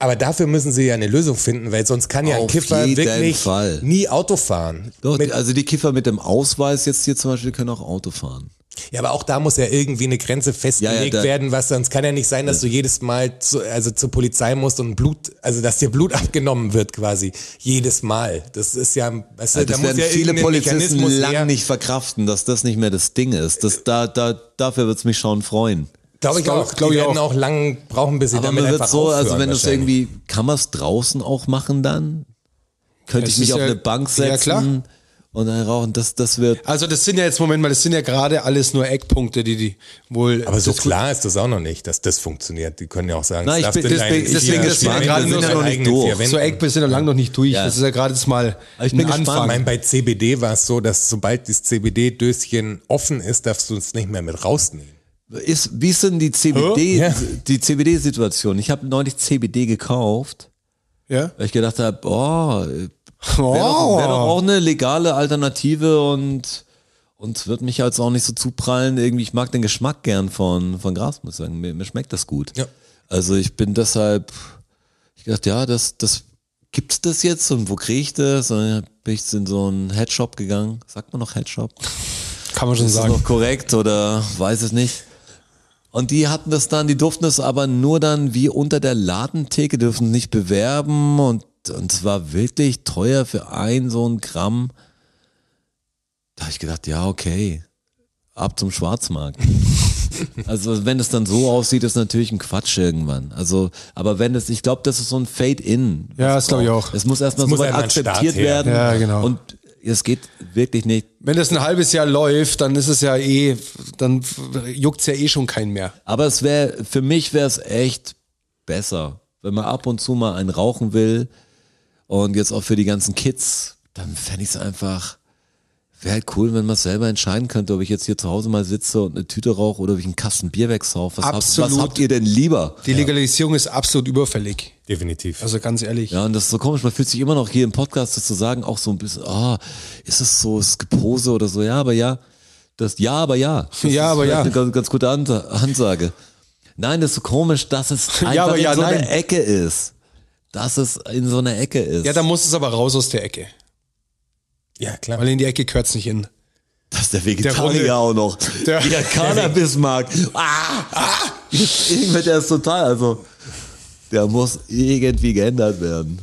Speaker 4: Aber dafür müssen sie ja eine Lösung finden, weil sonst kann ja ein
Speaker 2: Auf
Speaker 4: Kiffer
Speaker 2: jeden
Speaker 4: wirklich
Speaker 2: Fall.
Speaker 4: nie Auto fahren.
Speaker 2: Doch,
Speaker 4: Mit-
Speaker 2: also die Kiffer mit dem Ausweis jetzt hier zum Beispiel können auch Auto fahren.
Speaker 4: Ja, aber auch da muss ja irgendwie eine Grenze festgelegt
Speaker 2: da-
Speaker 4: werden, was sonst kann ja nicht sein, dass du jedes Mal zu, also zur Polizei musst und Blut, also dass dir Blut abgenommen wird quasi jedes Mal. Das ist ja, weißt du,
Speaker 2: das
Speaker 4: da muss
Speaker 2: werden
Speaker 4: ja
Speaker 2: viele
Speaker 4: irgendein
Speaker 2: Polizisten
Speaker 4: Mechanismus
Speaker 2: lang
Speaker 4: her.
Speaker 2: nicht verkraften, dass das nicht mehr das Ding ist. Das, da, da, dafür wird's mich schon freuen.
Speaker 4: Glaube ich
Speaker 3: Glaub-
Speaker 4: auch.
Speaker 3: glaub
Speaker 4: die
Speaker 3: ich
Speaker 4: werden
Speaker 3: auch.
Speaker 4: auch lang brauchen, bis sie
Speaker 2: Aber
Speaker 4: damit
Speaker 2: man wird
Speaker 4: einfach
Speaker 2: so, also
Speaker 4: aufhören
Speaker 2: wenn es
Speaker 4: wahrscheinlich.
Speaker 2: irgendwie, kann man es draußen auch machen dann? Könnte
Speaker 3: Es
Speaker 2: ich mich
Speaker 3: ist
Speaker 2: auf
Speaker 3: ja-
Speaker 2: eine Bank
Speaker 3: ja,
Speaker 2: setzen
Speaker 3: klar.
Speaker 2: und dann rauchen? Das, das wird
Speaker 3: Also das sind ja jetzt, Moment mal, das sind ja gerade alles nur Eckpunkte, die die wohl...
Speaker 4: Aber so
Speaker 3: das-
Speaker 4: klar ist das auch noch nicht, dass das funktioniert. Die können ja auch sagen,
Speaker 2: Nein,
Speaker 4: es
Speaker 2: ich
Speaker 4: darf
Speaker 2: bin-
Speaker 4: in
Speaker 2: deswegen-
Speaker 4: deinen-
Speaker 3: deswegen
Speaker 4: hier
Speaker 3: ist mir
Speaker 4: Schwanen-
Speaker 3: gerade
Speaker 4: in
Speaker 3: nur
Speaker 4: deinen
Speaker 3: noch nicht
Speaker 4: eigenen
Speaker 2: durch.
Speaker 4: vier Wänden.
Speaker 3: So Eckpunkte sind ja lang noch nicht durch. Das ist ja gerade jetzt mal
Speaker 2: Ich bin
Speaker 3: ein
Speaker 2: gespannt.
Speaker 4: Ich
Speaker 3: Anfang.
Speaker 4: meine, bei CBD war es so, dass sobald das CBD-Döschen offen ist, darfst du es nicht mehr mit rausnehmen.
Speaker 2: Ist, wie ist denn die CBD,
Speaker 4: Ja.
Speaker 2: die CBD-Situation? Ich habe neulich CBD gekauft,
Speaker 3: ja?
Speaker 2: weil ich gedacht habe, oh, wäre doch,
Speaker 3: Oh.
Speaker 2: wär doch auch eine legale Alternative und und wird mich jetzt auch nicht so zuprallen. Irgendwie, ich mag den Geschmack gern von von Gras, muss ich sagen. Mir, mir schmeckt das gut.
Speaker 4: Ja.
Speaker 2: Also ich bin deshalb, ich dachte, ja, das das gibt's das jetzt und wo kriege ich das? Und dann bin ich in so einen Headshop gegangen. Sagt man noch Headshop?
Speaker 3: Kann man schon
Speaker 2: Ist das
Speaker 3: sagen.
Speaker 2: noch korrekt oder weiß es nicht? Und die hatten das dann, die durften es aber nur dann wie unter der Ladentheke, dürfen nicht bewerben und gehabt und es war wirklich teuer für ein so ein Gramm. Da habe ich gedacht, ja, okay, ab zum Schwarzmarkt. Also wenn es dann so aussieht, ist natürlich ein Quatsch irgendwann. Also, aber wenn es, ich glaube, das ist so ein Fade-in.
Speaker 3: Ja, das glaube ich auch.
Speaker 2: Es muss erstmal
Speaker 4: Es
Speaker 2: so
Speaker 4: muss
Speaker 2: weit
Speaker 4: einmal ein Start
Speaker 2: akzeptiert
Speaker 4: her.
Speaker 2: werden.
Speaker 3: Ja, genau.
Speaker 2: Und es geht wirklich nicht.
Speaker 3: Wenn das ein halbes Jahr läuft, dann ist es ja eh, dann juckt's ja eh schon keinen mehr.
Speaker 2: Aber es wäre, für mich wäre es echt besser, wenn man ab und zu mal einen rauchen will. Und jetzt auch für die ganzen Kids, dann fände ich es einfach, wäre halt cool, wenn man selber entscheiden könnte, ob ich jetzt hier zu Hause mal sitze und eine Tüte rauche oder ob ich einen Kasten Bier wegsaufe. Was, habt- was
Speaker 3: Absolut.
Speaker 2: habt ihr denn lieber?
Speaker 3: Die Legalisierung ist absolut überfällig.
Speaker 4: Definitiv.
Speaker 3: Also ganz ehrlich.
Speaker 2: Ja, und das ist so komisch. Man fühlt sich immer noch hier im Podcast das zu sagen, auch so ein bisschen, ah, ist das so, ist Gepose oder so? Ja, aber ja. Das, ja, aber ja. Das
Speaker 3: Ja,
Speaker 2: ist
Speaker 3: aber
Speaker 2: vielleicht
Speaker 3: ja.
Speaker 2: Eine ganz, ganz gute Ans- Ansage. Nein, das ist so komisch, dass es einfach
Speaker 3: aber
Speaker 2: in
Speaker 3: ja,
Speaker 2: so
Speaker 3: nein.
Speaker 2: einer Ecke ist. Dass es in so einer Ecke ist.
Speaker 3: Ja, dann muss es aber raus aus der Ecke.
Speaker 4: ja, klar.
Speaker 3: Weil in die Ecke gehört's nicht hin.
Speaker 2: dass der
Speaker 3: Der Runde-
Speaker 2: Vegetarier auch noch.
Speaker 3: der-
Speaker 2: Der, der Cannabis mag. Ah, ah, irgendwie, der ist total, also, der muss irgendwie geändert werden.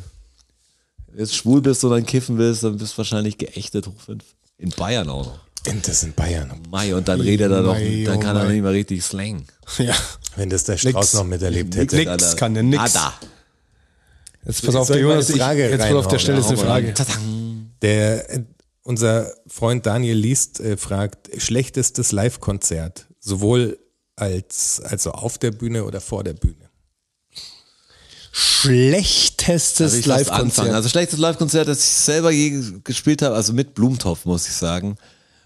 Speaker 2: Wenn du jetzt schwul bist und dann kiffen willst, dann bist du wahrscheinlich geächtet hoch fünf. In Bayern auch noch.
Speaker 4: Und das in Bayern.
Speaker 2: Mai, und dann redet er noch,
Speaker 3: Mei,
Speaker 2: dann
Speaker 3: oh
Speaker 2: kann er
Speaker 3: mei.
Speaker 2: nicht mehr richtig slang.
Speaker 3: Ja.
Speaker 4: Wenn das der Strauß
Speaker 3: Nix.
Speaker 4: noch miterlebt
Speaker 3: Nix.
Speaker 4: hätte.
Speaker 3: Nix kann der nix.
Speaker 2: Ada.
Speaker 3: Jetzt pass auf,
Speaker 4: Soll
Speaker 3: der
Speaker 4: ich mal
Speaker 3: Jonas,
Speaker 4: eine
Speaker 3: ich,
Speaker 4: Frage
Speaker 3: jetzt wohl auf der
Speaker 4: reinhauen?
Speaker 3: Stelle ist eine
Speaker 4: Hau mal
Speaker 3: Frage.
Speaker 4: Der, äh, unser Freund Daniel Liest äh, fragt, schlechtestes Live-Konzert, sowohl als, also auf der Bühne oder vor der Bühne.
Speaker 2: Also
Speaker 3: Schlechtestes
Speaker 2: ich fast anfangen.
Speaker 3: Live-Konzert.
Speaker 2: Also schlechtes Live-Konzert, das ich selber je gespielt habe, also mit Blumentopf, muss ich sagen,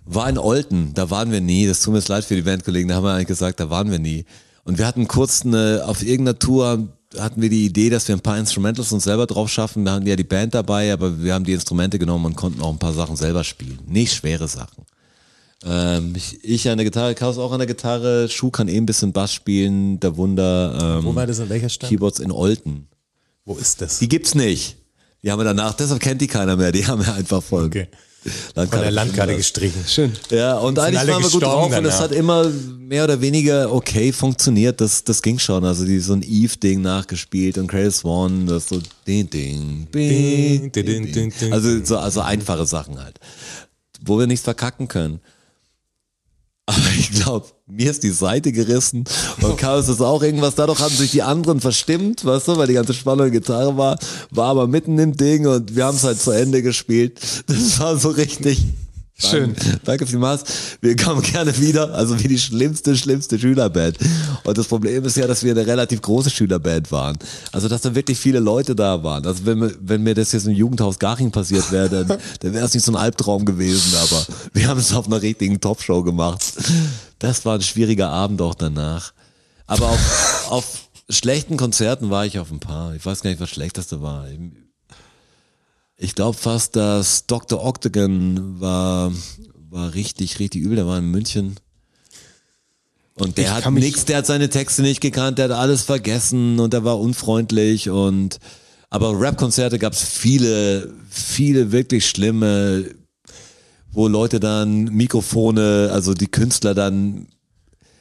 Speaker 2: war in Olten. Da waren wir nie. Das tut mir jetzt leid für die Bandkollegen, da haben wir eigentlich gesagt, da waren wir nie. Und wir hatten kurz eine, auf irgendeiner Tour hatten wir die Idee, dass wir ein paar Instrumentals uns selber drauf schaffen. Da hatten wir ja die Band dabei, aber wir haben die Instrumente genommen und konnten auch ein paar Sachen selber spielen. Nicht schwere Sachen. Ähm, ich, ich an der Gitarre, Chaos auch an der Gitarre, Schuh kann eh ein bisschen Bass spielen, der Wunder, ähm,
Speaker 4: Wo war das, in welcher Stadt?
Speaker 2: Keyboards in Olten.
Speaker 4: Wo ist das?
Speaker 2: Die gibt's nicht. Die haben wir danach, deshalb kennt die keiner mehr. Die haben wir einfach voll.
Speaker 4: Okay.
Speaker 2: Landkarte
Speaker 4: Von der Landkarte
Speaker 2: bestimmt.
Speaker 4: gestrichen.
Speaker 3: Schön.
Speaker 2: Ja, und
Speaker 4: sind
Speaker 2: eigentlich
Speaker 4: alle
Speaker 2: waren wir gut drauf
Speaker 4: gestorben
Speaker 2: und es
Speaker 4: danach.
Speaker 2: hat immer mehr oder weniger okay funktioniert. Das, das ging schon. Also die so ein Eve-Ding nachgespielt und Crazy Swan, das so ding, ding, ding, ding, ding, ding, ding. Also so also einfache Sachen halt. Wo wir nichts verkacken können. Aber ich glaube, mir ist die Seite gerissen und Chaos ist auch irgendwas. Dadurch haben sich die anderen verstimmt, weißt du, weil die ganze Spannung Gitarre war, war aber mitten im Ding und wir haben es halt zu Ende gespielt. Das war so richtig.
Speaker 3: Schön.
Speaker 2: Danke, danke vielmals. Wir kommen gerne wieder, also wie die schlimmste, schlimmste Schülerband. Und das Problem ist ja, dass wir eine relativ große Schülerband waren. Also, dass da wirklich viele Leute da waren. Also, wenn, mir- wenn mir das jetzt im Jugendhaus Garching passiert wäre, dann, dann wäre es nicht so ein Albtraum gewesen. Aber wir haben es auf einer richtigen Topshow gemacht. Das war ein schwieriger Abend auch danach. Aber auf, auf schlechten Konzerten war ich auf ein paar. Ich weiß gar nicht, was schlechteste war. Ich glaube fast, dass Dr. Octagon war, war richtig, richtig übel. Der war in München. Und der
Speaker 3: Ich
Speaker 2: hat
Speaker 3: kann mich-
Speaker 2: nichts, der hat seine Texte nicht gekannt, der hat alles vergessen und der war unfreundlich und aber Rap-Konzerte gab es viele, viele wirklich schlimme, wo Leute dann Mikrofone, also die Künstler dann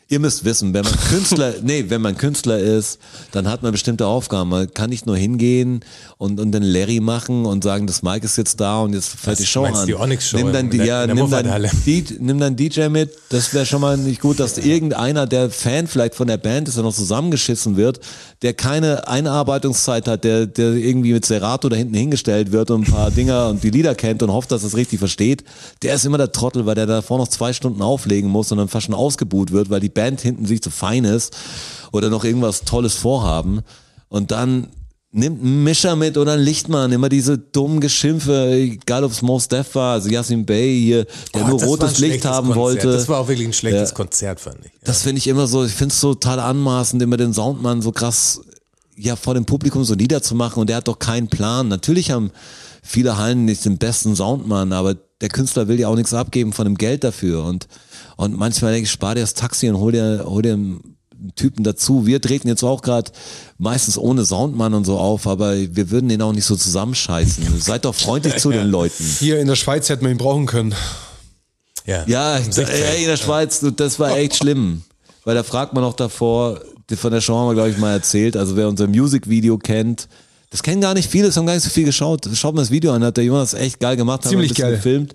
Speaker 2: ihr müsst wissen, wenn man Künstler, nee, wenn man Künstler ist, dann hat man bestimmte Aufgaben. Man kann nicht nur hingehen und, und den Larry machen und sagen, das Mike ist jetzt da und jetzt
Speaker 4: Was,
Speaker 2: fällt die Show
Speaker 4: meinst
Speaker 2: an.
Speaker 4: du die Onyx-Show
Speaker 2: nimm dann,
Speaker 4: in
Speaker 2: die,
Speaker 4: der-
Speaker 2: ja,
Speaker 4: in der
Speaker 2: nimm, dann
Speaker 4: Moffathalle?
Speaker 2: die, nimm dann DJ mit. Das wäre schon mal nicht gut, dass irgendeiner, der Fan vielleicht von der Band ist, der noch zusammengeschissen wird, der keine Einarbeitungszeit hat, der, der irgendwie mit Serato da hinten hingestellt wird und ein paar Dinger und die Lieder kennt und hofft, dass es richtig versteht, der ist immer der Trottel, weil der davor noch zwei Stunden auflegen muss und dann fast schon ausgebuht wird, weil die Band hinten sich zu fein ist oder noch irgendwas Tolles vorhaben. Und dann nimmt einen Mischer mit oder einen Lichtmann, immer diese dummen Geschimpfe, egal ob es Mos Def war, also Yasin Bey hier, der
Speaker 4: Oh,
Speaker 2: nur
Speaker 4: das war ein
Speaker 2: rotes Licht
Speaker 4: schlechtes
Speaker 2: haben
Speaker 4: Konzert.
Speaker 2: wollte.
Speaker 4: Das war auch wirklich ein schlechtes Konzert, fand ich.
Speaker 2: Das finde ich immer so, ich finde es so total anmaßend, immer den Soundmann so krass ja vor dem Publikum so niederzumachen und der hat doch keinen Plan. Natürlich haben viele Hallen nicht den besten Soundmann, aber der Künstler will ja auch nichts abgeben von dem Geld dafür und und manchmal denke ich, spar dir das Taxi und hol dir hol dir einen Typen dazu. Wir treten jetzt auch gerade meistens ohne Soundmann und so auf, aber wir würden den auch nicht so zusammenscheißen. Seid doch freundlich zu den Leuten.
Speaker 3: Hier in der Schweiz hätten wir ihn brauchen können.
Speaker 4: Ja,
Speaker 2: Ja,
Speaker 4: Im Sichtfeld.
Speaker 2: ey, in der Schweiz, du, das war echt schlimm. Weil da fragt man auch davor, die- von der Show haben wir, glaube ich, mal erzählt, also wer unser Musikvideo kennt, Das kennen gar nicht viele, es haben gar nicht so viel geschaut. Schaut mal das Video an, hat der Jonas echt geil gemacht, hat
Speaker 3: Ziemlich
Speaker 2: ein bisschen
Speaker 3: geil.
Speaker 2: gefilmt.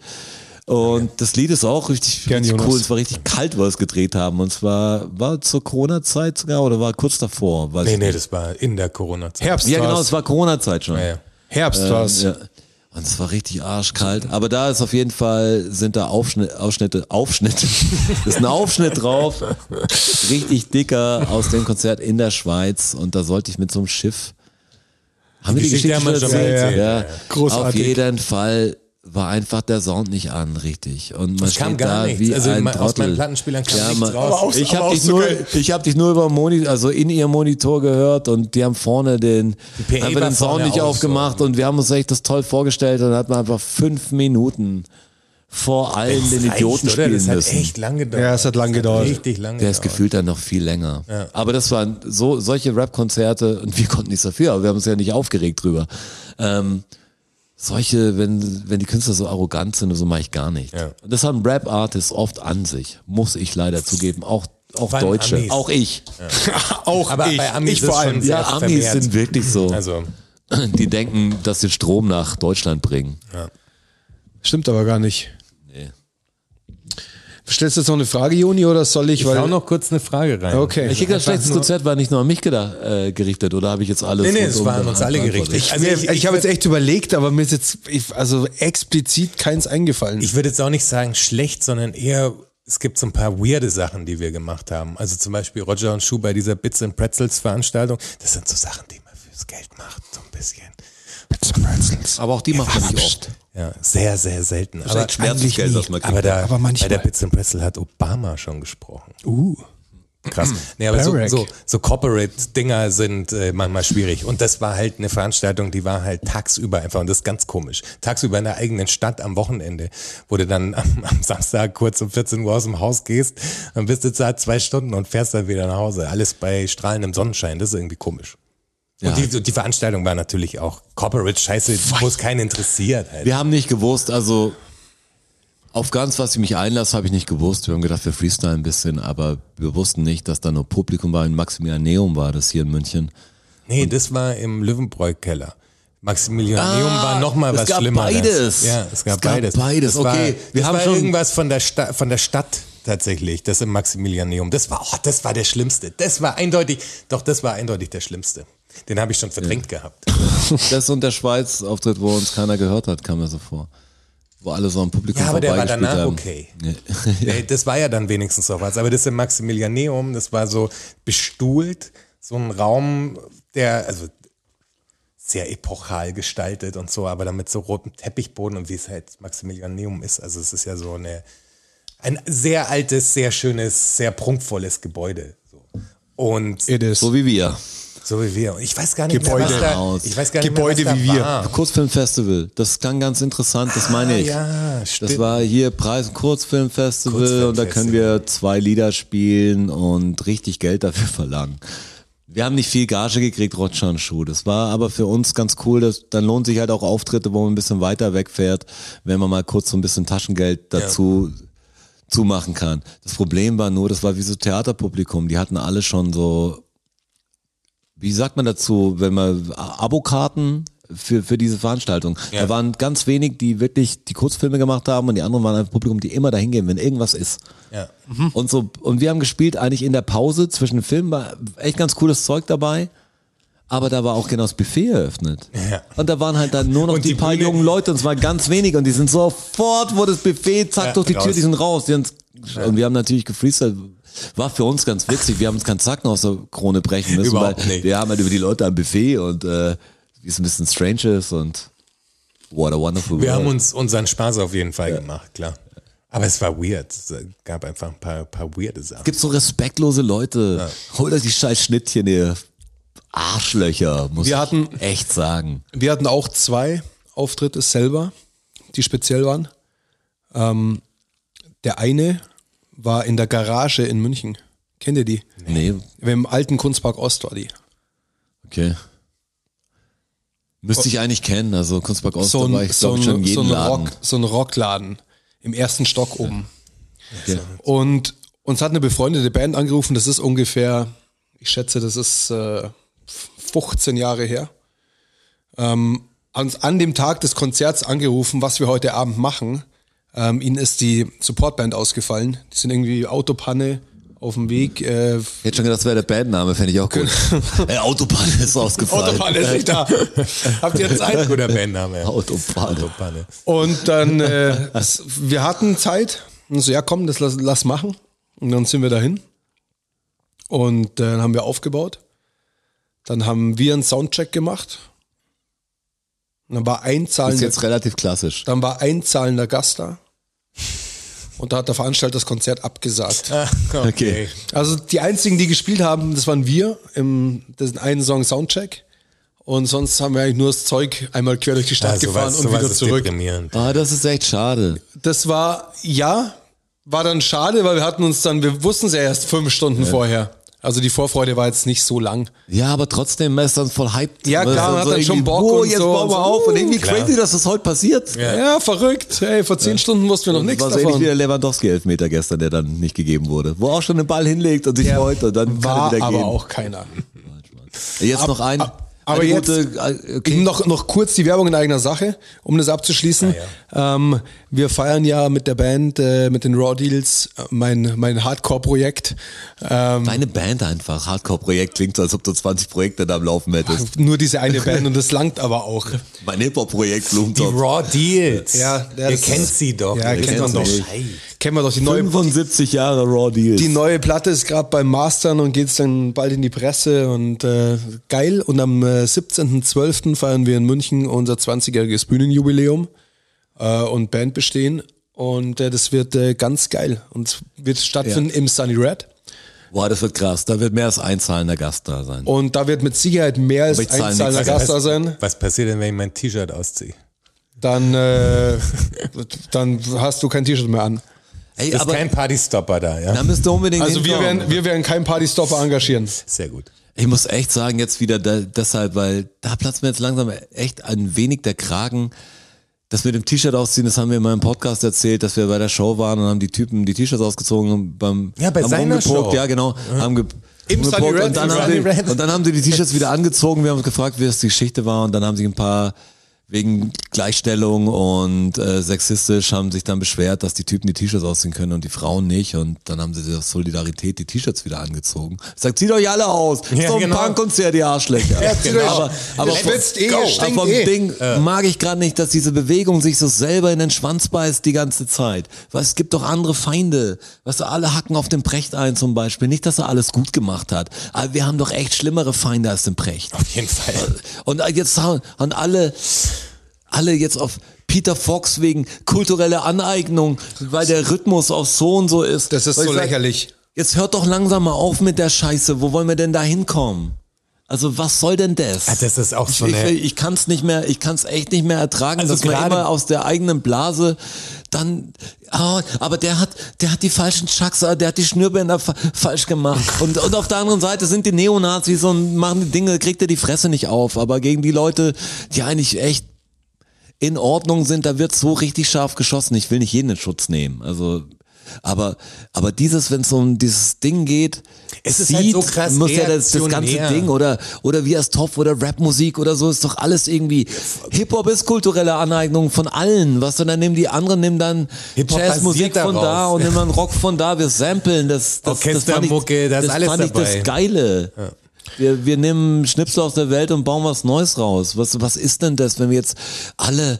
Speaker 2: Und das Lied ist auch richtig,
Speaker 3: Gern,
Speaker 2: richtig cool.
Speaker 3: Jonas.
Speaker 2: Es war richtig kalt, wo wir es gedreht haben. Und zwar war zur Corona-Zeit sogar oder war kurz davor. Weiß
Speaker 4: Nee,
Speaker 2: ich
Speaker 4: nee,
Speaker 2: nicht.
Speaker 4: das war in der Corona-Zeit.
Speaker 3: Herbst
Speaker 2: Ja, genau,
Speaker 3: war's.
Speaker 2: es war Corona-Zeit schon.
Speaker 4: Ja, ja.
Speaker 3: Herbst
Speaker 2: Ähm,
Speaker 3: war's.
Speaker 2: ja. Und es war richtig arschkalt. Aber da ist auf jeden Fall, sind da Aufschnitt, Aufschnitte, Aufschnitte. ist ein Aufschnitt drauf. Richtig dicker aus dem Konzert in der Schweiz. Und da sollte ich mit so einem Schiff. Haben wir die
Speaker 4: Geschichte
Speaker 2: Geschichte
Speaker 4: haben wir
Speaker 2: schon
Speaker 4: schon mal
Speaker 2: erzählt?
Speaker 4: erzählt, ja, ja.
Speaker 2: Auf
Speaker 3: Großartig.
Speaker 2: jeden Fall war einfach der Sound nicht an, richtig. Und man
Speaker 4: Es kam
Speaker 2: steht
Speaker 4: gar
Speaker 2: da
Speaker 4: nichts.
Speaker 2: wie
Speaker 4: Also
Speaker 2: ein
Speaker 4: mein- aus
Speaker 2: Trottel.
Speaker 4: meinen Plattenspielern kam nichts
Speaker 2: man-
Speaker 4: raus. Aber aus-
Speaker 2: Ich
Speaker 4: aber
Speaker 2: habe
Speaker 4: auch
Speaker 2: dich,
Speaker 4: so
Speaker 2: nur,
Speaker 4: geil.
Speaker 2: ich hab dich nur über Monitor, also in ihrem Monitor gehört und die haben vorne den,
Speaker 4: PA
Speaker 2: haben wir
Speaker 4: E war
Speaker 2: den Sound
Speaker 4: vorne
Speaker 2: nicht
Speaker 4: aus,
Speaker 2: aufgemacht und wir haben uns echt das toll vorgestellt und dann hat man einfach fünf Minuten vor allen
Speaker 4: Das
Speaker 2: den
Speaker 4: reicht,
Speaker 2: Idioten
Speaker 4: oder?
Speaker 2: spielen
Speaker 4: Das hat
Speaker 2: müssen.
Speaker 4: echt lang gedauert.
Speaker 3: Ja, es hat lang
Speaker 4: Das
Speaker 3: gedauert.
Speaker 4: Richtig lang
Speaker 2: Der ist
Speaker 4: gedauert.
Speaker 2: gefühlt dann noch viel länger. Aber das waren so solche Rap-Konzerte und wir konnten nichts dafür, aber wir haben uns ja nicht aufgeregt drüber. Ähm, solche, wenn, wenn die Künstler so arrogant sind, so mache ich gar nicht.
Speaker 4: Ja.
Speaker 2: Und Das haben Rap-Artists oft an sich, muss ich leider zugeben. Auch, auch
Speaker 4: Vor allem
Speaker 2: Deutsche,
Speaker 4: Amis.
Speaker 2: auch ich.
Speaker 3: Auch
Speaker 4: Aber
Speaker 3: ich.
Speaker 4: bei Amis
Speaker 3: ich vor
Speaker 4: ist schon
Speaker 3: allem.
Speaker 4: sehr-
Speaker 2: Ja,
Speaker 4: Ja,
Speaker 2: Amis
Speaker 4: vermehrt.
Speaker 2: sind wirklich so.
Speaker 4: Also,
Speaker 2: Die denken, dass sie Strom nach Deutschland bringen.
Speaker 3: Stimmt aber gar nicht.
Speaker 2: Nee.
Speaker 3: Stellst du jetzt noch eine Frage, Joni, oder soll ich?
Speaker 4: ich
Speaker 3: weil,
Speaker 4: hau noch kurz eine Frage rein.
Speaker 3: Okay.
Speaker 2: Ich krieg das
Speaker 4: Einfach
Speaker 2: schlechtes
Speaker 4: nur-
Speaker 2: Konzert war nicht nur an mich gedacht, äh, gerichtet, oder habe ich jetzt alles?
Speaker 4: Nee, nee, es
Speaker 2: rundum
Speaker 4: waren uns alle
Speaker 2: beantwortet?
Speaker 4: gerichtet.
Speaker 3: Also ich, ich habe jetzt
Speaker 4: würd-
Speaker 3: echt überlegt, aber mir ist jetzt ich, also explizit keins eingefallen.
Speaker 4: Ich würde jetzt auch nicht sagen schlecht, sondern eher, es gibt so ein paar weirde Sachen, die wir gemacht haben. Also zum Beispiel Roger und Schuh bei dieser Bits and Pretzels Veranstaltung. Das sind so Sachen, die man fürs Geld macht, so ein bisschen. Bits and Pretzels.
Speaker 2: Aber auch die macht man nicht oft.
Speaker 4: Ja, sehr, sehr selten. Aber,
Speaker 2: echt schmerzlich
Speaker 4: eigentlich
Speaker 2: Geld,
Speaker 4: nie.
Speaker 2: was man kriegt.
Speaker 4: aber, da,
Speaker 3: Aber manchmal.
Speaker 4: bei der Bits and Pretzel hat Obama schon gesprochen.
Speaker 3: uh.
Speaker 4: Krass. Nee, aber so,
Speaker 3: Barack.
Speaker 4: so, so Corporate-Dinger sind äh, manchmal schwierig. Und das war halt eine Veranstaltung, die war halt tagsüber einfach. Und das ist ganz komisch. Tagsüber in der eigenen Stadt am Wochenende, wo du dann am, am Samstag kurz um 14 Uhr aus dem Haus gehst, dann bist du da zwei Stunden und fährst dann wieder nach Hause. Alles bei strahlendem Sonnenschein. Das ist irgendwie komisch.
Speaker 2: Ja.
Speaker 4: Und die, die Veranstaltung war natürlich auch Corporate-Scheiße, wo es keinen interessiert. Halt.
Speaker 2: Wir haben nicht gewusst, also auf ganz, was ich mich einlasse, habe ich nicht gewusst. Wir haben gedacht, wir freestylen ein bisschen, aber wir wussten nicht, dass da nur Publikum war. In Maximilianeum war das hier in München.
Speaker 4: Nee, das war im Löwenbräu-Keller. Maximilianeum war noch mal
Speaker 2: Ah, es
Speaker 4: was
Speaker 2: gab
Speaker 4: Schlimmeres.
Speaker 2: beides.
Speaker 4: Ja, es gab
Speaker 2: Es gab
Speaker 4: beides.
Speaker 2: beides,
Speaker 4: Das
Speaker 2: okay.
Speaker 4: War,
Speaker 2: Wir
Speaker 4: das
Speaker 2: haben
Speaker 4: war
Speaker 2: schon-
Speaker 4: irgendwas von der, Sta von der Stadt tatsächlich, das im Maximilianeum. Das war, oh, das war der Schlimmste. Das war eindeutig, doch das war eindeutig der Schlimmste. Den habe ich schon verdrängt gehabt.
Speaker 2: Das und der Schweiz-Auftritt, wo uns keiner gehört hat, kam mir so vor. Wo alle so am Publikum
Speaker 4: Ja, aber der war
Speaker 2: vorbeigespielt
Speaker 4: danach
Speaker 2: haben.
Speaker 4: okay.
Speaker 2: Ja.
Speaker 4: Nee, Das war ja dann wenigstens noch was. Aber das im Maximilianeum, das war so bestuhlt, so ein Raum, der, also sehr epochal gestaltet und so, aber dann mit so rotem Teppichboden und wie es halt Maximilianeum ist. Also es ist ja so eine, ein sehr altes, sehr schönes, sehr prunkvolles Gebäude. So. Und
Speaker 3: It is.
Speaker 2: So wie wir.
Speaker 4: so wie wir. Und Ich weiß gar nicht
Speaker 3: Gebäude.
Speaker 4: mehr, was da, ich weiß gar nicht
Speaker 3: Gebäude
Speaker 4: mehr, was da
Speaker 3: wie wir.
Speaker 4: War.
Speaker 2: Kurzfilmfestival, das klang ganz interessant, das meine ich.
Speaker 4: Ah, ja,
Speaker 2: das
Speaker 4: stimmt.
Speaker 2: war hier Preis Kurzfilmfestival und da können wir zwei Lieder spielen und richtig Geld dafür verlangen. Wir haben nicht viel Gage gekriegt, Rotscher und Schuh. Das war aber für uns ganz cool. Dass, dann lohnt sich halt auch Auftritte, wo man ein bisschen weiter wegfährt, wenn man mal kurz so ein bisschen Taschengeld dazu zumachen kann. Das Problem war nur, das war wie so Theaterpublikum. Die hatten alle schon so wie sagt man dazu, wenn man A- Abokarten für, für diese Veranstaltung. Da waren ganz wenig, die wirklich die Kurzfilme gemacht haben und die anderen waren einfach Publikum, die immer dahin gehen, wenn irgendwas ist.
Speaker 4: Ja.
Speaker 2: Und so, und wir haben gespielt eigentlich in der Pause zwischen den Filmen, war echt ganz cooles Zeug dabei. Aber da war auch genau das Buffet eröffnet.
Speaker 4: Ja.
Speaker 2: Und da waren halt dann nur noch
Speaker 4: Und
Speaker 2: die,
Speaker 4: die
Speaker 2: paar
Speaker 4: Bühne-
Speaker 2: jungen Leute und es war ganz wenig und die sind sofort, wo das Buffet, zack,
Speaker 4: Ja,
Speaker 2: durch die Tür,
Speaker 4: raus.
Speaker 2: die sind raus. Die sind, Und wir haben natürlich gefreestylt. War für uns ganz witzig. Wir haben uns keinen Zacken aus der Krone brechen müssen,
Speaker 4: Überhaupt
Speaker 2: weil
Speaker 4: nicht.
Speaker 2: wir haben halt über die Leute am Buffet und äh, wie es ein bisschen strange ist und what a wonderful
Speaker 4: Wir
Speaker 2: world.
Speaker 4: haben uns unseren Spaß auf jeden Fall gemacht, klar. Aber es war weird. Es gab einfach ein paar, paar weirde Sachen.
Speaker 2: gibt so respektlose Leute. Holt euch die scheiß Schnittchen, ihr Arschlöcher, muss
Speaker 3: Wir hatten-
Speaker 2: ich echt sagen.
Speaker 3: Wir hatten auch zwei Auftritte selber, die speziell waren. Ähm, der eine war in der Garage in München. Kennt ihr die?
Speaker 2: Nee,
Speaker 3: Im alten Kunstpark Ost war die.
Speaker 2: okay. Müsste ich eigentlich kennen, also Kunstpark Ost,
Speaker 3: Oh. So
Speaker 2: da war
Speaker 3: ein,
Speaker 2: ich
Speaker 3: so
Speaker 2: glaube ich schon in
Speaker 3: ein, so
Speaker 2: jedem
Speaker 3: ein,
Speaker 2: Laden.
Speaker 3: Rock, so ein Rockladen im ersten Stock oben.
Speaker 2: Okay.
Speaker 3: Und uns hat eine befreundete Band angerufen, das ist ungefähr, ich schätze, das ist äh, 15 Jahre her. ähm, uns an dem Tag des Konzerts angerufen, was wir heute Abend machen. Ähm, ihnen ist die Supportband ausgefallen. Die sind irgendwie Autopanne auf dem Weg. Äh,
Speaker 2: Jetzt schon gedacht, das wäre der Bandname, fände ich auch gut. äh, Autobahn ist ausgefallen.
Speaker 3: Autopanne Genau. ist nicht da. Habt ihr Zeit?
Speaker 4: Guter Bandname.
Speaker 2: Autobahn.
Speaker 4: Autopanne.
Speaker 3: Und dann, äh, s- wir hatten Zeit. Und so, ja, komm, das lass, lass machen. Und dann sind wir dahin. Und äh, dann haben wir aufgebaut. Dann haben wir einen Soundcheck gemacht. Und dann war ein
Speaker 2: Ist
Speaker 3: zahlender,
Speaker 2: jetzt relativ klassisch.
Speaker 3: dann war ein zahlender Gast da. Und da hat der Veranstalter das Konzert abgesagt.
Speaker 4: Ah, okay.
Speaker 2: Okay.
Speaker 3: Also die einzigen, die gespielt haben, das waren wir im das einen Song Soundcheck. Und sonst haben wir eigentlich nur das Zeug einmal quer durch die Stadt
Speaker 4: Also,
Speaker 3: gefahren
Speaker 4: was,
Speaker 3: und wieder zurück.
Speaker 4: Deprimierend.
Speaker 2: Ah, das ist echt schade.
Speaker 3: das war, ja, war dann schade, weil wir hatten uns dann, wir wussten es ja erst fünf Stunden vorher. Also die Vorfreude war jetzt nicht so lang.
Speaker 2: Ja, aber trotzdem man ist dann voll hyped.
Speaker 3: Ja,
Speaker 2: Man ist
Speaker 3: klar, man hat dann schon
Speaker 2: irgendwie,
Speaker 3: Bock
Speaker 2: wow,
Speaker 3: und
Speaker 2: jetzt
Speaker 3: so
Speaker 2: bauen
Speaker 3: und
Speaker 2: wir
Speaker 3: so.
Speaker 2: auf. Und irgendwie
Speaker 4: Klar.
Speaker 2: crazy, dass das heute passiert.
Speaker 3: Ja, verrückt. Hey, vor zehn Stunden wussten wir noch nichts
Speaker 2: war so ähnlich wie
Speaker 3: davon.
Speaker 2: der Lewandowski-Elfmeter gestern, der dann nicht gegeben wurde. Wo er auch schon den Ball hinlegt und sich freut und dann
Speaker 3: War
Speaker 2: kann er wieder
Speaker 3: aber
Speaker 2: gehen.
Speaker 3: auch keiner.
Speaker 2: Jetzt noch ein.
Speaker 3: ab- aber
Speaker 2: eine
Speaker 3: jetzt-
Speaker 2: gute, ah, äh, okay.
Speaker 3: Noch, noch kurz die Werbung in eigener Sache, um das abzuschließen. Ähm, wir feiern ja mit der Band, äh, mit den Raw Deals, äh, mein, mein Hardcore-Projekt. Ähm.
Speaker 2: Deine Band einfach. Hardcore-Projekt klingt so, als ob du 20 Projekte da am Laufen hättest.
Speaker 3: Nur diese eine Band und das langt aber auch.
Speaker 2: Mein Hip-Hop-Projekt
Speaker 4: Die
Speaker 2: Blumentopf.
Speaker 4: Raw Deals.
Speaker 3: Ja, ja,
Speaker 4: Ihr
Speaker 3: das-
Speaker 4: kennt sie doch.
Speaker 3: Ja,
Speaker 4: Ihr
Speaker 3: kennt
Speaker 4: kennt
Speaker 3: man
Speaker 4: sie
Speaker 3: doch.
Speaker 4: nicht.
Speaker 3: Kennen wir doch die neue
Speaker 2: 75 Jahre Raw Deals.
Speaker 3: Die neue Platte ist gerade beim Mastern und geht's dann bald in die Presse und äh, geil. Und am äh, 17.12. feiern wir in München unser 20-jähriges Bühnenjubiläum äh, und Band bestehen. Und äh, das wird äh, ganz geil. Und es wird stattfinden im Sunny Red.
Speaker 2: Boah, das wird krass. Da wird mehr als ein zahlender Gast da sein.
Speaker 3: Und da wird mit Sicherheit mehr als
Speaker 2: ich zahl
Speaker 3: ein zahlender
Speaker 2: nix.
Speaker 3: Gast da sein.
Speaker 4: Was passiert denn, wenn ich mein T-Shirt ausziehe?
Speaker 3: Dann, äh, dann hast du kein T-Shirt mehr an.
Speaker 2: Ey,
Speaker 4: Ist
Speaker 2: aber
Speaker 4: kein Partystopper da, ja?
Speaker 2: da müsst ihr unbedingt
Speaker 3: Also wir
Speaker 2: hinkommen.
Speaker 3: werden, wir werden keinen Partystopper engagieren.
Speaker 4: Sehr gut.
Speaker 2: Ich muss echt sagen, jetzt wieder da, deshalb, weil da platzt mir jetzt langsam echt ein wenig der Kragen. Das mit dem T-Shirt ausziehen, das haben wir in meinem Podcast erzählt, dass wir bei der Show waren und haben die Typen die T-Shirts ausgezogen und beim
Speaker 4: Ja, bei
Speaker 2: haben
Speaker 4: seiner
Speaker 2: rumgepokt.
Speaker 4: Show.
Speaker 2: ja genau, haben ge
Speaker 3: Im
Speaker 2: rumgepokt
Speaker 3: Sunny Red,
Speaker 2: und, dann
Speaker 3: im
Speaker 2: haben
Speaker 3: Sunny
Speaker 2: die,
Speaker 3: Red.
Speaker 2: und dann haben sie die T-Shirts wieder angezogen, wir haben uns gefragt, wie das die Geschichte war und dann haben sich ein paar wegen Gleichstellung und äh, sexistisch haben sich dann beschwert, dass die Typen die T-Shirts ausziehen können und die Frauen nicht und dann haben sie aus Solidarität die T-Shirts wieder angezogen. Ich sag, zieht euch alle aus,
Speaker 4: Ja,
Speaker 2: so ein
Speaker 4: genau.
Speaker 2: Punkkonzert, ihr Arschlöcher.
Speaker 3: Ja, zieht euch-
Speaker 2: Aber, Genau. aber
Speaker 3: ihr
Speaker 2: vom-
Speaker 3: schwitzt eh, ihr
Speaker 2: aber
Speaker 3: stinkt
Speaker 2: vom
Speaker 3: eh.
Speaker 2: Ding äh, mag ich gerade nicht, dass diese Bewegung sich so selber in den Schwanz beißt die ganze Zeit. Weil es gibt doch andere Feinde. Weißt du, alle hacken auf den Precht ein zum Beispiel. Nicht, dass er alles gut gemacht hat. Aber wir haben doch echt schlimmere Feinde als den Precht.
Speaker 4: Auf jeden Fall.
Speaker 2: Und äh, jetzt haben haben alle, alle jetzt auf Peter Fox wegen kultureller Aneignung, weil der Rhythmus auch so und so ist.
Speaker 3: Das ist
Speaker 2: Weil
Speaker 3: so
Speaker 2: ich sag,
Speaker 3: lächerlich.
Speaker 2: Jetzt hört doch langsam mal auf mit der Scheiße. Wo wollen wir denn da hinkommen? Also was soll denn das?
Speaker 4: Ah, das ist auch so
Speaker 2: ich,
Speaker 4: eine-
Speaker 2: ich, ich kann es nicht mehr, ich kann es echt nicht mehr ertragen,
Speaker 4: Also
Speaker 2: dass man
Speaker 4: gerade-
Speaker 2: immer aus der eigenen Blase dann, ah, aber der hat, der hat die falschen Chucks, ah, der hat die Schnürbänder fa falsch gemacht. Und, und auf der anderen Seite sind die Neonazis und machen die Dinge, kriegt er die Fresse nicht auf. Aber gegen die Leute, die eigentlich echt in Ordnung sind, da wird so richtig scharf geschossen. Ich will nicht jeden in Schutz nehmen. Also, aber, aber dieses, wenn es um dieses Ding geht,
Speaker 4: Es ist halt so krass
Speaker 2: muss ja das, das ganze
Speaker 4: reaktionär.
Speaker 2: Ding oder, oder wie als Topf oder Rapmusik oder so ist doch alles irgendwie. Hip-Hop ist kulturelle Aneignung von allen. Was und dann nehmen die anderen, nehmen dann
Speaker 4: Hip-Hop
Speaker 2: Jazzmusik
Speaker 4: basiert
Speaker 2: von da
Speaker 4: darauf.
Speaker 2: und nehmen dann Rock von da. Wir samplen das. das
Speaker 4: Orchestermucke, da
Speaker 2: das
Speaker 4: ist
Speaker 2: fand
Speaker 4: alles
Speaker 2: ich, fand ich
Speaker 4: dabei.
Speaker 2: das Geile. Wir, wir nehmen Schnipsel aus der Welt und bauen was Neues raus. Was, was ist denn das, wenn wir jetzt alle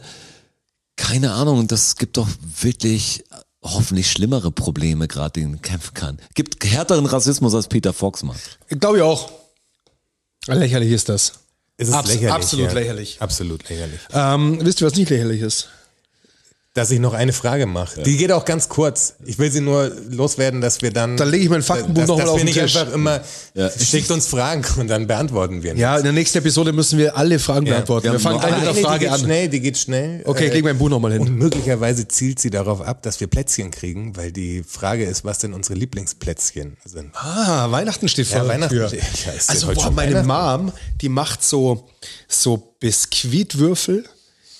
Speaker 2: keine Ahnung, das gibt doch wirklich hoffentlich schlimmere Probleme gerade, denen man kämpfen kann. Gibt härteren Rassismus als Peter Fox macht.
Speaker 3: Glaube ich auch. Lächerlich ist das.
Speaker 4: Es ist
Speaker 3: Abs-
Speaker 4: lächerlich.
Speaker 3: absolut
Speaker 4: ja.
Speaker 3: lächerlich.
Speaker 4: Absolut lächerlich.
Speaker 3: Ähm, wisst ihr, was nicht lächerlich ist?
Speaker 4: Dass ich noch eine Frage mache. Die geht auch ganz kurz. Ich will sie nur loswerden, dass wir dann.
Speaker 3: Dann lege ich mein Faktenbuch
Speaker 4: dass,
Speaker 3: noch mal
Speaker 4: dass
Speaker 3: auf
Speaker 4: wir
Speaker 3: den
Speaker 4: nicht
Speaker 3: Tisch.
Speaker 4: einfach immer. Schickt uns Fragen und dann beantworten wir.
Speaker 3: Ja, in der nächsten Episode müssen wir alle Fragen beantworten.
Speaker 2: Wir
Speaker 3: Wir fangen
Speaker 2: haben
Speaker 3: gleich mit
Speaker 4: Aber
Speaker 3: der
Speaker 4: eine, die
Speaker 3: Frage
Speaker 4: geht
Speaker 3: an.
Speaker 4: schnell, die geht schnell.
Speaker 3: Okay,
Speaker 4: Äh,
Speaker 3: kriegen wir ein Buch nochmal hin.
Speaker 4: Und möglicherweise zielt sie darauf ab, dass wir Plätzchen kriegen, weil die Frage ist, was denn unsere Lieblingsplätzchen sind.
Speaker 3: Ah, Weihnachten steht vor
Speaker 4: Ja,
Speaker 3: der
Speaker 4: Weihnachten
Speaker 3: Tür.
Speaker 4: steht- Ja, ist ja
Speaker 3: also
Speaker 4: heute
Speaker 3: boah,
Speaker 4: schon
Speaker 3: meine
Speaker 4: Weihnachten.
Speaker 3: Mom, die macht so, so Biskuitwürfel,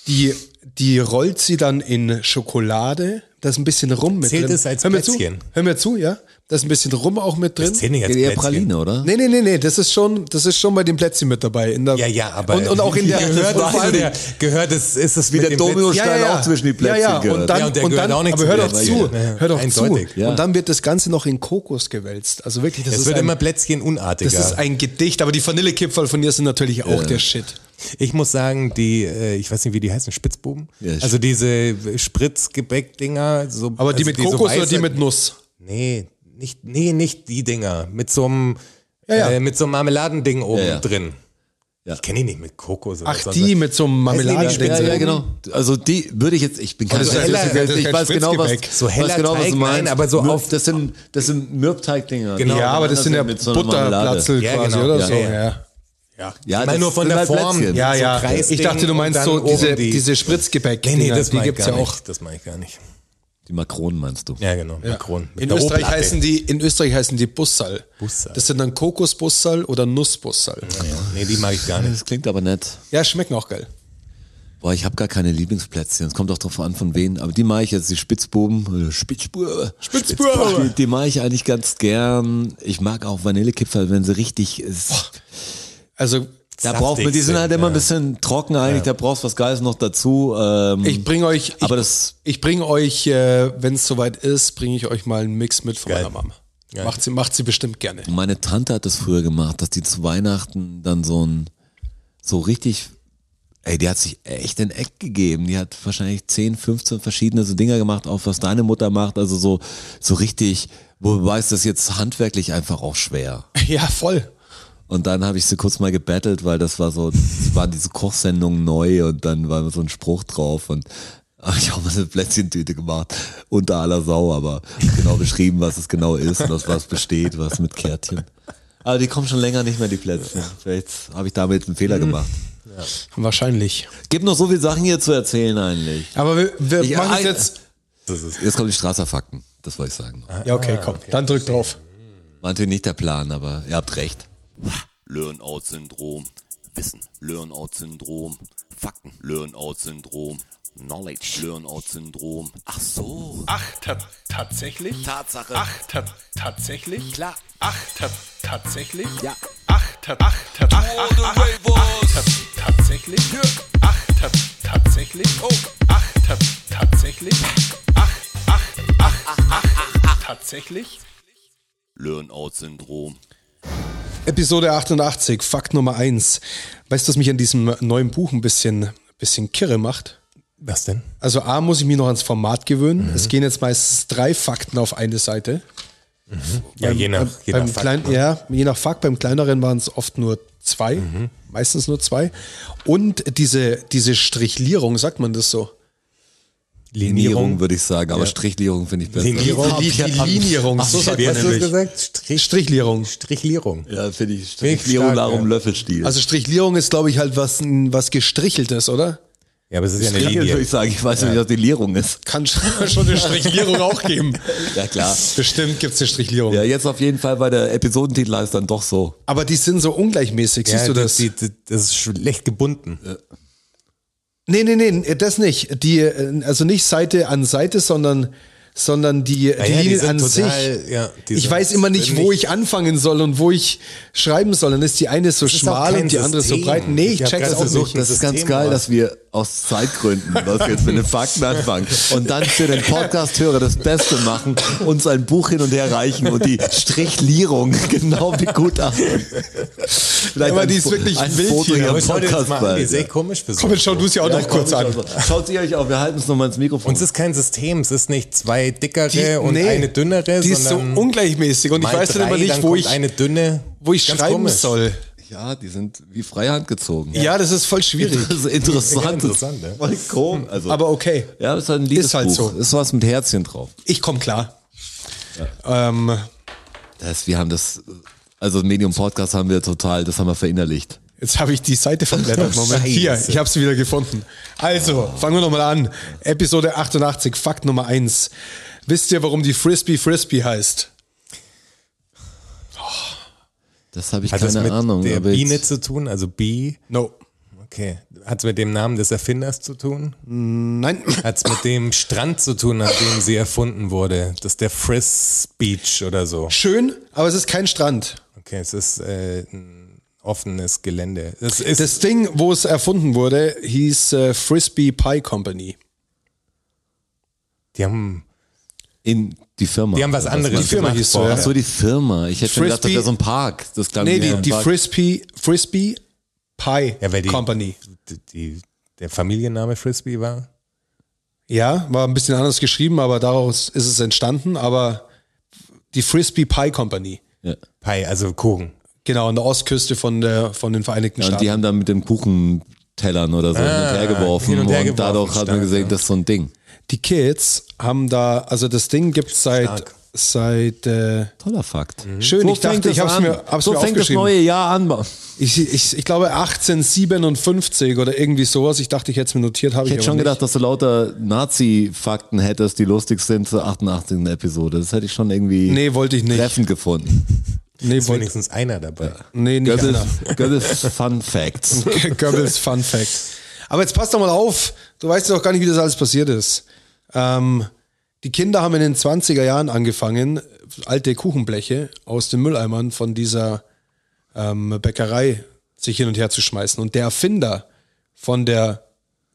Speaker 3: die, die rollt sie dann in Schokolade, da ist ein bisschen rum mit
Speaker 4: Zählt
Speaker 3: drin.
Speaker 4: es als
Speaker 3: Hör mir
Speaker 4: Plätzchen?
Speaker 3: zu, hör mir zu, ja. Da ist ein bisschen rum auch mit drin.
Speaker 4: Zähne jetzt
Speaker 2: Eher
Speaker 4: Plätzchen.
Speaker 2: Praline, oder?
Speaker 3: Nee, nee, nee, nee, das ist schon, das ist schon bei den Plätzchen mit dabei. In der,
Speaker 4: Ja, ja, aber.
Speaker 3: Und, und auch in der,
Speaker 4: gehört,
Speaker 3: und vor allem-
Speaker 4: der, gehört ist, ist es wieder
Speaker 2: der Domino-
Speaker 4: Ja,
Speaker 2: Stein auch zwischen die Plätzchen
Speaker 3: Ja, ja.
Speaker 2: gehört.
Speaker 3: Und dann,
Speaker 4: Ja, und
Speaker 3: und
Speaker 4: der gehört
Speaker 3: dann,
Speaker 4: auch nicht
Speaker 3: aber
Speaker 4: zu
Speaker 3: hör
Speaker 4: den
Speaker 3: doch zu,
Speaker 4: Plätzchen. Ja,
Speaker 3: hör doch zu.
Speaker 4: eindeutig.
Speaker 2: Ja.
Speaker 3: Und dann wird das Ganze noch in Kokos gewälzt. Also wirklich, das
Speaker 4: es
Speaker 3: ist
Speaker 4: wird
Speaker 3: ein,
Speaker 4: immer Plätzchenunartiger.
Speaker 3: das ist ein Gedicht. Aber die Vanillekipferl von dir sind natürlich auch der Shit.
Speaker 4: Ich muss sagen, die, äh, ich weiß nicht, wie die heißen, Spitzbuben?
Speaker 2: Ja,
Speaker 4: also diese Spritzgebäckdinger. So,
Speaker 3: Aber die
Speaker 4: also
Speaker 3: mit Kokos
Speaker 4: weiße-
Speaker 3: oder die mit Nuss?
Speaker 4: Nee, nicht, nee, nicht die Dinger. Mit so einem,
Speaker 3: Ja, ja.
Speaker 4: äh, mit so einem Marmeladending oben
Speaker 2: ja.
Speaker 4: drin.
Speaker 2: Ja.
Speaker 4: Ich kenne die nicht mit Kokos. oder
Speaker 3: Ach,
Speaker 4: sonst
Speaker 3: die
Speaker 4: was.
Speaker 3: mit so einem
Speaker 4: Heißen die nicht
Speaker 3: Marmeladen.
Speaker 2: Ja,
Speaker 4: Spitze?
Speaker 2: ja, genau. Also die würde ich jetzt, ich
Speaker 4: Also
Speaker 2: bin kein
Speaker 3: das ist
Speaker 2: Chef,
Speaker 3: ja kein- das ist
Speaker 2: ich
Speaker 3: kein
Speaker 2: weiß genau, was,
Speaker 3: Spritzgebäck.
Speaker 4: So heller
Speaker 2: weiß genau, was
Speaker 4: Teig,
Speaker 2: du meinst.
Speaker 4: nein, aber so
Speaker 2: Mürb-
Speaker 4: auf-
Speaker 2: Das sind, das sind Mürbteigdinger.
Speaker 4: Genau.
Speaker 2: Die
Speaker 3: Ja, aber das
Speaker 2: anderen
Speaker 3: sind ja
Speaker 2: mit so einer
Speaker 3: Butterplatzel
Speaker 4: Marmelade. Ja,
Speaker 3: quasi,
Speaker 4: genau.
Speaker 3: oder
Speaker 4: Ja,
Speaker 3: so.
Speaker 4: ja.
Speaker 3: Ja,
Speaker 4: Ja.
Speaker 2: Ja,
Speaker 4: ich meine
Speaker 2: das
Speaker 4: nur von
Speaker 2: sind
Speaker 4: der
Speaker 2: halt
Speaker 4: Form.
Speaker 2: Plätzchen.
Speaker 3: ja.
Speaker 4: so
Speaker 3: ja.
Speaker 4: Kreisding
Speaker 3: ich dachte, du
Speaker 4: und
Speaker 3: meinst
Speaker 4: dann
Speaker 3: so
Speaker 4: oben
Speaker 3: diese,
Speaker 4: die-
Speaker 3: diese Spritzgebäck.
Speaker 4: Nee, nee, das
Speaker 3: die
Speaker 4: meine ich
Speaker 3: gibt's
Speaker 4: gar
Speaker 3: ja
Speaker 4: nicht.
Speaker 3: auch.
Speaker 4: Das meine ich gar nicht.
Speaker 2: Die Makronen meinst du?
Speaker 4: Ja, genau. Makronen. Mit
Speaker 3: In
Speaker 4: der
Speaker 3: Österreich,
Speaker 4: Oblatte.
Speaker 3: heißen die, in Österreich heißen die Bussal.
Speaker 4: Bussal.
Speaker 3: Das sind dann Kokosbussal oder Nussbussal.
Speaker 4: Nee, die mag ich gar nicht.
Speaker 2: Das klingt aber nett.
Speaker 3: Ja, schmecken auch geil.
Speaker 2: Boah, ich habe gar keine Lieblingsplätzchen. Es kommt auch drauf an, von wem. Aber die mache ich jetzt, die Spitzbuben. äh, Spitzbube.
Speaker 3: Spitzbube.
Speaker 2: Die, die mache ich eigentlich ganz gern. Ich mag auch Vanillekipferl, wenn sie richtig ist.
Speaker 3: Also,
Speaker 2: Da braucht man, die sind
Speaker 4: sind,
Speaker 2: halt immer ein bisschen trocken eigentlich. Da brauchst du was Geiles noch dazu. Ähm,
Speaker 3: ich bringe euch, ich,
Speaker 2: aber das,
Speaker 3: ich bringe euch, äh, wenn es soweit ist, bringe ich euch mal einen Mix mit von
Speaker 4: Geil.
Speaker 3: meiner Mama.
Speaker 4: Geil.
Speaker 3: Macht sie, macht sie bestimmt gerne.
Speaker 2: meine Tante hat das früher gemacht, dass die zu Weihnachten dann so ein, so richtig, ey, die hat sich echt den Eck gegeben. Die hat wahrscheinlich 10, 15 verschiedene so Dinger gemacht, auch was deine Mutter macht. Also so, so richtig, wo du weißt, das ist jetzt handwerklich einfach auch schwer.
Speaker 3: Ja, voll.
Speaker 2: Und dann habe ich sie kurz mal gebettelt, weil das war so, das waren diese Kochsendungen neu und dann war so ein Spruch drauf und habe ich auch mal eine Plätzchentüte gemacht, unter aller Sau, aber genau beschrieben, was es genau ist und aus was besteht, was mit Kärtchen. Aber die kommen schon länger nicht mehr, die Plätzchen. Vielleicht habe ich damit einen Fehler gemacht.
Speaker 3: Wahrscheinlich.
Speaker 2: Gibt noch so viele Sachen hier zu erzählen eigentlich.
Speaker 3: Aber wir, wir
Speaker 2: Ich-
Speaker 3: machen es
Speaker 2: ein-
Speaker 3: jetzt.
Speaker 4: Das ist
Speaker 2: Jetzt kommen die Straßerfakten, das wollte ich sagen.
Speaker 3: Ja, Ah, okay, komm. Dann drück drauf.
Speaker 2: War natürlich nicht der Plan, aber ihr habt recht.
Speaker 1: Learn-out-Syndrom, Wissen, Learn-out-Syndrom, Fakten, Learn-out-Syndrom, Knowledge, Learn-out-Syndrom. Ach so.
Speaker 5: Ach, ta tatsächlich?
Speaker 1: Tatsache.
Speaker 5: Ach, ta tatsächlich?
Speaker 1: Klar.
Speaker 5: Ach, ta tatsächlich?
Speaker 1: Ja.
Speaker 5: Ach, ta ach, ta ach, ach, ach, ach, ta tatsächlich? Ach, ta tatsächlich? Oh. Ach, ta tatsächlich? Ach, ach, ach, ach, ach, ach, tatsächlich?
Speaker 1: Learn-out-Syndrom.
Speaker 3: Episode 88, Fakt Nummer 1. Weißt du, was mich an diesem neuen Buch ein bisschen, bisschen kirre macht?
Speaker 4: was denn?
Speaker 3: Also A muss ich mich noch ans Format gewöhnen. Es gehen jetzt meistens drei Fakten auf eine Seite.
Speaker 4: Ja, je nach, je nach
Speaker 3: beim
Speaker 4: Fakt,
Speaker 3: klein,
Speaker 4: ne?
Speaker 3: ja, je nach Fakt, beim kleineren waren es oft nur zwei,
Speaker 4: Mhm.
Speaker 3: meistens nur zwei. Und diese, diese Strichlierung, sagt man das so?
Speaker 2: Linierung würde ich sagen, aber Strichlierung finde ich besser.
Speaker 4: Linierung.
Speaker 2: Hab ich ja-
Speaker 3: Linierung, so sagt
Speaker 4: Wie
Speaker 3: man
Speaker 4: hast du
Speaker 3: nämlich.
Speaker 4: das gesagt? Strich,
Speaker 3: Strichlierung.
Speaker 4: Strichlierung.
Speaker 2: Ja, finde ich.
Speaker 4: Finde ich
Speaker 2: Strichlierung,
Speaker 4: stark,
Speaker 2: darum
Speaker 4: ja.
Speaker 2: Löffelstiel.
Speaker 3: Also Strichlierung ist, glaube ich, halt was, was gestricheltes, oder?
Speaker 4: Ja, aber es ist ja eine
Speaker 2: ich kann
Speaker 4: Linie.
Speaker 2: natürlich sagen, ich weiß nicht, was die Lierung ist.
Speaker 3: Kann schon schon eine Strichlierung auch geben.
Speaker 2: Ja, klar.
Speaker 3: Bestimmt gibt es eine Strichlierung.
Speaker 2: Ja, jetzt auf jeden Fall bei der Episodentitel heißt dann doch so.
Speaker 3: Aber die sind so ungleichmäßig, siehst du das? Äh,
Speaker 4: Die, die, das ist schlecht gebunden.
Speaker 3: Nee, nee, nee, das nicht. Die, äh, also nicht Seite an Seite, sondern, sondern die, die
Speaker 4: die
Speaker 3: Linien
Speaker 4: sind
Speaker 3: an
Speaker 4: total,
Speaker 3: sich.
Speaker 4: ja, die
Speaker 3: ich
Speaker 4: sind-
Speaker 3: weiß immer nicht, wo ich anfangen soll und wo ich schreiben soll. Dann ist die eine so
Speaker 4: ist
Speaker 3: schmal
Speaker 4: auch kein
Speaker 3: und die andere so
Speaker 4: System.
Speaker 3: breit. Nee, ich,
Speaker 4: Ich hab
Speaker 3: check's
Speaker 4: gerade
Speaker 3: auch
Speaker 4: versucht,
Speaker 3: nicht.
Speaker 2: Das ist ganz
Speaker 4: System,
Speaker 2: geil,
Speaker 4: aber-
Speaker 2: dass wir aus Zeitgründen, was jetzt mit den Fakten anfangen und dann für den Podcast-Hörer das Beste machen, uns ein Buch hin und her reichen und die Strichlierung genau begutachten. Vielleicht
Speaker 3: aber
Speaker 2: ein
Speaker 3: die ist
Speaker 2: Fo-
Speaker 3: wirklich
Speaker 2: ein
Speaker 3: wild
Speaker 2: Foto
Speaker 3: hier,
Speaker 2: hier
Speaker 4: Aber
Speaker 2: im
Speaker 4: ich wollte das
Speaker 2: Podcast
Speaker 4: mal an, die
Speaker 2: bei.
Speaker 4: ist echt komisch für so.
Speaker 3: Komm, jetzt schau du es ja auch noch kurz an.
Speaker 2: Schaut sie euch auf, wir halten es nochmal ins Mikrofon.
Speaker 4: Und es ist kein System, es ist nicht zwei dickere
Speaker 3: Die-
Speaker 4: und
Speaker 3: nee,
Speaker 4: eine dünnere,
Speaker 3: Die ist so
Speaker 4: sondern
Speaker 3: ungleichmäßig und ich
Speaker 4: mal
Speaker 3: weiß dann
Speaker 4: drei,
Speaker 3: immer nicht,
Speaker 4: dann
Speaker 3: wo
Speaker 4: kommt
Speaker 3: ich,
Speaker 4: eine dünne,
Speaker 3: wo ich
Speaker 4: Ganz
Speaker 3: schreiben
Speaker 4: komisch.
Speaker 3: soll.
Speaker 2: Ja, die sind wie Freihand gezogen.
Speaker 3: Ja. das ist voll schwierig.
Speaker 2: Das ist interessant.
Speaker 4: Ja, interessant, ja.
Speaker 2: Voll komisch. Also,
Speaker 3: Aber okay,
Speaker 2: ja, das ist halt ein Liebesbuch.
Speaker 3: Ist halt so.
Speaker 2: Ist was mit Herzchen drauf.
Speaker 3: ich komm klar. Ähm,
Speaker 2: Das, wir haben das, also Medium Podcast haben wir total, das haben wir verinnerlicht.
Speaker 3: Jetzt habe ich die Seite verblättert. Moment.
Speaker 2: Scheiße.
Speaker 3: Hier, ich habe sie wieder gefunden. Also, fangen wir nochmal an. Episode 88, Fakt Nummer 1. Wisst ihr, warum die Frisbee Frisbee heißt?
Speaker 2: Das habe ich
Speaker 4: Hat das
Speaker 2: keine
Speaker 4: mit
Speaker 2: Ahnung.
Speaker 3: Also
Speaker 4: der
Speaker 2: aber
Speaker 4: Biene
Speaker 2: jetzt-
Speaker 4: zu tun? Also B?
Speaker 3: No.
Speaker 4: Okay. Hat's mit dem Namen des Erfinders zu tun?
Speaker 3: Nein,
Speaker 4: Hat's mit dem Strand zu tun, an dem sie erfunden wurde? Das ist der Frizz Beach oder so.
Speaker 3: schön, aber es ist kein Strand.
Speaker 4: Okay, es ist äh, ein offenes Gelände. Es ist,
Speaker 3: Das Ding, wo es erfunden wurde, hieß äh, Frisbee Pie Company.
Speaker 4: die haben,
Speaker 2: In die Firma.
Speaker 4: die haben was
Speaker 2: Oder
Speaker 4: anderes
Speaker 2: meinst du?
Speaker 3: Firma hieß
Speaker 4: gemacht.
Speaker 3: so,
Speaker 4: vorher.
Speaker 2: Ach so, die Firma. Ich hätte schon gedacht, das
Speaker 3: Frisbee-
Speaker 2: wäre so ein Park. Das klang
Speaker 3: Nee,
Speaker 2: wie
Speaker 3: die,
Speaker 2: ein
Speaker 3: die
Speaker 2: Park.
Speaker 3: Frisbee, Frisbee Pie
Speaker 4: Ja, weil die-
Speaker 3: Company.
Speaker 4: die, die, der Familienname Frisbee war?
Speaker 3: Ja, war ein bisschen anders geschrieben, aber daraus ist es entstanden. Aber die Frisbee Pie Company,
Speaker 2: Ja.
Speaker 4: Pie, also Kuchen.
Speaker 3: genau, an der Ostküste von, der, von den Vereinigten
Speaker 2: Und
Speaker 3: Staaten.
Speaker 2: die haben dann mit dem Kuchentellern oder so
Speaker 3: Ah,
Speaker 2: hin und her geworfen.
Speaker 4: hin und her
Speaker 2: und
Speaker 4: geworfen,
Speaker 2: dadurch hat
Speaker 4: stark,
Speaker 2: man gesehen,
Speaker 4: ja.
Speaker 2: das ist so ein Ding.
Speaker 3: Die Kids haben da, also das Ding gibt es seit,
Speaker 4: Stark.
Speaker 3: seit äh,
Speaker 2: Toller Fakt.
Speaker 3: Schön, ich dachte, ich hab's mir- hab's
Speaker 2: so
Speaker 3: mir
Speaker 2: fängt das
Speaker 3: aufgeschrieben.
Speaker 2: neue Jahr an.
Speaker 3: ich, ich, ich glaube 1857 oder irgendwie sowas. Ich dachte, ich hätte es mir notiert, habe
Speaker 2: Ich
Speaker 3: ich,
Speaker 2: hätte
Speaker 3: aber
Speaker 2: schon
Speaker 3: nicht.
Speaker 2: gedacht, dass du lauter Nazi-Fakten hättest, die lustig sind zur 88. Episode. Das hätte ich schon irgendwie
Speaker 3: Nee, wollte ich nicht.
Speaker 2: treffend gefunden.
Speaker 3: Nee,
Speaker 4: Ist
Speaker 3: wollte,
Speaker 4: wenigstens einer dabei.
Speaker 3: nee nicht
Speaker 2: Goebbels,
Speaker 3: einer.
Speaker 2: Goebbels Fun Facts.
Speaker 3: Goebbels Fun Fact. Aber jetzt pass doch mal auf. Du weißt doch gar nicht, wie das alles passiert ist. Ähm, die Kinder haben in den 20er Jahren angefangen, alte Kuchenbleche aus den Mülleimern von dieser ähm, Bäckerei sich hin und her zu schmeißen. Und der Erfinder von der,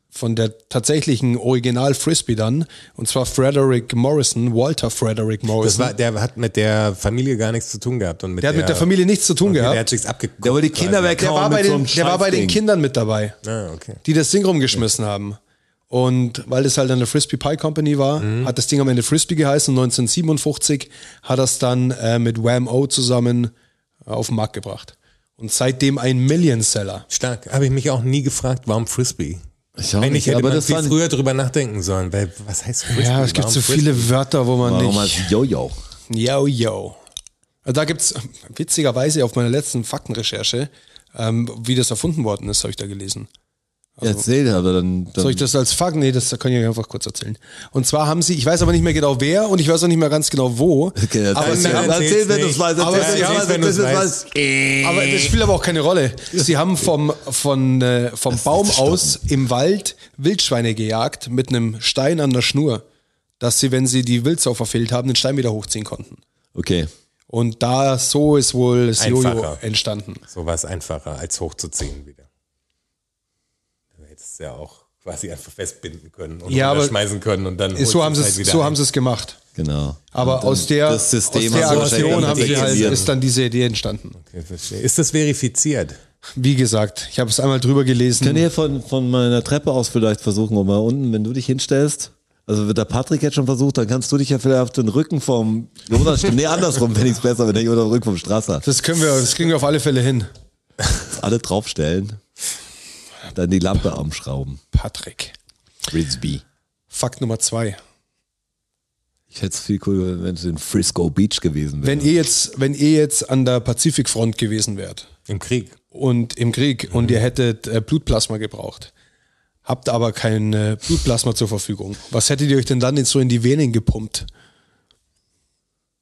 Speaker 3: von der tatsächlichen Original Frisbee dann, und zwar Frederick Morrison, Walter Frederick
Speaker 4: Das
Speaker 3: Morrison,
Speaker 4: war, der hat mit der Familie gar nichts zu tun gehabt. Und mit
Speaker 3: der hat mit der Familie nichts zu tun
Speaker 4: Der, der
Speaker 3: gehabt.
Speaker 4: hat sich's abgeguckt.
Speaker 2: Der wollte die Kinder
Speaker 4: quasi.
Speaker 2: weghauen
Speaker 3: Der war,
Speaker 2: mit
Speaker 3: bei
Speaker 2: so
Speaker 3: den,
Speaker 2: einem
Speaker 3: der war bei den
Speaker 2: Scheißding.
Speaker 3: Kindern mit dabei.
Speaker 4: Ah, okay.
Speaker 3: die das Ding rumgeschmissen haben. Und weil das halt eine Frisbee Pie Company war, hat das Ding am Ende Frisbee geheißen. 1957 hat das dann äh, mit Wham O zusammen äh, auf den Markt gebracht. Und seitdem ein Million Seller.
Speaker 4: Stark. Habe ich mich auch nie gefragt, warum Frisbee?
Speaker 2: Ich auch
Speaker 4: Eigentlich
Speaker 2: nicht,
Speaker 4: hätte
Speaker 2: aber
Speaker 4: man
Speaker 2: das
Speaker 4: viel
Speaker 2: war
Speaker 4: früher drüber nachdenken sollen, weil was heißt Frisbee?
Speaker 3: Ja, es gibt
Speaker 4: Warum
Speaker 3: so
Speaker 4: Frisbee?
Speaker 3: viele Wörter, wo man
Speaker 2: warum
Speaker 3: nicht.
Speaker 2: als Jojo.
Speaker 3: Yo, yo. Also Da gibt's witzigerweise auf meiner letzten Faktenrecherche, ähm, wie das erfunden worden ist, habe ich da gelesen.
Speaker 2: Erzähl, aber dann,
Speaker 3: Soll
Speaker 2: dann
Speaker 3: ich das als Fakt? Nee, das kann ich euch einfach kurz erzählen. Und zwar haben sie, ich weiß aber nicht mehr genau wer und ich weiß auch nicht mehr ganz genau wo.
Speaker 2: Okay, das
Speaker 3: aber,
Speaker 2: heißt,
Speaker 3: sie
Speaker 4: Nein,
Speaker 3: haben,
Speaker 4: nein,
Speaker 2: erzähl, wenn du es
Speaker 4: nicht.
Speaker 2: weißt.
Speaker 3: Aber
Speaker 2: Erzähl,
Speaker 3: sie haben-
Speaker 2: wenn
Speaker 4: wenn
Speaker 2: du es
Speaker 4: du's
Speaker 2: weißt.
Speaker 3: aber das spielt aber auch keine Rolle. Sie haben vom, von, äh, vom Baum aus im Wald Wildschweine gejagt mit einem Stein an der Schnur, dass sie, wenn sie die Wildsau verfehlt haben, den Stein wieder hochziehen konnten.
Speaker 2: Okay.
Speaker 3: Und da so ist wohl das Jojo
Speaker 4: Einfacher.
Speaker 3: entstanden.
Speaker 4: So war es einfacher, als hochzuziehen wieder. Du hättest es ja auch quasi einfach festbinden können und
Speaker 3: Ja, aber
Speaker 4: schmeißen können und dann holst
Speaker 3: So haben
Speaker 4: du's
Speaker 3: sie
Speaker 4: halt
Speaker 3: es
Speaker 4: wieder
Speaker 3: so
Speaker 4: ein.
Speaker 3: haben sie es gemacht.
Speaker 2: Genau.
Speaker 3: Aber
Speaker 2: Und dann
Speaker 3: aus der,
Speaker 2: das
Speaker 3: aus
Speaker 2: System
Speaker 3: der
Speaker 2: hast
Speaker 3: Aktion
Speaker 2: du wahrscheinlich
Speaker 3: haben sie halt,
Speaker 2: integriert.
Speaker 3: ist dann diese Idee entstanden.
Speaker 4: Okay, verstehe. Ist das verifiziert?
Speaker 3: Wie gesagt, ich habe es einmal drüber gelesen.
Speaker 2: Können wir von, von meiner Treppe aus vielleicht versuchen, um mal unten, wenn du dich hinstellst? Also wird der Patrick jetzt schon versucht, dann kannst du dich ja vielleicht auf den Rücken vom Jonas stellen. Nee, andersrum fände ich es besser, wenn der Jonas auf den Rücken vom Strasser.
Speaker 3: Das können wir, das kriegen wir auf alle Fälle hin.
Speaker 2: Alle draufstellen. Dann die Lampe am Schrauben.
Speaker 3: Patrick.
Speaker 2: Frisbee.
Speaker 3: Fakt Nummer zwei.
Speaker 2: Ich hätte es viel cooler, wenn es in Frisco Beach gewesen wäre.
Speaker 3: Wenn ihr jetzt, wenn ihr jetzt an der Pazifikfront gewesen wärt
Speaker 4: Im Krieg.
Speaker 3: und im Krieg und ihr hättet äh, Blutplasma gebraucht, habt aber kein äh, Blutplasma zur Verfügung. Was hättet ihr euch denn dann jetzt so in die Venen gepumpt?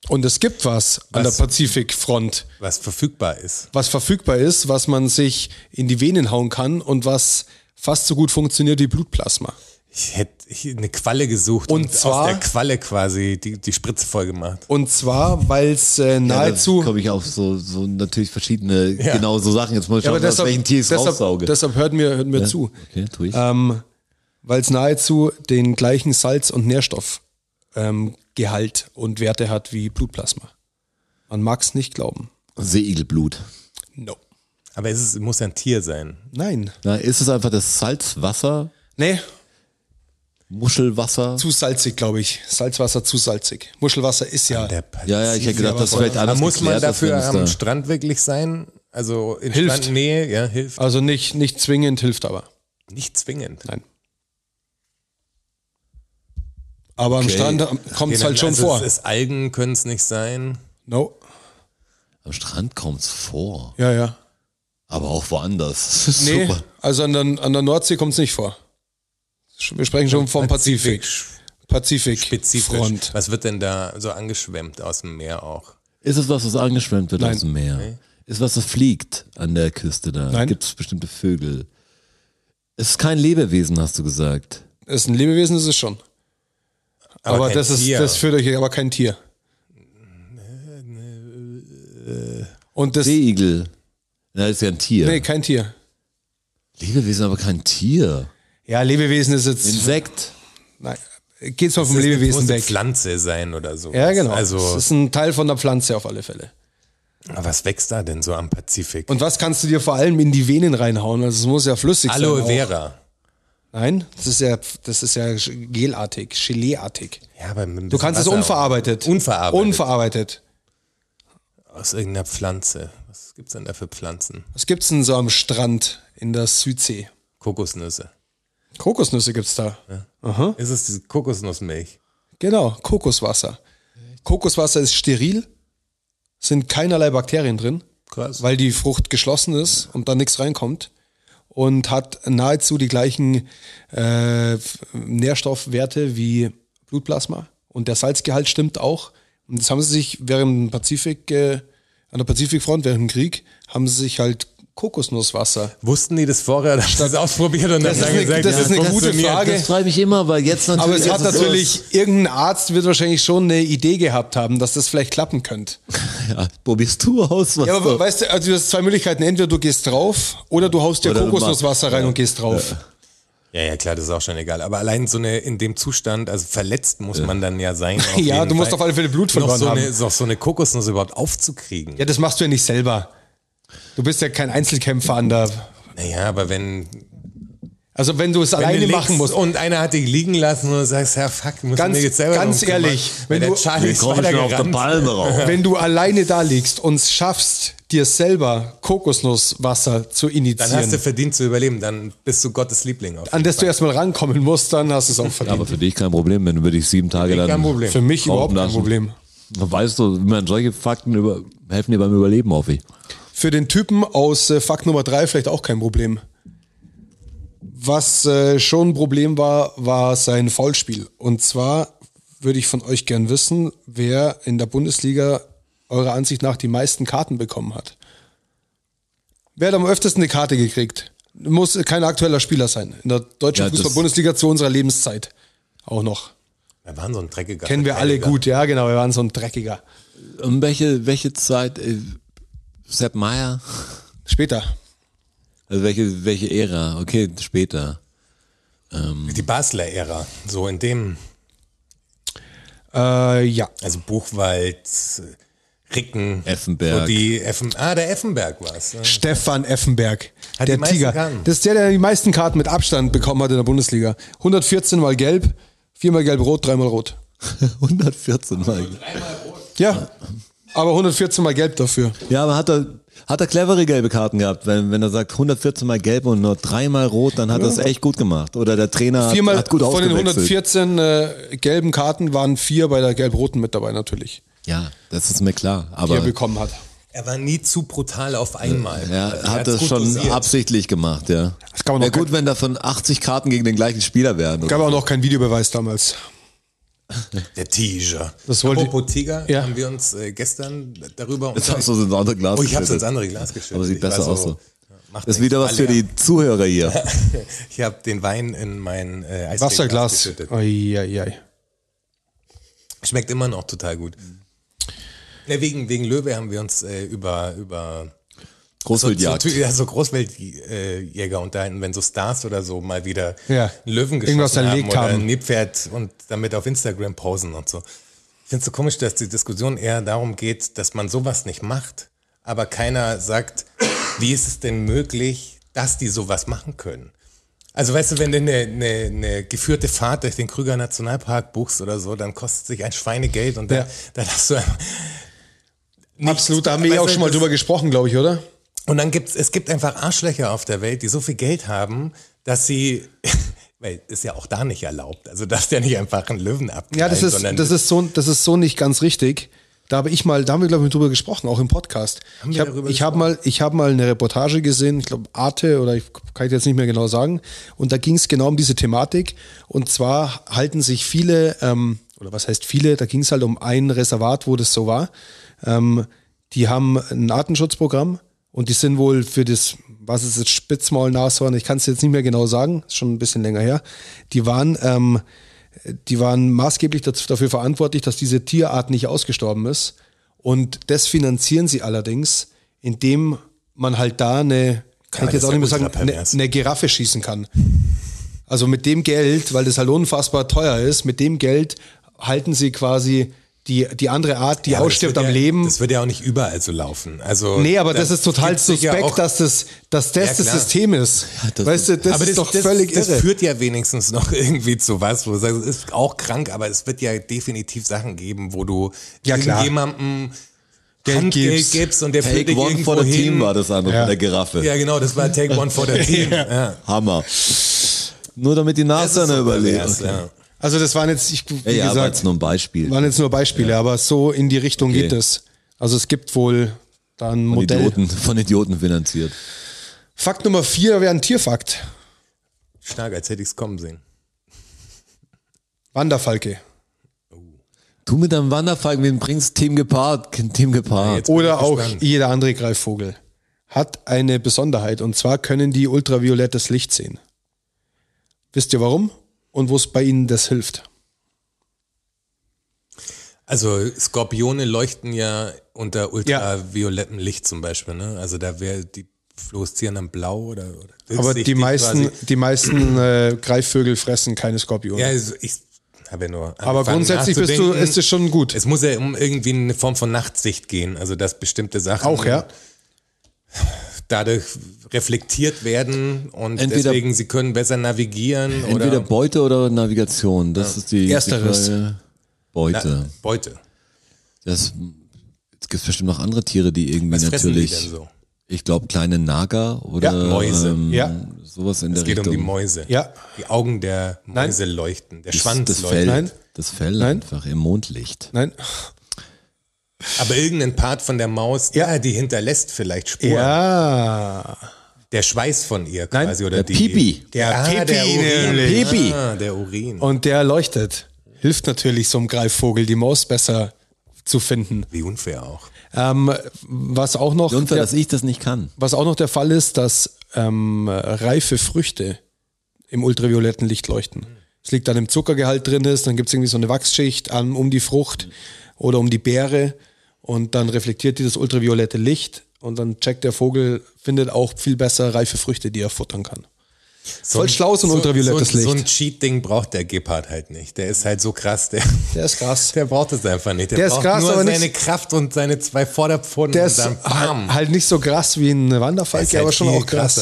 Speaker 3: Und es gibt was an der
Speaker 4: Was?
Speaker 3: Pazifikfront,
Speaker 4: Was verfügbar ist.
Speaker 3: was verfügbar ist, was man sich in die Venen hauen kann und was fast so gut funktioniert wie Blutplasma.
Speaker 4: Ich hätte ich eine Qualle gesucht
Speaker 3: Und zwar-
Speaker 4: aus der Qualle quasi die, die Spritze voll gemacht.
Speaker 3: Und zwar, weil es äh,
Speaker 2: Ja, da
Speaker 3: nahezu
Speaker 2: komme ich auf so, so natürlich verschiedene,
Speaker 4: Ja.
Speaker 2: genau so Sachen. Jetzt muss ich
Speaker 3: Ja,
Speaker 2: schauen,
Speaker 3: aber
Speaker 2: aus
Speaker 3: deshalb,
Speaker 2: welchen Tier ich
Speaker 3: deshalb,
Speaker 2: raussauge.
Speaker 3: deshalb hört mir, hört mir
Speaker 2: Ja,
Speaker 3: zu.
Speaker 2: Okay, tue ich.
Speaker 3: Ähm, Weil es nahezu den gleichen Salz- und Nährstoffgehalt ähm, Gehalt und Werte hat wie Blutplasma. Man mag es nicht glauben.
Speaker 2: Seeigelblut.
Speaker 3: No.
Speaker 4: Aber es ist, muss ja ein Tier sein.
Speaker 3: Nein.
Speaker 2: Na, ist es einfach das Salzwasser,
Speaker 3: Nee,
Speaker 2: Muschelwasser?
Speaker 3: zu salzig, glaube ich. Salzwasser zu salzig. Muschelwasser ist ja.
Speaker 4: Der
Speaker 2: Ja, ja, ich hätte gedacht, das ist
Speaker 3: aber
Speaker 2: vielleicht
Speaker 4: Aber
Speaker 2: anders
Speaker 4: muss man
Speaker 2: geklärt, als wenn
Speaker 4: dafür
Speaker 2: es
Speaker 4: am
Speaker 2: da-
Speaker 4: Strand wirklich sein? Also in
Speaker 3: Hilft.
Speaker 4: Strandnähe, ja, hilft.
Speaker 3: Also nicht, nicht zwingend, hilft aber.
Speaker 4: Nicht zwingend.
Speaker 3: Nein. Aber am Strand kommt es halt schon
Speaker 4: also
Speaker 3: vor.
Speaker 4: Es ist Algen können es nicht sein.
Speaker 3: no.
Speaker 2: Am Strand kommt's vor,
Speaker 3: Ja, ja.
Speaker 2: aber auch woanders.
Speaker 3: Nee,
Speaker 2: Super.
Speaker 3: also an der, an der Nordsee kommt es nicht vor. Wir sprechen schon vom Pazifik. Pazifik.
Speaker 4: Spezifisch.
Speaker 3: Front.
Speaker 4: Was wird denn da so angeschwemmt aus dem Meer auch?
Speaker 2: Ist es was, was angeschwemmt wird
Speaker 3: Nein.
Speaker 2: aus dem Meer? Ist was, das fliegt an der Küste da?
Speaker 3: Nein.
Speaker 2: Gibt es bestimmte Vögel? Es ist kein Lebewesen, hast du gesagt.
Speaker 3: Ist ein Lebewesen, ist es schon.
Speaker 4: Aber
Speaker 3: Aber,
Speaker 4: kein
Speaker 3: das ist,
Speaker 4: Tier.
Speaker 3: das führt euch aber kein Tier. Und das,
Speaker 2: Seeigel. Na, ist ja ein Tier.
Speaker 3: nee, kein Tier.
Speaker 2: Lebewesen, aber kein Tier.
Speaker 3: Ja, Lebewesen ist jetzt,
Speaker 2: Insekt.
Speaker 3: nein, geht's mal vom
Speaker 4: Das
Speaker 3: Lebewesen
Speaker 4: muss eine
Speaker 3: weg.
Speaker 4: Pflanze sein oder so.
Speaker 3: Ja, genau.
Speaker 4: Also,
Speaker 3: das ist ein Teil von der Pflanze auf alle Fälle.
Speaker 4: was wächst da denn so am Pazifik?
Speaker 3: Und was kannst du dir vor allem in die Venen reinhauen? Also es muss ja flüssig sein.
Speaker 4: Aloe
Speaker 3: auch.
Speaker 4: Vera.
Speaker 3: Nein, das ist ja, das ist ja gelartig, geleeartig.
Speaker 4: Ja, aber mit ein
Speaker 3: Du
Speaker 4: bisschen
Speaker 3: kannst es
Speaker 4: Wasser-
Speaker 3: unverarbeitet.
Speaker 4: Unverarbeitet.
Speaker 3: Unverarbeitet.
Speaker 4: Aus irgendeiner Pflanze. Was gibt's denn da für Pflanzen?
Speaker 3: Was gibt's denn so am Strand in der Südsee?
Speaker 4: Kokosnüsse.
Speaker 3: Kokosnüsse gibt's da. Hm?
Speaker 4: Ist es diese Kokosnussmilch?
Speaker 3: Genau, Kokoswasser. Kokoswasser ist steril, sind keinerlei Bakterien drin,
Speaker 4: Krass.
Speaker 3: weil die Frucht geschlossen ist und da nichts reinkommt und hat nahezu die gleichen äh, F- Nährstoffwerte wie Blutplasma und der Salzgehalt stimmt auch. Und das haben sie sich während dem Pazifik äh, an der Pazifikfront während dem Krieg haben sie sich halt Kokosnusswasser
Speaker 4: Wussten die das vorher, dass das ausprobiert und dann
Speaker 3: Das ist
Speaker 4: dann
Speaker 3: eine-
Speaker 4: gesagt,
Speaker 3: das ist eine gute
Speaker 4: funktioniert?
Speaker 3: Frage.
Speaker 2: Das freut mich immer, weil jetzt natürlich.
Speaker 3: Aber es hat
Speaker 2: ist so-
Speaker 3: natürlich, irgendein Arzt wird wahrscheinlich schon eine Idee gehabt haben, dass das vielleicht klappen könnte.
Speaker 2: Ja, probierst du aus, was
Speaker 3: Ja, aber
Speaker 2: du-
Speaker 3: weißt du, also du hast zwei Möglichkeiten. Entweder du gehst drauf oder du haust dir
Speaker 2: Oder du
Speaker 3: Kokosnusswasser rein und gehst drauf.
Speaker 4: Ja, ja, klar, das ist auch schon egal. Aber allein so eine, in dem Zustand, also verletzt muss man dann ja sein. auf
Speaker 3: Ja,
Speaker 4: jeden
Speaker 3: du musst
Speaker 4: Fall.
Speaker 3: auf alle Fälle Blut verloren
Speaker 4: noch so
Speaker 3: haben.
Speaker 4: Eine, noch so eine Kokosnuss überhaupt aufzukriegen.
Speaker 3: Ja, das machst du ja nicht selber. Du bist ja kein Einzelkämpfer an der.
Speaker 4: Naja, aber wenn,
Speaker 3: Also wenn du es
Speaker 4: wenn
Speaker 3: alleine
Speaker 4: du
Speaker 3: machen
Speaker 4: liegst
Speaker 3: musst.
Speaker 4: und einer hat dich liegen lassen und du sagst, ja fuck, muss
Speaker 3: Ganz-
Speaker 4: mir jetzt selber
Speaker 3: ganz
Speaker 4: drum kümmern.
Speaker 3: ehrlich, wenn
Speaker 4: wenn der
Speaker 3: du-
Speaker 4: Charlie
Speaker 2: Wir
Speaker 4: ist
Speaker 2: kommen schon auf der
Speaker 4: weitergerannt.
Speaker 2: Palme rauf.
Speaker 3: Wenn du alleine da liegst und es schaffst, dir selber Kokosnusswasser zu
Speaker 4: Dann hast du
Speaker 3: initiieren,
Speaker 4: verdient zu überleben, dann bist du Gottes Liebling. Auf
Speaker 3: an das du erstmal rankommen musst, dann hast du es auch
Speaker 2: Aber
Speaker 3: verdient.
Speaker 2: für dich kein Problem, wenn du dich sieben Tage
Speaker 4: jeden Fall.
Speaker 2: dann.
Speaker 4: kein Problem.
Speaker 3: Für mich überhaupt kein
Speaker 2: Rauchen lassen.
Speaker 3: Problem.
Speaker 2: Weißt du, man, solche Fakten über, helfen dir beim Überleben, hoffe ich.
Speaker 3: Für den Typen aus äh, Fakt Nummer 3 vielleicht auch kein Problem. Was äh, schon ein Problem war, war sein Foulspiel. Und zwar würde ich von euch gern wissen, wer in der Bundesliga eurer Ansicht nach die meisten Karten bekommen hat. Wer hat am öftesten eine Karte gekriegt? Muss kein aktueller Spieler sein. In der deutschen
Speaker 2: Ja, das-
Speaker 3: Fußball-Bundesliga zu unserer Lebenszeit. Auch noch.
Speaker 4: Wir waren so ein dreckiger.
Speaker 3: Kennen wir alle
Speaker 4: Verteidiger.
Speaker 3: gut, ja, genau. Wir waren so ein Dreckiger.
Speaker 2: Um welche, welche Zeit, äh, Sepp Meyer?
Speaker 3: Später.
Speaker 2: Also welche, welche Ära? Okay, später.
Speaker 4: Die Basler-Ära, so in dem,
Speaker 3: Äh, ja.
Speaker 4: also Buchwald, Ricken,
Speaker 2: Effenberg.
Speaker 4: So die Effen, ah, der Effenberg war es.
Speaker 3: Stefan Effenberg,
Speaker 4: Hat
Speaker 3: der
Speaker 4: die meisten
Speaker 3: Tiger.
Speaker 4: Karten.
Speaker 3: Das ist der, der die meisten Karten mit Abstand bekommen hat in der Bundesliga. 114 mal gelb, viermal gelb-rot, dreimal rot.
Speaker 2: 114 Mal.
Speaker 3: Ja, aber 114 mal gelb dafür.
Speaker 2: Ja, aber hat er, hat er clevere gelbe Karten gehabt? Wenn, wenn er sagt 114 Mal gelb und nur dreimal rot, dann hat er es echt gut gemacht. Oder der Trainer hat,
Speaker 3: Viermal
Speaker 2: hat gut
Speaker 3: von den
Speaker 2: ausgewechselt.
Speaker 3: 114 äh, gelben Karten waren vier bei der gelb-roten mit dabei natürlich,
Speaker 2: Ja, das ist mir klar.
Speaker 3: die
Speaker 2: Aber
Speaker 3: er bekommen hat.
Speaker 4: Er war nie zu brutal auf einmal.
Speaker 2: Ja,
Speaker 4: Also er
Speaker 2: hat
Speaker 4: hat's
Speaker 2: das
Speaker 4: gut
Speaker 2: schon
Speaker 4: dosiert.
Speaker 2: absichtlich gemacht, ja.
Speaker 3: Das kann man
Speaker 2: Wäre
Speaker 3: auch-
Speaker 2: gut, wenn davon 80 Karten gegen den gleichen Spieler wären.
Speaker 3: Gab auch noch keinen Videobeweis damals.
Speaker 4: Der Tiger.
Speaker 3: Das wollte-
Speaker 4: Apropos Tiger,
Speaker 3: Ja.
Speaker 4: haben wir uns äh, gestern darüber
Speaker 2: Jetzt hast du so ein anderes Glas
Speaker 4: Oh, ich hab's ins
Speaker 2: geschüttet.
Speaker 4: andere Glas geschüttet.
Speaker 2: Aber sieht
Speaker 4: Ich war
Speaker 2: besser aus so.
Speaker 4: ja, macht
Speaker 2: Das ist
Speaker 4: nichts.
Speaker 2: wieder was
Speaker 4: Alle
Speaker 2: für die Zuhörer hier.
Speaker 4: Ich habe den Wein in mein äh, Eisglas
Speaker 3: Wasserglas.
Speaker 4: geschüttet.
Speaker 3: Eieiei.
Speaker 4: Schmeckt immer noch total gut.
Speaker 2: Mhm.
Speaker 4: Ja, wegen, wegen Löwe haben wir uns äh, über, über
Speaker 2: Großwildjagd.
Speaker 4: So, so, ja, so Großwildjäger unterhalten, wenn so Stars oder so mal wieder
Speaker 3: Ja.
Speaker 4: einen Löwen geschossen
Speaker 3: Irgendwas
Speaker 4: haben
Speaker 3: erlegt
Speaker 4: oder
Speaker 3: haben.
Speaker 4: ein Nilpferd und damit auf Instagram posen und so. Ich finde es so komisch, dass die Diskussion eher darum geht, dass man sowas nicht macht, aber keiner sagt, wie ist es denn möglich, dass die sowas machen können? Also weißt du, wenn du eine, eine, eine geführte Fahrt durch den Krüger Nationalpark buchst oder so, dann kostet sich ein Schweinegeld und dann,
Speaker 3: Ja.
Speaker 4: dann hast du einfach nichts.
Speaker 3: Absolut, da haben wir eh
Speaker 4: Weißt
Speaker 3: auch
Speaker 4: du,
Speaker 3: schon mal
Speaker 4: das-
Speaker 3: drüber gesprochen, glaube ich, oder?
Speaker 4: und dann gibt's, es gibt einfach Arschlöcher auf der Welt, die so viel Geld haben, dass sie, weil ist ja auch da nicht erlaubt, also darfst ja nicht einfach einen Löwen abknallen,
Speaker 3: Ja, das ist,
Speaker 4: sondern
Speaker 3: das ist so, das ist so nicht ganz richtig. Da habe ich mal, da haben wir glaube ich drüber gesprochen, auch im Podcast. ich
Speaker 4: wir
Speaker 3: habe
Speaker 4: darüber
Speaker 3: ich hab mal, ich habe mal eine Reportage gesehen, ich glaube Arte oder ich kann ich jetzt nicht mehr genau sagen. Und da ging es genau um diese Thematik. Und zwar halten sich viele ähm, oder was heißt viele? Da ging es halt um ein Reservat, wo das so war. Ähm, die haben ein Artenschutzprogramm und die sind wohl für das was ist es, Spitzmaulnashorn, ich kann es jetzt nicht mehr genau sagen, ist schon ein bisschen länger her, die waren, ähm, die waren maßgeblich daz- dafür verantwortlich, dass diese Tierart nicht ausgestorben ist. Und das finanzieren sie allerdings, indem man halt da eine, kann
Speaker 4: Ja,
Speaker 3: ich jetzt
Speaker 4: das
Speaker 3: auch nicht mehr
Speaker 4: ist ja
Speaker 3: sagen,
Speaker 4: ultra
Speaker 3: eine,
Speaker 4: pervers.
Speaker 3: eine Giraffe schießen kann. Also mit dem Geld, weil das halt unfassbar teuer ist, mit dem Geld halten sie quasi die, die andere Art, die
Speaker 4: Ja, aber das
Speaker 3: ausstirbt
Speaker 4: wird
Speaker 3: am
Speaker 4: ja,
Speaker 3: Leben.
Speaker 4: Das wird ja auch nicht überall so laufen. Also,
Speaker 3: Nee, aber
Speaker 4: da
Speaker 3: das ist total
Speaker 4: gibt's sicher
Speaker 3: suspekt,
Speaker 4: auch-
Speaker 3: dass das, dass das
Speaker 4: Ja,
Speaker 3: das
Speaker 4: klar.
Speaker 3: System ist.
Speaker 2: das-
Speaker 3: weißt du, das
Speaker 4: aber
Speaker 3: ist doch völlig
Speaker 4: das,
Speaker 3: irre.
Speaker 4: das führt ja wenigstens noch irgendwie zu was, wo du sagst, es ist auch krank, aber es wird ja definitiv Sachen geben, wo du
Speaker 3: Ja, klar.
Speaker 4: irgendjemandem
Speaker 3: Geld
Speaker 4: Handgeld
Speaker 3: gibst.
Speaker 4: gibst. und der führt
Speaker 2: Take
Speaker 4: dich
Speaker 2: one
Speaker 4: irgendwo
Speaker 2: for the
Speaker 4: hin.
Speaker 2: team war das andere
Speaker 3: Ja.
Speaker 2: von der Giraffe.
Speaker 4: Ja, genau, das war Take One for the Team. ja.
Speaker 2: Hammer. Nur damit die
Speaker 4: Das ist
Speaker 2: NASA
Speaker 4: so
Speaker 2: überlebt.
Speaker 4: pervers, ja.
Speaker 3: Also das waren jetzt, ich, wie
Speaker 2: Ja, war
Speaker 3: gesagt,
Speaker 2: jetzt nur ein Beispiel.
Speaker 3: waren jetzt nur Beispiele, aber so in die Richtung geht es. Also es gibt wohl da ein
Speaker 2: Von
Speaker 3: Modell.
Speaker 2: Idioten, von Idioten finanziert.
Speaker 3: Fakt Nummer vier wäre ein Tierfakt.
Speaker 4: Stark, als hätte ich es kommen sehen.
Speaker 3: Wanderfalke.
Speaker 2: Du mit deinem Wanderfalken, wen bringst Team gepaart? Team gepaart.
Speaker 4: Jetzt bin
Speaker 3: Oder
Speaker 4: ich
Speaker 3: auch
Speaker 4: gespannt.
Speaker 3: jeder andere Greifvogel hat eine Besonderheit und zwar können die ultraviolettes Licht sehen. Wisst ihr warum? Und wo es bei ihnen das hilft?
Speaker 4: Also Skorpione leuchten ja unter ultraviolettem Licht zum Beispiel, ne? Also da wäre die fluoreszieren dann blau oder, oder
Speaker 3: Aber die
Speaker 4: durchsichtig
Speaker 3: meisten,
Speaker 4: quasi.
Speaker 3: die meisten äh, Greifvögel fressen keine Skorpione.
Speaker 4: Ja, also ich habe ja nur.
Speaker 3: Aber
Speaker 4: angefangen
Speaker 3: grundsätzlich bist du,
Speaker 4: nachzudenken.
Speaker 3: ist es schon gut.
Speaker 4: Es muss ja um irgendwie eine Form von Nachtsicht gehen, also dass bestimmte Sachen
Speaker 3: Auch, ja.
Speaker 4: dadurch reflektiert werden und
Speaker 2: Entweder-
Speaker 4: deswegen sie können besser navigieren
Speaker 2: Entweder
Speaker 4: oder
Speaker 2: Beute oder Navigation. Das ist die
Speaker 3: Ersteres.
Speaker 2: Die Frage. Beute.
Speaker 4: Na, Beute.
Speaker 2: Das, es gibt bestimmt noch andere Tiere, die irgendwie
Speaker 4: Was fressen die
Speaker 2: natürlich.
Speaker 4: denn so?
Speaker 2: Ich glaube, kleine Nager oder
Speaker 3: Ja,
Speaker 4: Mäuse.
Speaker 2: Ähm,
Speaker 3: Ja.
Speaker 2: sowas in
Speaker 4: Es
Speaker 2: der
Speaker 4: geht um
Speaker 2: Richtung.
Speaker 4: die Mäuse.
Speaker 3: Ja.
Speaker 4: Die Augen der Mäuse leuchten, der Schwanz
Speaker 2: das
Speaker 4: leuchtet.
Speaker 2: Fell.
Speaker 3: Nein.
Speaker 2: Das Fell
Speaker 3: Nein.
Speaker 2: einfach im Mondlicht.
Speaker 3: Nein?
Speaker 4: Aber irgendein Part von der Maus, ja, die hinterlässt vielleicht Spuren.
Speaker 3: Ja.
Speaker 4: Der Schweiß von ihr
Speaker 3: Nein.
Speaker 4: quasi oder
Speaker 2: Der
Speaker 4: die.
Speaker 2: Pipi.
Speaker 4: Der, ah,
Speaker 3: Pipi Oh.
Speaker 4: der Urin.
Speaker 3: nämlich.
Speaker 2: Pipi.
Speaker 4: Ah, der Urin.
Speaker 3: Und der leuchtet. Hilft natürlich so einem Greifvogel, die Maus besser zu finden.
Speaker 4: Wie unfair auch.
Speaker 3: Ähm, was, auch noch
Speaker 2: Unfair,
Speaker 3: der,
Speaker 2: dass ich das nicht kann.
Speaker 3: was auch noch der Fall ist, dass ähm, reife Früchte im ultravioletten Licht leuchten. Es liegt an dem Zuckergehalt drin ist, dann gibt es irgendwie so eine Wachsschicht an, um die Frucht oder um die Beere und dann reflektiert die das ultraviolette Licht und dann checkt der Vogel, findet auch viel besser reife Früchte, die er futtern kann.
Speaker 4: So
Speaker 3: Voll schlau, so ein ultraviolettes
Speaker 4: so, So ein
Speaker 3: Licht.
Speaker 4: Cheat-Ding braucht der Gepard halt nicht. Der ist halt so krass, der,
Speaker 3: Der ist krass.
Speaker 4: der braucht es einfach nicht. Der,
Speaker 3: Der ist
Speaker 4: braucht
Speaker 3: krass,
Speaker 4: nur
Speaker 3: aber nicht-
Speaker 4: seine Kraft und seine zwei Vorderpfoten
Speaker 3: Der
Speaker 4: und
Speaker 3: ist
Speaker 4: dann
Speaker 3: halt,
Speaker 4: bam.
Speaker 3: halt nicht so krass wie ein
Speaker 4: Der
Speaker 3: Wanderfalke,
Speaker 4: ist halt
Speaker 3: aber schon
Speaker 4: viel
Speaker 3: auch krass.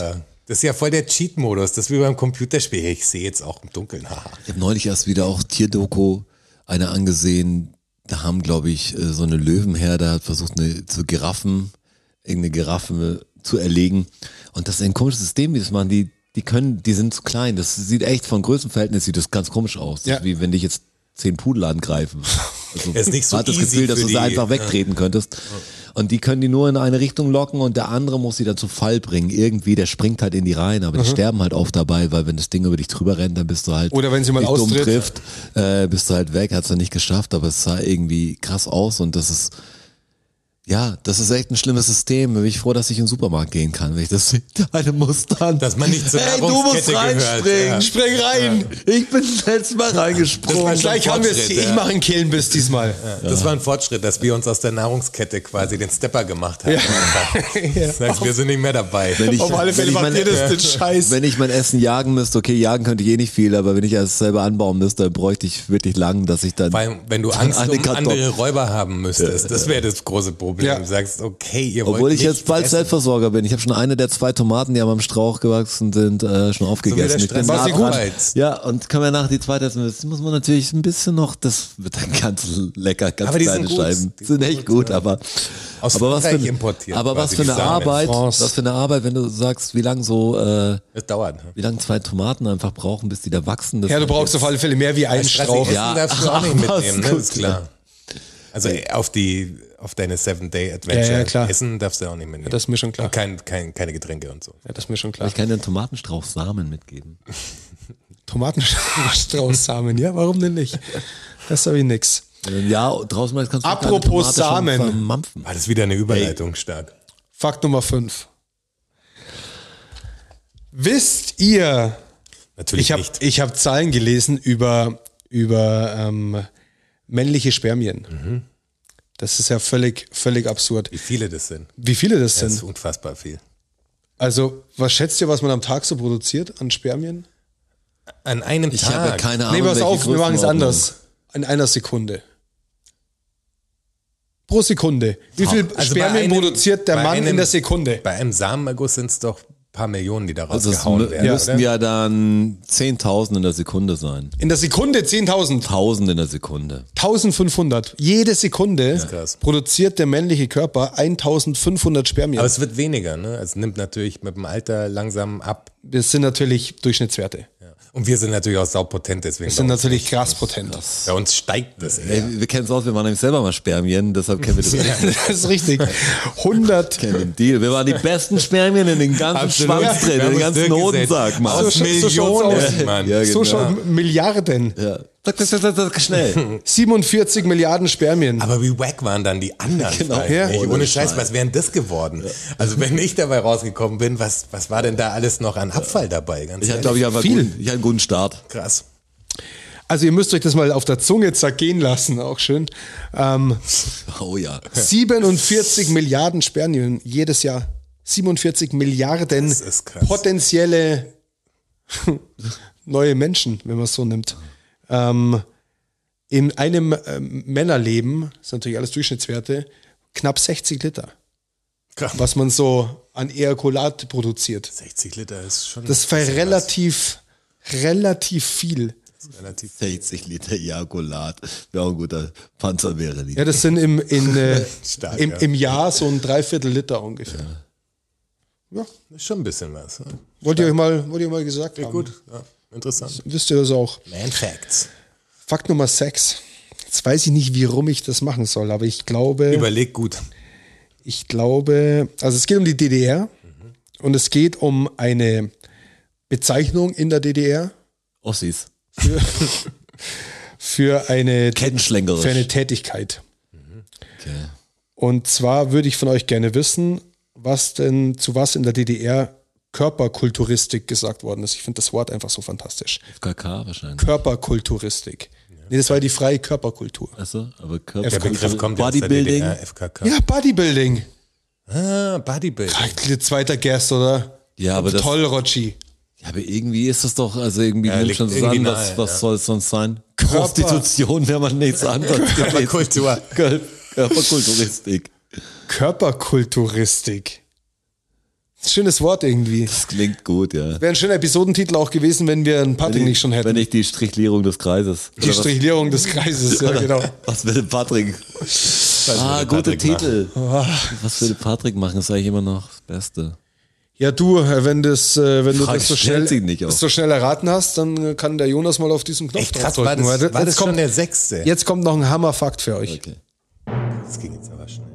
Speaker 4: Das ist ja voll der Cheat-Modus. Das ist wie beim Computerspiel. Ich sehe jetzt auch im Dunkeln. Haha.
Speaker 2: Ich habe neulich erst wieder auch Tierdoku eine angesehen. Da haben, glaube ich, äh, so eine Löwenherde hat versucht, eine zu Giraffen, irgendeine Giraffe zu erlegen. Und das ist ein komisches System, wie das machen. Die, die können, die sind zu klein. Das sieht echt von Größenverhältnis sieht das ganz komisch aus. Das
Speaker 3: Ja.
Speaker 2: ist wie wenn dich jetzt zehn Pudel angreifen. Also,
Speaker 4: Ist nicht so
Speaker 2: man hat das
Speaker 4: easy
Speaker 2: Gefühl, dass
Speaker 4: für
Speaker 2: du sie
Speaker 4: die.
Speaker 2: einfach wegtreten könntest. Und die können die nur in eine Richtung locken und der andere muss sie dann zu Fall bringen. Irgendwie, der springt halt in die rein, aber die
Speaker 4: Mhm.
Speaker 2: sterben halt oft dabei, weil wenn das Ding über dich drüber rennt, dann bist du halt
Speaker 3: Oder wenn sie mal
Speaker 2: dich dumm
Speaker 3: austritt.
Speaker 2: trifft, äh, bist du halt weg, hat's dann nicht geschafft, aber es sah irgendwie krass aus und das ist, ja, das ist echt ein schlimmes System. Bin ich froh, dass ich in den Supermarkt gehen kann, wenn ich das sehe. Eine Mustang.
Speaker 4: Dass man nicht zur
Speaker 2: Hey, du musst
Speaker 4: Nahrungskette gehört,
Speaker 2: reinspringen.
Speaker 4: ja.
Speaker 2: Spring rein. Ich bin letztes Mal
Speaker 4: Das war
Speaker 2: reingesprungen.
Speaker 4: schon
Speaker 3: Gleich haben wir es.
Speaker 4: Fortschritt,
Speaker 3: Ich
Speaker 4: ja.
Speaker 3: mache einen Killenbiss diesmal.
Speaker 4: Das war ein Fortschritt, dass wir uns aus der Nahrungskette quasi den Stepper gemacht haben. Das heißt, wir sind nicht mehr dabei.
Speaker 2: Wenn ich-
Speaker 3: Auf alle Fälle
Speaker 2: wenn ich
Speaker 3: macht
Speaker 2: meine-
Speaker 3: ihr das den Scheiß.
Speaker 2: Wenn ich mein Essen jagen müsste, okay, jagen könnte ich eh nicht viel, aber wenn ich es selber anbauen müsste, dann bräuchte ich wirklich lang, dass ich dann.
Speaker 4: Vor allem, wenn du
Speaker 2: dann
Speaker 4: Angst
Speaker 2: eine
Speaker 4: um
Speaker 2: Kartoffel-
Speaker 4: andere Räuber haben müsstest, das wäre das große Problem.
Speaker 3: Ja.
Speaker 4: Du sagst, okay, ihr wollt
Speaker 2: Obwohl ich
Speaker 4: mich
Speaker 2: jetzt bald
Speaker 4: fressen.
Speaker 2: Selbstversorger bin. Ich habe schon eine der zwei Tomaten, die am Strauch gewachsen sind, äh, schon aufgegessen. ich bin
Speaker 4: Stress-
Speaker 2: nah
Speaker 4: Basti
Speaker 2: dran.
Speaker 4: Kuhweiz.
Speaker 2: Ja, und können wir nach die zweite essen. Das muss man natürlich ein bisschen noch, das wird dann ganz lecker, ganz
Speaker 4: Aber die
Speaker 2: kleine
Speaker 4: sind gut.
Speaker 2: Scheiben.
Speaker 4: Die
Speaker 2: Sind, echt gut, aber,
Speaker 4: Aus
Speaker 2: aber was für,
Speaker 4: Frankreich importiert
Speaker 2: aber was
Speaker 4: quasi
Speaker 2: für
Speaker 4: die
Speaker 2: eine
Speaker 4: Samen.
Speaker 2: Arbeit,
Speaker 3: France.
Speaker 2: was für eine Arbeit, wenn du sagst, wie lang so, äh,
Speaker 4: Das dauert. ne?
Speaker 2: wie lange zwei Tomaten einfach brauchen, bis die da wachsen. Das
Speaker 3: Ja, du brauchst auf alle Fälle mehr wie einen
Speaker 4: Stressig
Speaker 3: Strauch.
Speaker 4: essen
Speaker 2: Ja.
Speaker 4: darfst du auch nicht
Speaker 2: Ach, was
Speaker 4: mitnehmen, ne?
Speaker 2: gut,
Speaker 4: das ist klar. Also ey, auf die auf deine Seven-Day-Adventure
Speaker 3: Ja, ja, klar.
Speaker 4: essen darfst du auch nicht mitnehmen.
Speaker 3: das ist mir schon klar.
Speaker 4: Und kein, kein, keine Getränke und so.
Speaker 3: Ja, das ist mir schon klar.
Speaker 2: Ich kann den Tomatenstrauch Samen mitgeben.
Speaker 3: Tomatenstraußsamen, ja, warum denn nicht? Das habe ich nix.
Speaker 2: Ja, draußen mal kannst du
Speaker 3: Apropos
Speaker 2: keine Tomate schon
Speaker 3: Samen.
Speaker 2: vermampfen.
Speaker 4: War das wieder eine Überleitung stark.
Speaker 3: Fakt Nummer 5. Wisst ihr,
Speaker 4: Natürlich
Speaker 3: ich habe
Speaker 4: nicht.
Speaker 3: ich hab Zahlen gelesen über, über ähm, männliche Spermien.
Speaker 4: Mhm.
Speaker 3: Das ist ja völlig, völlig absurd.
Speaker 4: Wie viele das sind.
Speaker 3: Wie viele das
Speaker 4: Das
Speaker 3: sind?
Speaker 4: ist unfassbar viel.
Speaker 3: Also, was schätzt ihr, was man am Tag so produziert an Spermien?
Speaker 4: An einem
Speaker 2: Ich
Speaker 4: Tag.
Speaker 2: habe keine Ahnung.
Speaker 3: nee, pass
Speaker 2: welche
Speaker 3: auf, wir machen es
Speaker 2: Größenordnung.
Speaker 3: anders. In einer Sekunde. Pro Sekunde. Wie viel
Speaker 4: Also bei
Speaker 3: Spermien
Speaker 4: einem-
Speaker 3: produziert der
Speaker 4: bei
Speaker 3: Mann in
Speaker 4: einem-
Speaker 3: der Sekunde?
Speaker 4: Bei einem Samenerguss sind es doch ein paar Millionen, die da
Speaker 2: Also es
Speaker 4: rausgehauen werden.
Speaker 2: müssten
Speaker 4: oder?
Speaker 2: ja dann 10.000 in der Sekunde sein.
Speaker 3: In der Sekunde 10.000.
Speaker 2: 1000 in der Sekunde.
Speaker 3: 1500. Jede Sekunde
Speaker 4: krass.
Speaker 3: produziert der männliche Körper 1500 Spermien.
Speaker 4: Aber es wird weniger, ne? Es nimmt natürlich mit dem Alter langsam ab.
Speaker 3: das sind natürlich Durchschnittswerte.
Speaker 4: Und wir sind natürlich auch saupotent, deswegen.
Speaker 3: Das sind
Speaker 4: bei, uns,
Speaker 3: natürlich krass potent. Das
Speaker 4: bei uns steigt das. eher.
Speaker 2: Ey, wir kennen es aus, wir waren nämlich selber mal Spermien, deshalb kennen wir das richtig.
Speaker 3: ist richtig. 100.
Speaker 2: kennen den Deal. Wir waren die besten Spermien in den ganzen
Speaker 4: Absolut.
Speaker 2: Schwanz drin,
Speaker 4: Wir
Speaker 2: in
Speaker 4: haben
Speaker 2: den
Speaker 4: uns
Speaker 2: ganzen
Speaker 4: durchgesetzt.
Speaker 2: Hodensack, Mann.
Speaker 3: So
Speaker 4: Aus
Speaker 3: sch- so schaut's
Speaker 4: Millionen,
Speaker 3: aus.
Speaker 4: Mann.
Speaker 2: Ja,
Speaker 3: So
Speaker 2: genau.
Speaker 3: schon Milliarden.
Speaker 2: Ja. Zack, zack, zack, zack, Schnell.
Speaker 3: 47 Milliarden Spermien.
Speaker 4: Aber wie wack waren dann die anderen?
Speaker 2: Genau.
Speaker 4: Genau.
Speaker 3: Ja.
Speaker 4: Ohne Scheiß, was wären das geworden? Also wenn ich dabei rausgekommen bin, was, was war denn da alles noch an Abfall dabei? Ganz
Speaker 2: Ich hatte, glaube
Speaker 4: ehrlich.
Speaker 2: ich, einfach
Speaker 3: Viel.
Speaker 2: Guten, ich hatte einen guten Start.
Speaker 4: krass.
Speaker 3: Also ihr müsst euch das mal auf der Zunge zergehen lassen, auch schön. Ähm,
Speaker 2: Oh ja.
Speaker 3: 47 Milliarden Spermien jedes Jahr. 47 Milliarden
Speaker 4: Das ist krass.
Speaker 3: potenzielle neue Menschen, wenn man es so nimmt. Ähm, in einem ähm, Männerleben, das ist natürlich alles Durchschnittswerte, knapp 60 Liter,
Speaker 4: krass.
Speaker 3: was man so an Ejakulat produziert.
Speaker 4: 60 Liter ist schon
Speaker 3: Das war relativ, relativ viel.
Speaker 4: relativ
Speaker 2: 60 Liter Jagulat. Wäre auch ein guter Panzer wäre die.
Speaker 3: Ja, das sind im, in, äh,
Speaker 4: Stark,
Speaker 3: im,
Speaker 4: ja.
Speaker 3: im Jahr so ein Dreiviertel Liter ungefähr.
Speaker 4: Ist Schon ein bisschen was. ne?
Speaker 3: Wollt ihr euch mal, wollt ihr mal gesagt haben.
Speaker 4: Gut, ja, interessant.
Speaker 3: Wisst ihr das auch?
Speaker 4: Man Facts.
Speaker 3: Fakt Nummer 6. Jetzt weiß ich nicht, wie rum ich das machen soll, aber ich glaube,
Speaker 4: Überleg gut.
Speaker 3: ich glaube, also es geht um die DDR
Speaker 4: Mhm.
Speaker 3: und es geht um eine Bezeichnung in der DDR
Speaker 2: Ossis.
Speaker 3: für eine,
Speaker 2: Kettenschlängerisch.
Speaker 3: für eine Tätigkeit.
Speaker 2: Okay.
Speaker 3: Und zwar würde ich von euch gerne wissen, was denn zu was in der DDR Körperkulturistik gesagt worden ist. Ich finde das Wort einfach so fantastisch.
Speaker 2: FKK wahrscheinlich.
Speaker 3: Körperkulturistik. Nee, das war die freie Körperkultur.
Speaker 2: Achso, aber Körper.
Speaker 4: Der Begriff kommt ja
Speaker 2: Bodybuilding.
Speaker 4: aus der DDR, FKK.
Speaker 3: Ja, Bodybuilding.
Speaker 4: Ah, Bodybuilding.
Speaker 3: Zweiter Guest, oder?
Speaker 2: Ja, aber das-
Speaker 3: Toll, Rotschi.
Speaker 2: Ja, aber irgendwie ist das doch, also irgendwie
Speaker 4: Ja,
Speaker 2: nimmt
Speaker 4: liegt
Speaker 2: schon so
Speaker 4: irgendwie
Speaker 2: an,
Speaker 4: nahe,
Speaker 2: was, was
Speaker 4: ja.
Speaker 2: soll es sonst sein? Prostitution, wenn man nichts anderes gewesen.
Speaker 4: Kultur.
Speaker 2: Kör- Körperkulturistik.
Speaker 3: Körperkulturistik. Schönes Wort irgendwie.
Speaker 2: Das klingt gut, ja.
Speaker 3: Wäre ein schöner Episodentitel auch gewesen, wenn wir einen Patrick nicht schon
Speaker 2: Wenn
Speaker 3: hätten.
Speaker 2: ich die Strichlierung des Kreises.
Speaker 3: Die Strichlierung des Kreises, ja genau.
Speaker 2: Was würde Patrick? ah,
Speaker 4: würde
Speaker 2: gute
Speaker 4: Patrick
Speaker 2: Titel. Ah. Was würde Patrick machen? Das ist eigentlich immer noch das Beste.
Speaker 3: Ja, du, äh, wenn, das, äh, wenn du
Speaker 2: Frage
Speaker 3: das so schnell,
Speaker 2: stellt sich nicht auf.
Speaker 3: das so schnell erraten hast, dann äh, kann der Jonas mal auf diesen Knopf
Speaker 4: Echt krass, war
Speaker 3: draufdrücken,
Speaker 4: das,
Speaker 3: weil
Speaker 4: war das
Speaker 3: jetzt, kommt,
Speaker 4: schon der sechste?
Speaker 3: jetzt kommt noch ein Hammerfakt für euch.
Speaker 2: Okay.
Speaker 4: Das ging jetzt aber schnell.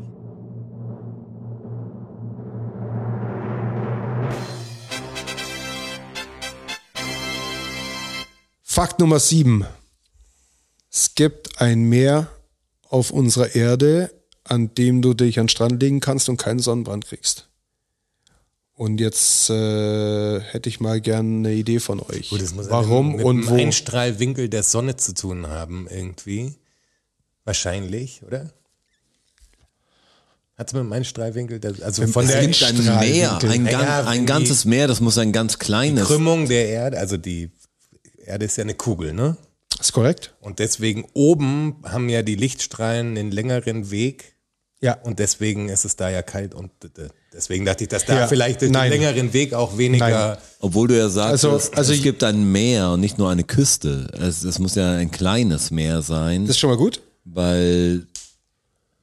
Speaker 3: Fakt Nummer 7. Es gibt ein Meer auf unserer Erde, an dem du dich an den Strand legen kannst und keinen Sonnenbrand kriegst. Und jetzt äh, hätte ich mal gern eine Idee von euch.
Speaker 4: Gut, das muss
Speaker 3: Warum
Speaker 4: mit
Speaker 3: und
Speaker 4: dem
Speaker 3: wo?
Speaker 4: Einstrahlwinkel der Sonne zu tun haben, irgendwie. Wahrscheinlich, oder? Hat es mit dem Einstrahlwinkel, der, also von
Speaker 2: Es
Speaker 4: der
Speaker 2: gibt ein
Speaker 3: Strahlwinkel.
Speaker 2: Meer, ein,
Speaker 4: Ja,
Speaker 2: gan
Speaker 4: wie-
Speaker 2: ein ganzes Meer, das muss ein ganz kleines.
Speaker 4: Krümmung der Erde, also die Erde ist ja eine Kugel, ne?
Speaker 3: Ist korrekt?
Speaker 4: Und deswegen oben haben ja die Lichtstrahlen einen längeren Weg
Speaker 3: Ja.
Speaker 4: und deswegen ist es da ja kalt und äh, deswegen dachte ich, dass da
Speaker 3: Ja,
Speaker 4: vielleicht durch
Speaker 3: nein.
Speaker 4: den längeren Weg auch weniger.
Speaker 3: Nein.
Speaker 2: Obwohl du ja sagst,
Speaker 3: Also-
Speaker 2: es,
Speaker 3: also-
Speaker 2: es gibt ein Meer und nicht nur eine Küste. Es, es muss ja ein kleines Meer sein,
Speaker 3: Das ist schon mal gut.
Speaker 2: weil,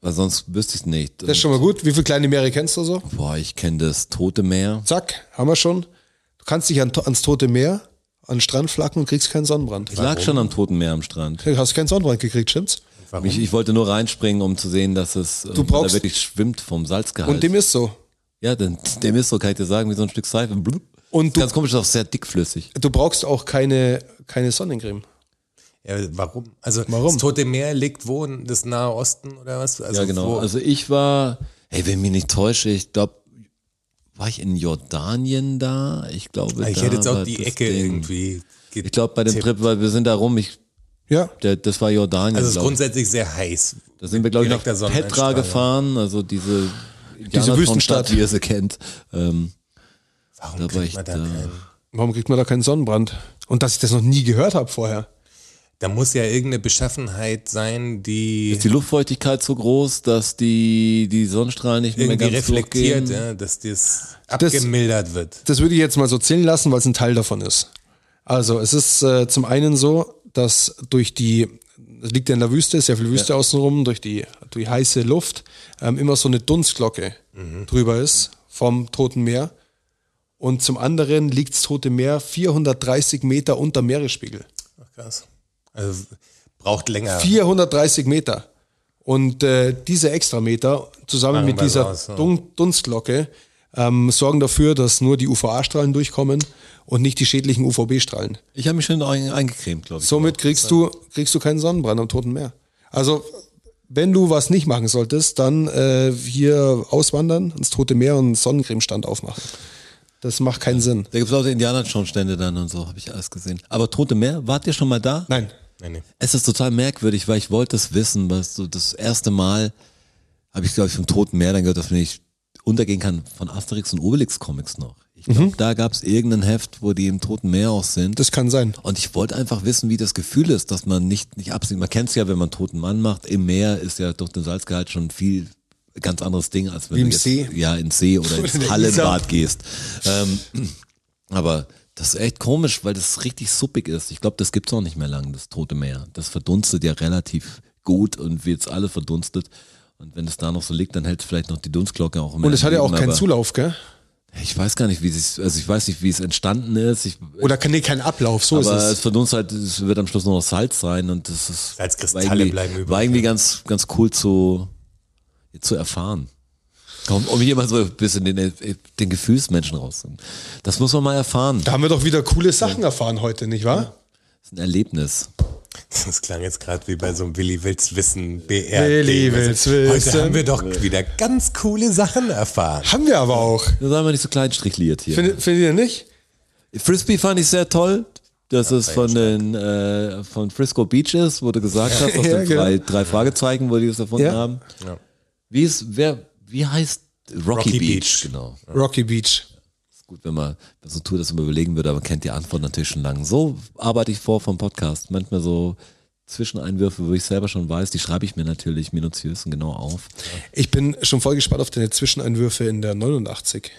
Speaker 2: weil sonst wüsste ich es nicht.
Speaker 3: Das ist schon mal gut. Wie viele kleine Meere kennst du so?
Speaker 2: Boah, ich kenne das Tote Meer.
Speaker 3: Zack, haben wir schon. Du kannst dich an, ans Tote Meer, an den Strand flacken und kriegst keinen Sonnenbrand.
Speaker 2: Ich lag schon am Toten Meer am Strand.
Speaker 3: Du hast keinen Sonnenbrand gekriegt, stimmt's?
Speaker 2: Ich, ich wollte nur reinspringen, um zu sehen, dass es du
Speaker 3: brauchst-
Speaker 2: da wirklich schwimmt vom Salzgehalt.
Speaker 3: Und dem ist so.
Speaker 2: ja, denn, dem ist so, kann ich dir sagen, wie so ein Stück Seife. Blub.
Speaker 3: Und du-
Speaker 2: Ganz komisch, ist auch sehr dickflüssig.
Speaker 3: Du brauchst auch keine, keine Sonnencreme.
Speaker 4: Ja, warum? Also
Speaker 3: Warum?
Speaker 4: das Tote Meer liegt wo? In des Nahe Osten oder was? Also
Speaker 2: Ja,
Speaker 4: Wo,
Speaker 2: genau. Also ich war, hey, wenn mich nicht täusche, ich glaube, war ich in Jordanien da? Ich glaube,
Speaker 4: Ah, Ich
Speaker 2: da
Speaker 4: hätte jetzt auch
Speaker 2: war
Speaker 4: die
Speaker 2: das
Speaker 4: Ecke
Speaker 2: Ding.
Speaker 4: irgendwie.
Speaker 2: Ich glaube, bei dem Trip, weil wir sind da rum, ich,
Speaker 3: Ja.
Speaker 2: der, das war Jordanien.
Speaker 4: Also es ist
Speaker 2: glaub ich.
Speaker 4: grundsätzlich sehr heiß.
Speaker 2: Da sind wir, glaube ich, nach
Speaker 4: Direkter
Speaker 2: Petra
Speaker 4: Sonneneinstrahlung.
Speaker 2: gefahren, also diese,
Speaker 3: Diese Wüstenstadt.
Speaker 2: Indianertonstadt, wie ihr sie kennt. Ähm,
Speaker 4: Warum
Speaker 2: Da war
Speaker 4: kriegt
Speaker 2: ich
Speaker 4: man da
Speaker 2: da.
Speaker 4: keinen?
Speaker 3: Warum kriegt man da keinen Sonnenbrand? Und dass ich das noch nie gehört habe vorher.
Speaker 4: Da muss ja irgendeine Beschaffenheit sein, die,
Speaker 2: ist die Luftfeuchtigkeit so groß, dass die, die Sonnenstrahlen nicht mehr
Speaker 4: irgendwie
Speaker 2: ganz
Speaker 4: reflektiert,
Speaker 2: durchgehen?
Speaker 4: ja, dass das abgemildert wird.
Speaker 3: Das würde ich jetzt mal so zählen lassen, weil es ein Teil davon ist. Also es ist äh, zum einen so, dass durch die, es liegt ja in der Wüste, sehr viel Wüste außenrum, durch die, durch die heiße Luft ähm, immer so eine Dunstglocke drüber ist vom Toten Meer. Und zum anderen liegt das Tote Meer 430 Meter unter Meeresspiegel.
Speaker 4: Krass. Also braucht länger.
Speaker 3: 430 Meter. Und äh, diese Extrameter zusammen
Speaker 4: Machen
Speaker 3: mit
Speaker 4: wir
Speaker 3: dieser
Speaker 4: raus, ja.
Speaker 3: Dun Dunstglocke ähm, sorgen dafür, dass nur die UVA-Strahlen durchkommen und nicht die schädlichen UVB-Strahlen.
Speaker 2: Ich habe mich schon ein, eingecremt, glaube ich.
Speaker 3: Somit kriegst du, kriegst du keinen Sonnenbrand am Toten Meer. Also, wenn du was nicht machen solltest, dann äh, hier auswandern ins Tote Meer und einen Sonnencremestand aufmachen. Das macht keinen Sinn.
Speaker 2: Da gibt's lauter Indianertonstände dann und so, habe ich alles gesehen. Aber Tote Meer, wart ihr schon mal da?
Speaker 3: Nein.
Speaker 4: Nee, nee.
Speaker 2: Es ist total merkwürdig, weil ich wollte es wissen, was so das erste Mal habe ich, glaube ich, vom Toten Meer dann gehört, dass man nicht untergehen kann von Asterix und Obelix Comics noch. Ich glaube, da gab's irgendein Heft, wo die im Toten Meer auch sind.
Speaker 3: Das kann sein.
Speaker 2: Und ich wollte einfach wissen, wie das Gefühl ist, dass man nicht, nicht absieht. Man kennt's ja, wenn man einen toten Mann macht, im Meer ist ja durch den Salzgehalt schon viel ganz anderes Ding, als wenn
Speaker 3: Wie
Speaker 2: du
Speaker 3: im
Speaker 2: jetzt,
Speaker 3: See.
Speaker 2: ja, ins See oder
Speaker 3: in
Speaker 2: ins
Speaker 3: der
Speaker 2: Hallenbad gehst. Ähm, aber das ist echt komisch, weil das richtig suppig ist. Ich glaube, das gibt's auch nicht mehr lang, das Tote Meer. Das verdunstet ja relativ gut und wird jetzt alle verdunstet. Und wenn es da noch so liegt, dann hält vielleicht noch die Dunstglocke auch immer.
Speaker 3: Und es
Speaker 2: am
Speaker 3: hat ja auch
Speaker 2: Leben,
Speaker 3: keinen
Speaker 2: aber
Speaker 3: Zulauf, gell?
Speaker 2: Ich weiß gar nicht, wie es, also ich weiß nicht, wie es entstanden ist. Ich,
Speaker 3: Oder kann, nee, kein Ablauf, so
Speaker 2: aber
Speaker 3: ist
Speaker 2: es
Speaker 3: es.
Speaker 2: verdunstet halt, es wird am Schluss nur noch Salz sein und das ist.
Speaker 4: Salzkristalle
Speaker 2: war irgendwie-
Speaker 4: bleiben übrig,
Speaker 2: War irgendwie
Speaker 4: ja.
Speaker 2: ganz, ganz cool zu, zu erfahren. Komm, um hier mal so ein bisschen den, den Gefühlsmenschen rauszunehmen. Das muss man mal erfahren.
Speaker 3: Da haben wir doch wieder coole Sachen erfahren heute, nicht wahr?
Speaker 2: Das ist ein Erlebnis.
Speaker 4: Das klang jetzt gerade wie bei so einem Willi Wills Wissen BR.
Speaker 3: Willi will's wissen.
Speaker 4: Heute haben wir doch wieder ganz coole Sachen erfahren.
Speaker 3: Haben wir aber auch.
Speaker 2: Da sei mal nicht so kleinstrichliert hier.
Speaker 3: Findet, findet ihr nicht?
Speaker 2: Frisbee fand ich sehr toll. Dass es von den äh, von Frisco Beach ist, wurde gesagt hast, aus
Speaker 3: Ja,
Speaker 2: den
Speaker 3: genau.
Speaker 2: drei, drei Fragezeichen, wo die das erfunden
Speaker 3: Ja.
Speaker 2: haben.
Speaker 4: Ja.
Speaker 2: Wie ist, wer, wie heißt Rocky,
Speaker 4: Rocky Beach.
Speaker 2: Beach? Genau.
Speaker 3: Rocky Beach.
Speaker 2: Gut, wenn man so tut, dass man überlegen würde, aber kennt die Antwort natürlich schon lange. So arbeite ich vor vom Podcast. Manchmal so Zwischeneinwürfe, wo ich selber schon weiß, die schreibe ich mir natürlich minutiös und genau auf.
Speaker 3: Ich bin schon voll gespannt auf deine Zwischeneinwürfe in der 89.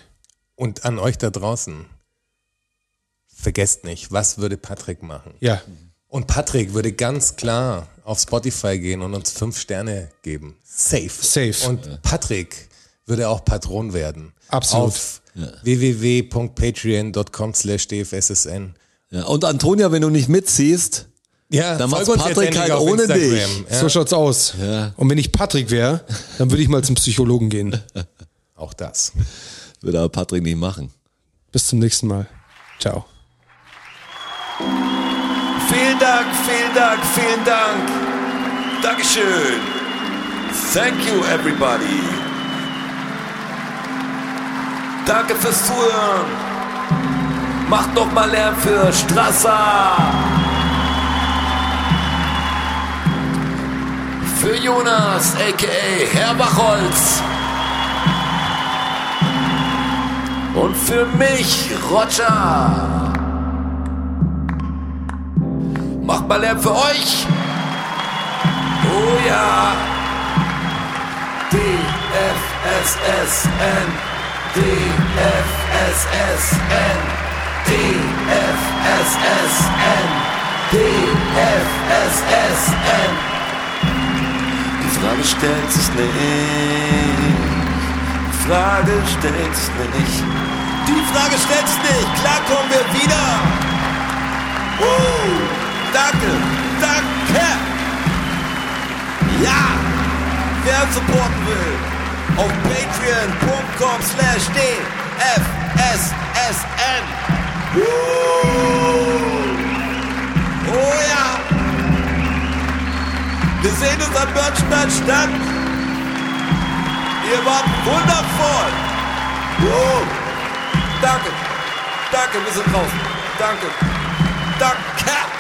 Speaker 4: Und an euch da draußen. Vergesst nicht, was würde Patrick machen?
Speaker 3: Ja.
Speaker 4: Und Patrick würde ganz klar auf Spotify gehen und uns fünf Sterne geben. Safe.
Speaker 3: Safe.
Speaker 4: Und Patrick würde auch Patron werden.
Speaker 3: Absolut.
Speaker 4: Auf www.patreon.com slash dfssn.
Speaker 2: Ja, und Antonia, wenn du nicht mitziehst,
Speaker 4: Ja,
Speaker 2: Dann
Speaker 4: folg
Speaker 2: macht's
Speaker 4: jetzt
Speaker 2: Patrick
Speaker 4: endlich
Speaker 2: halt
Speaker 4: auf
Speaker 2: ohne
Speaker 4: Instagram. Ja,
Speaker 3: So schaut's aus. Und wenn ich Patrick wäre, dann würde ich mal zum Psychologen gehen.
Speaker 4: auch das.
Speaker 2: würde aber Patrick nicht machen.
Speaker 3: Bis zum nächsten Mal. Ciao.
Speaker 5: Vielen Dank, vielen Dank, vielen Dank. Dankeschön. Thank you, everybody. Danke fürs Zuhören. Macht noch mal Lärm für Strasser. Für Jonas, a.k.a. Herr Wachholz. Und für mich, Roger. Macht mal Lärm für euch. Oh ja. DFSSN. DFSSN. DFSSN. DFSSN. Die Frage stellt sich nicht. Die Frage stellt sich nicht. Die Frage stellt sich nicht. Klar kommen wir wieder. Uh, danke, danke. Ja, wer uns supporten will, auf patreon.com slash dfssn. Uh, oh ja. Wir sehen uns am Börnstein statt. Ihr wart wundervoll. Uh.
Speaker 2: Danke. Danke, wir sind draußen. Danke. Danke.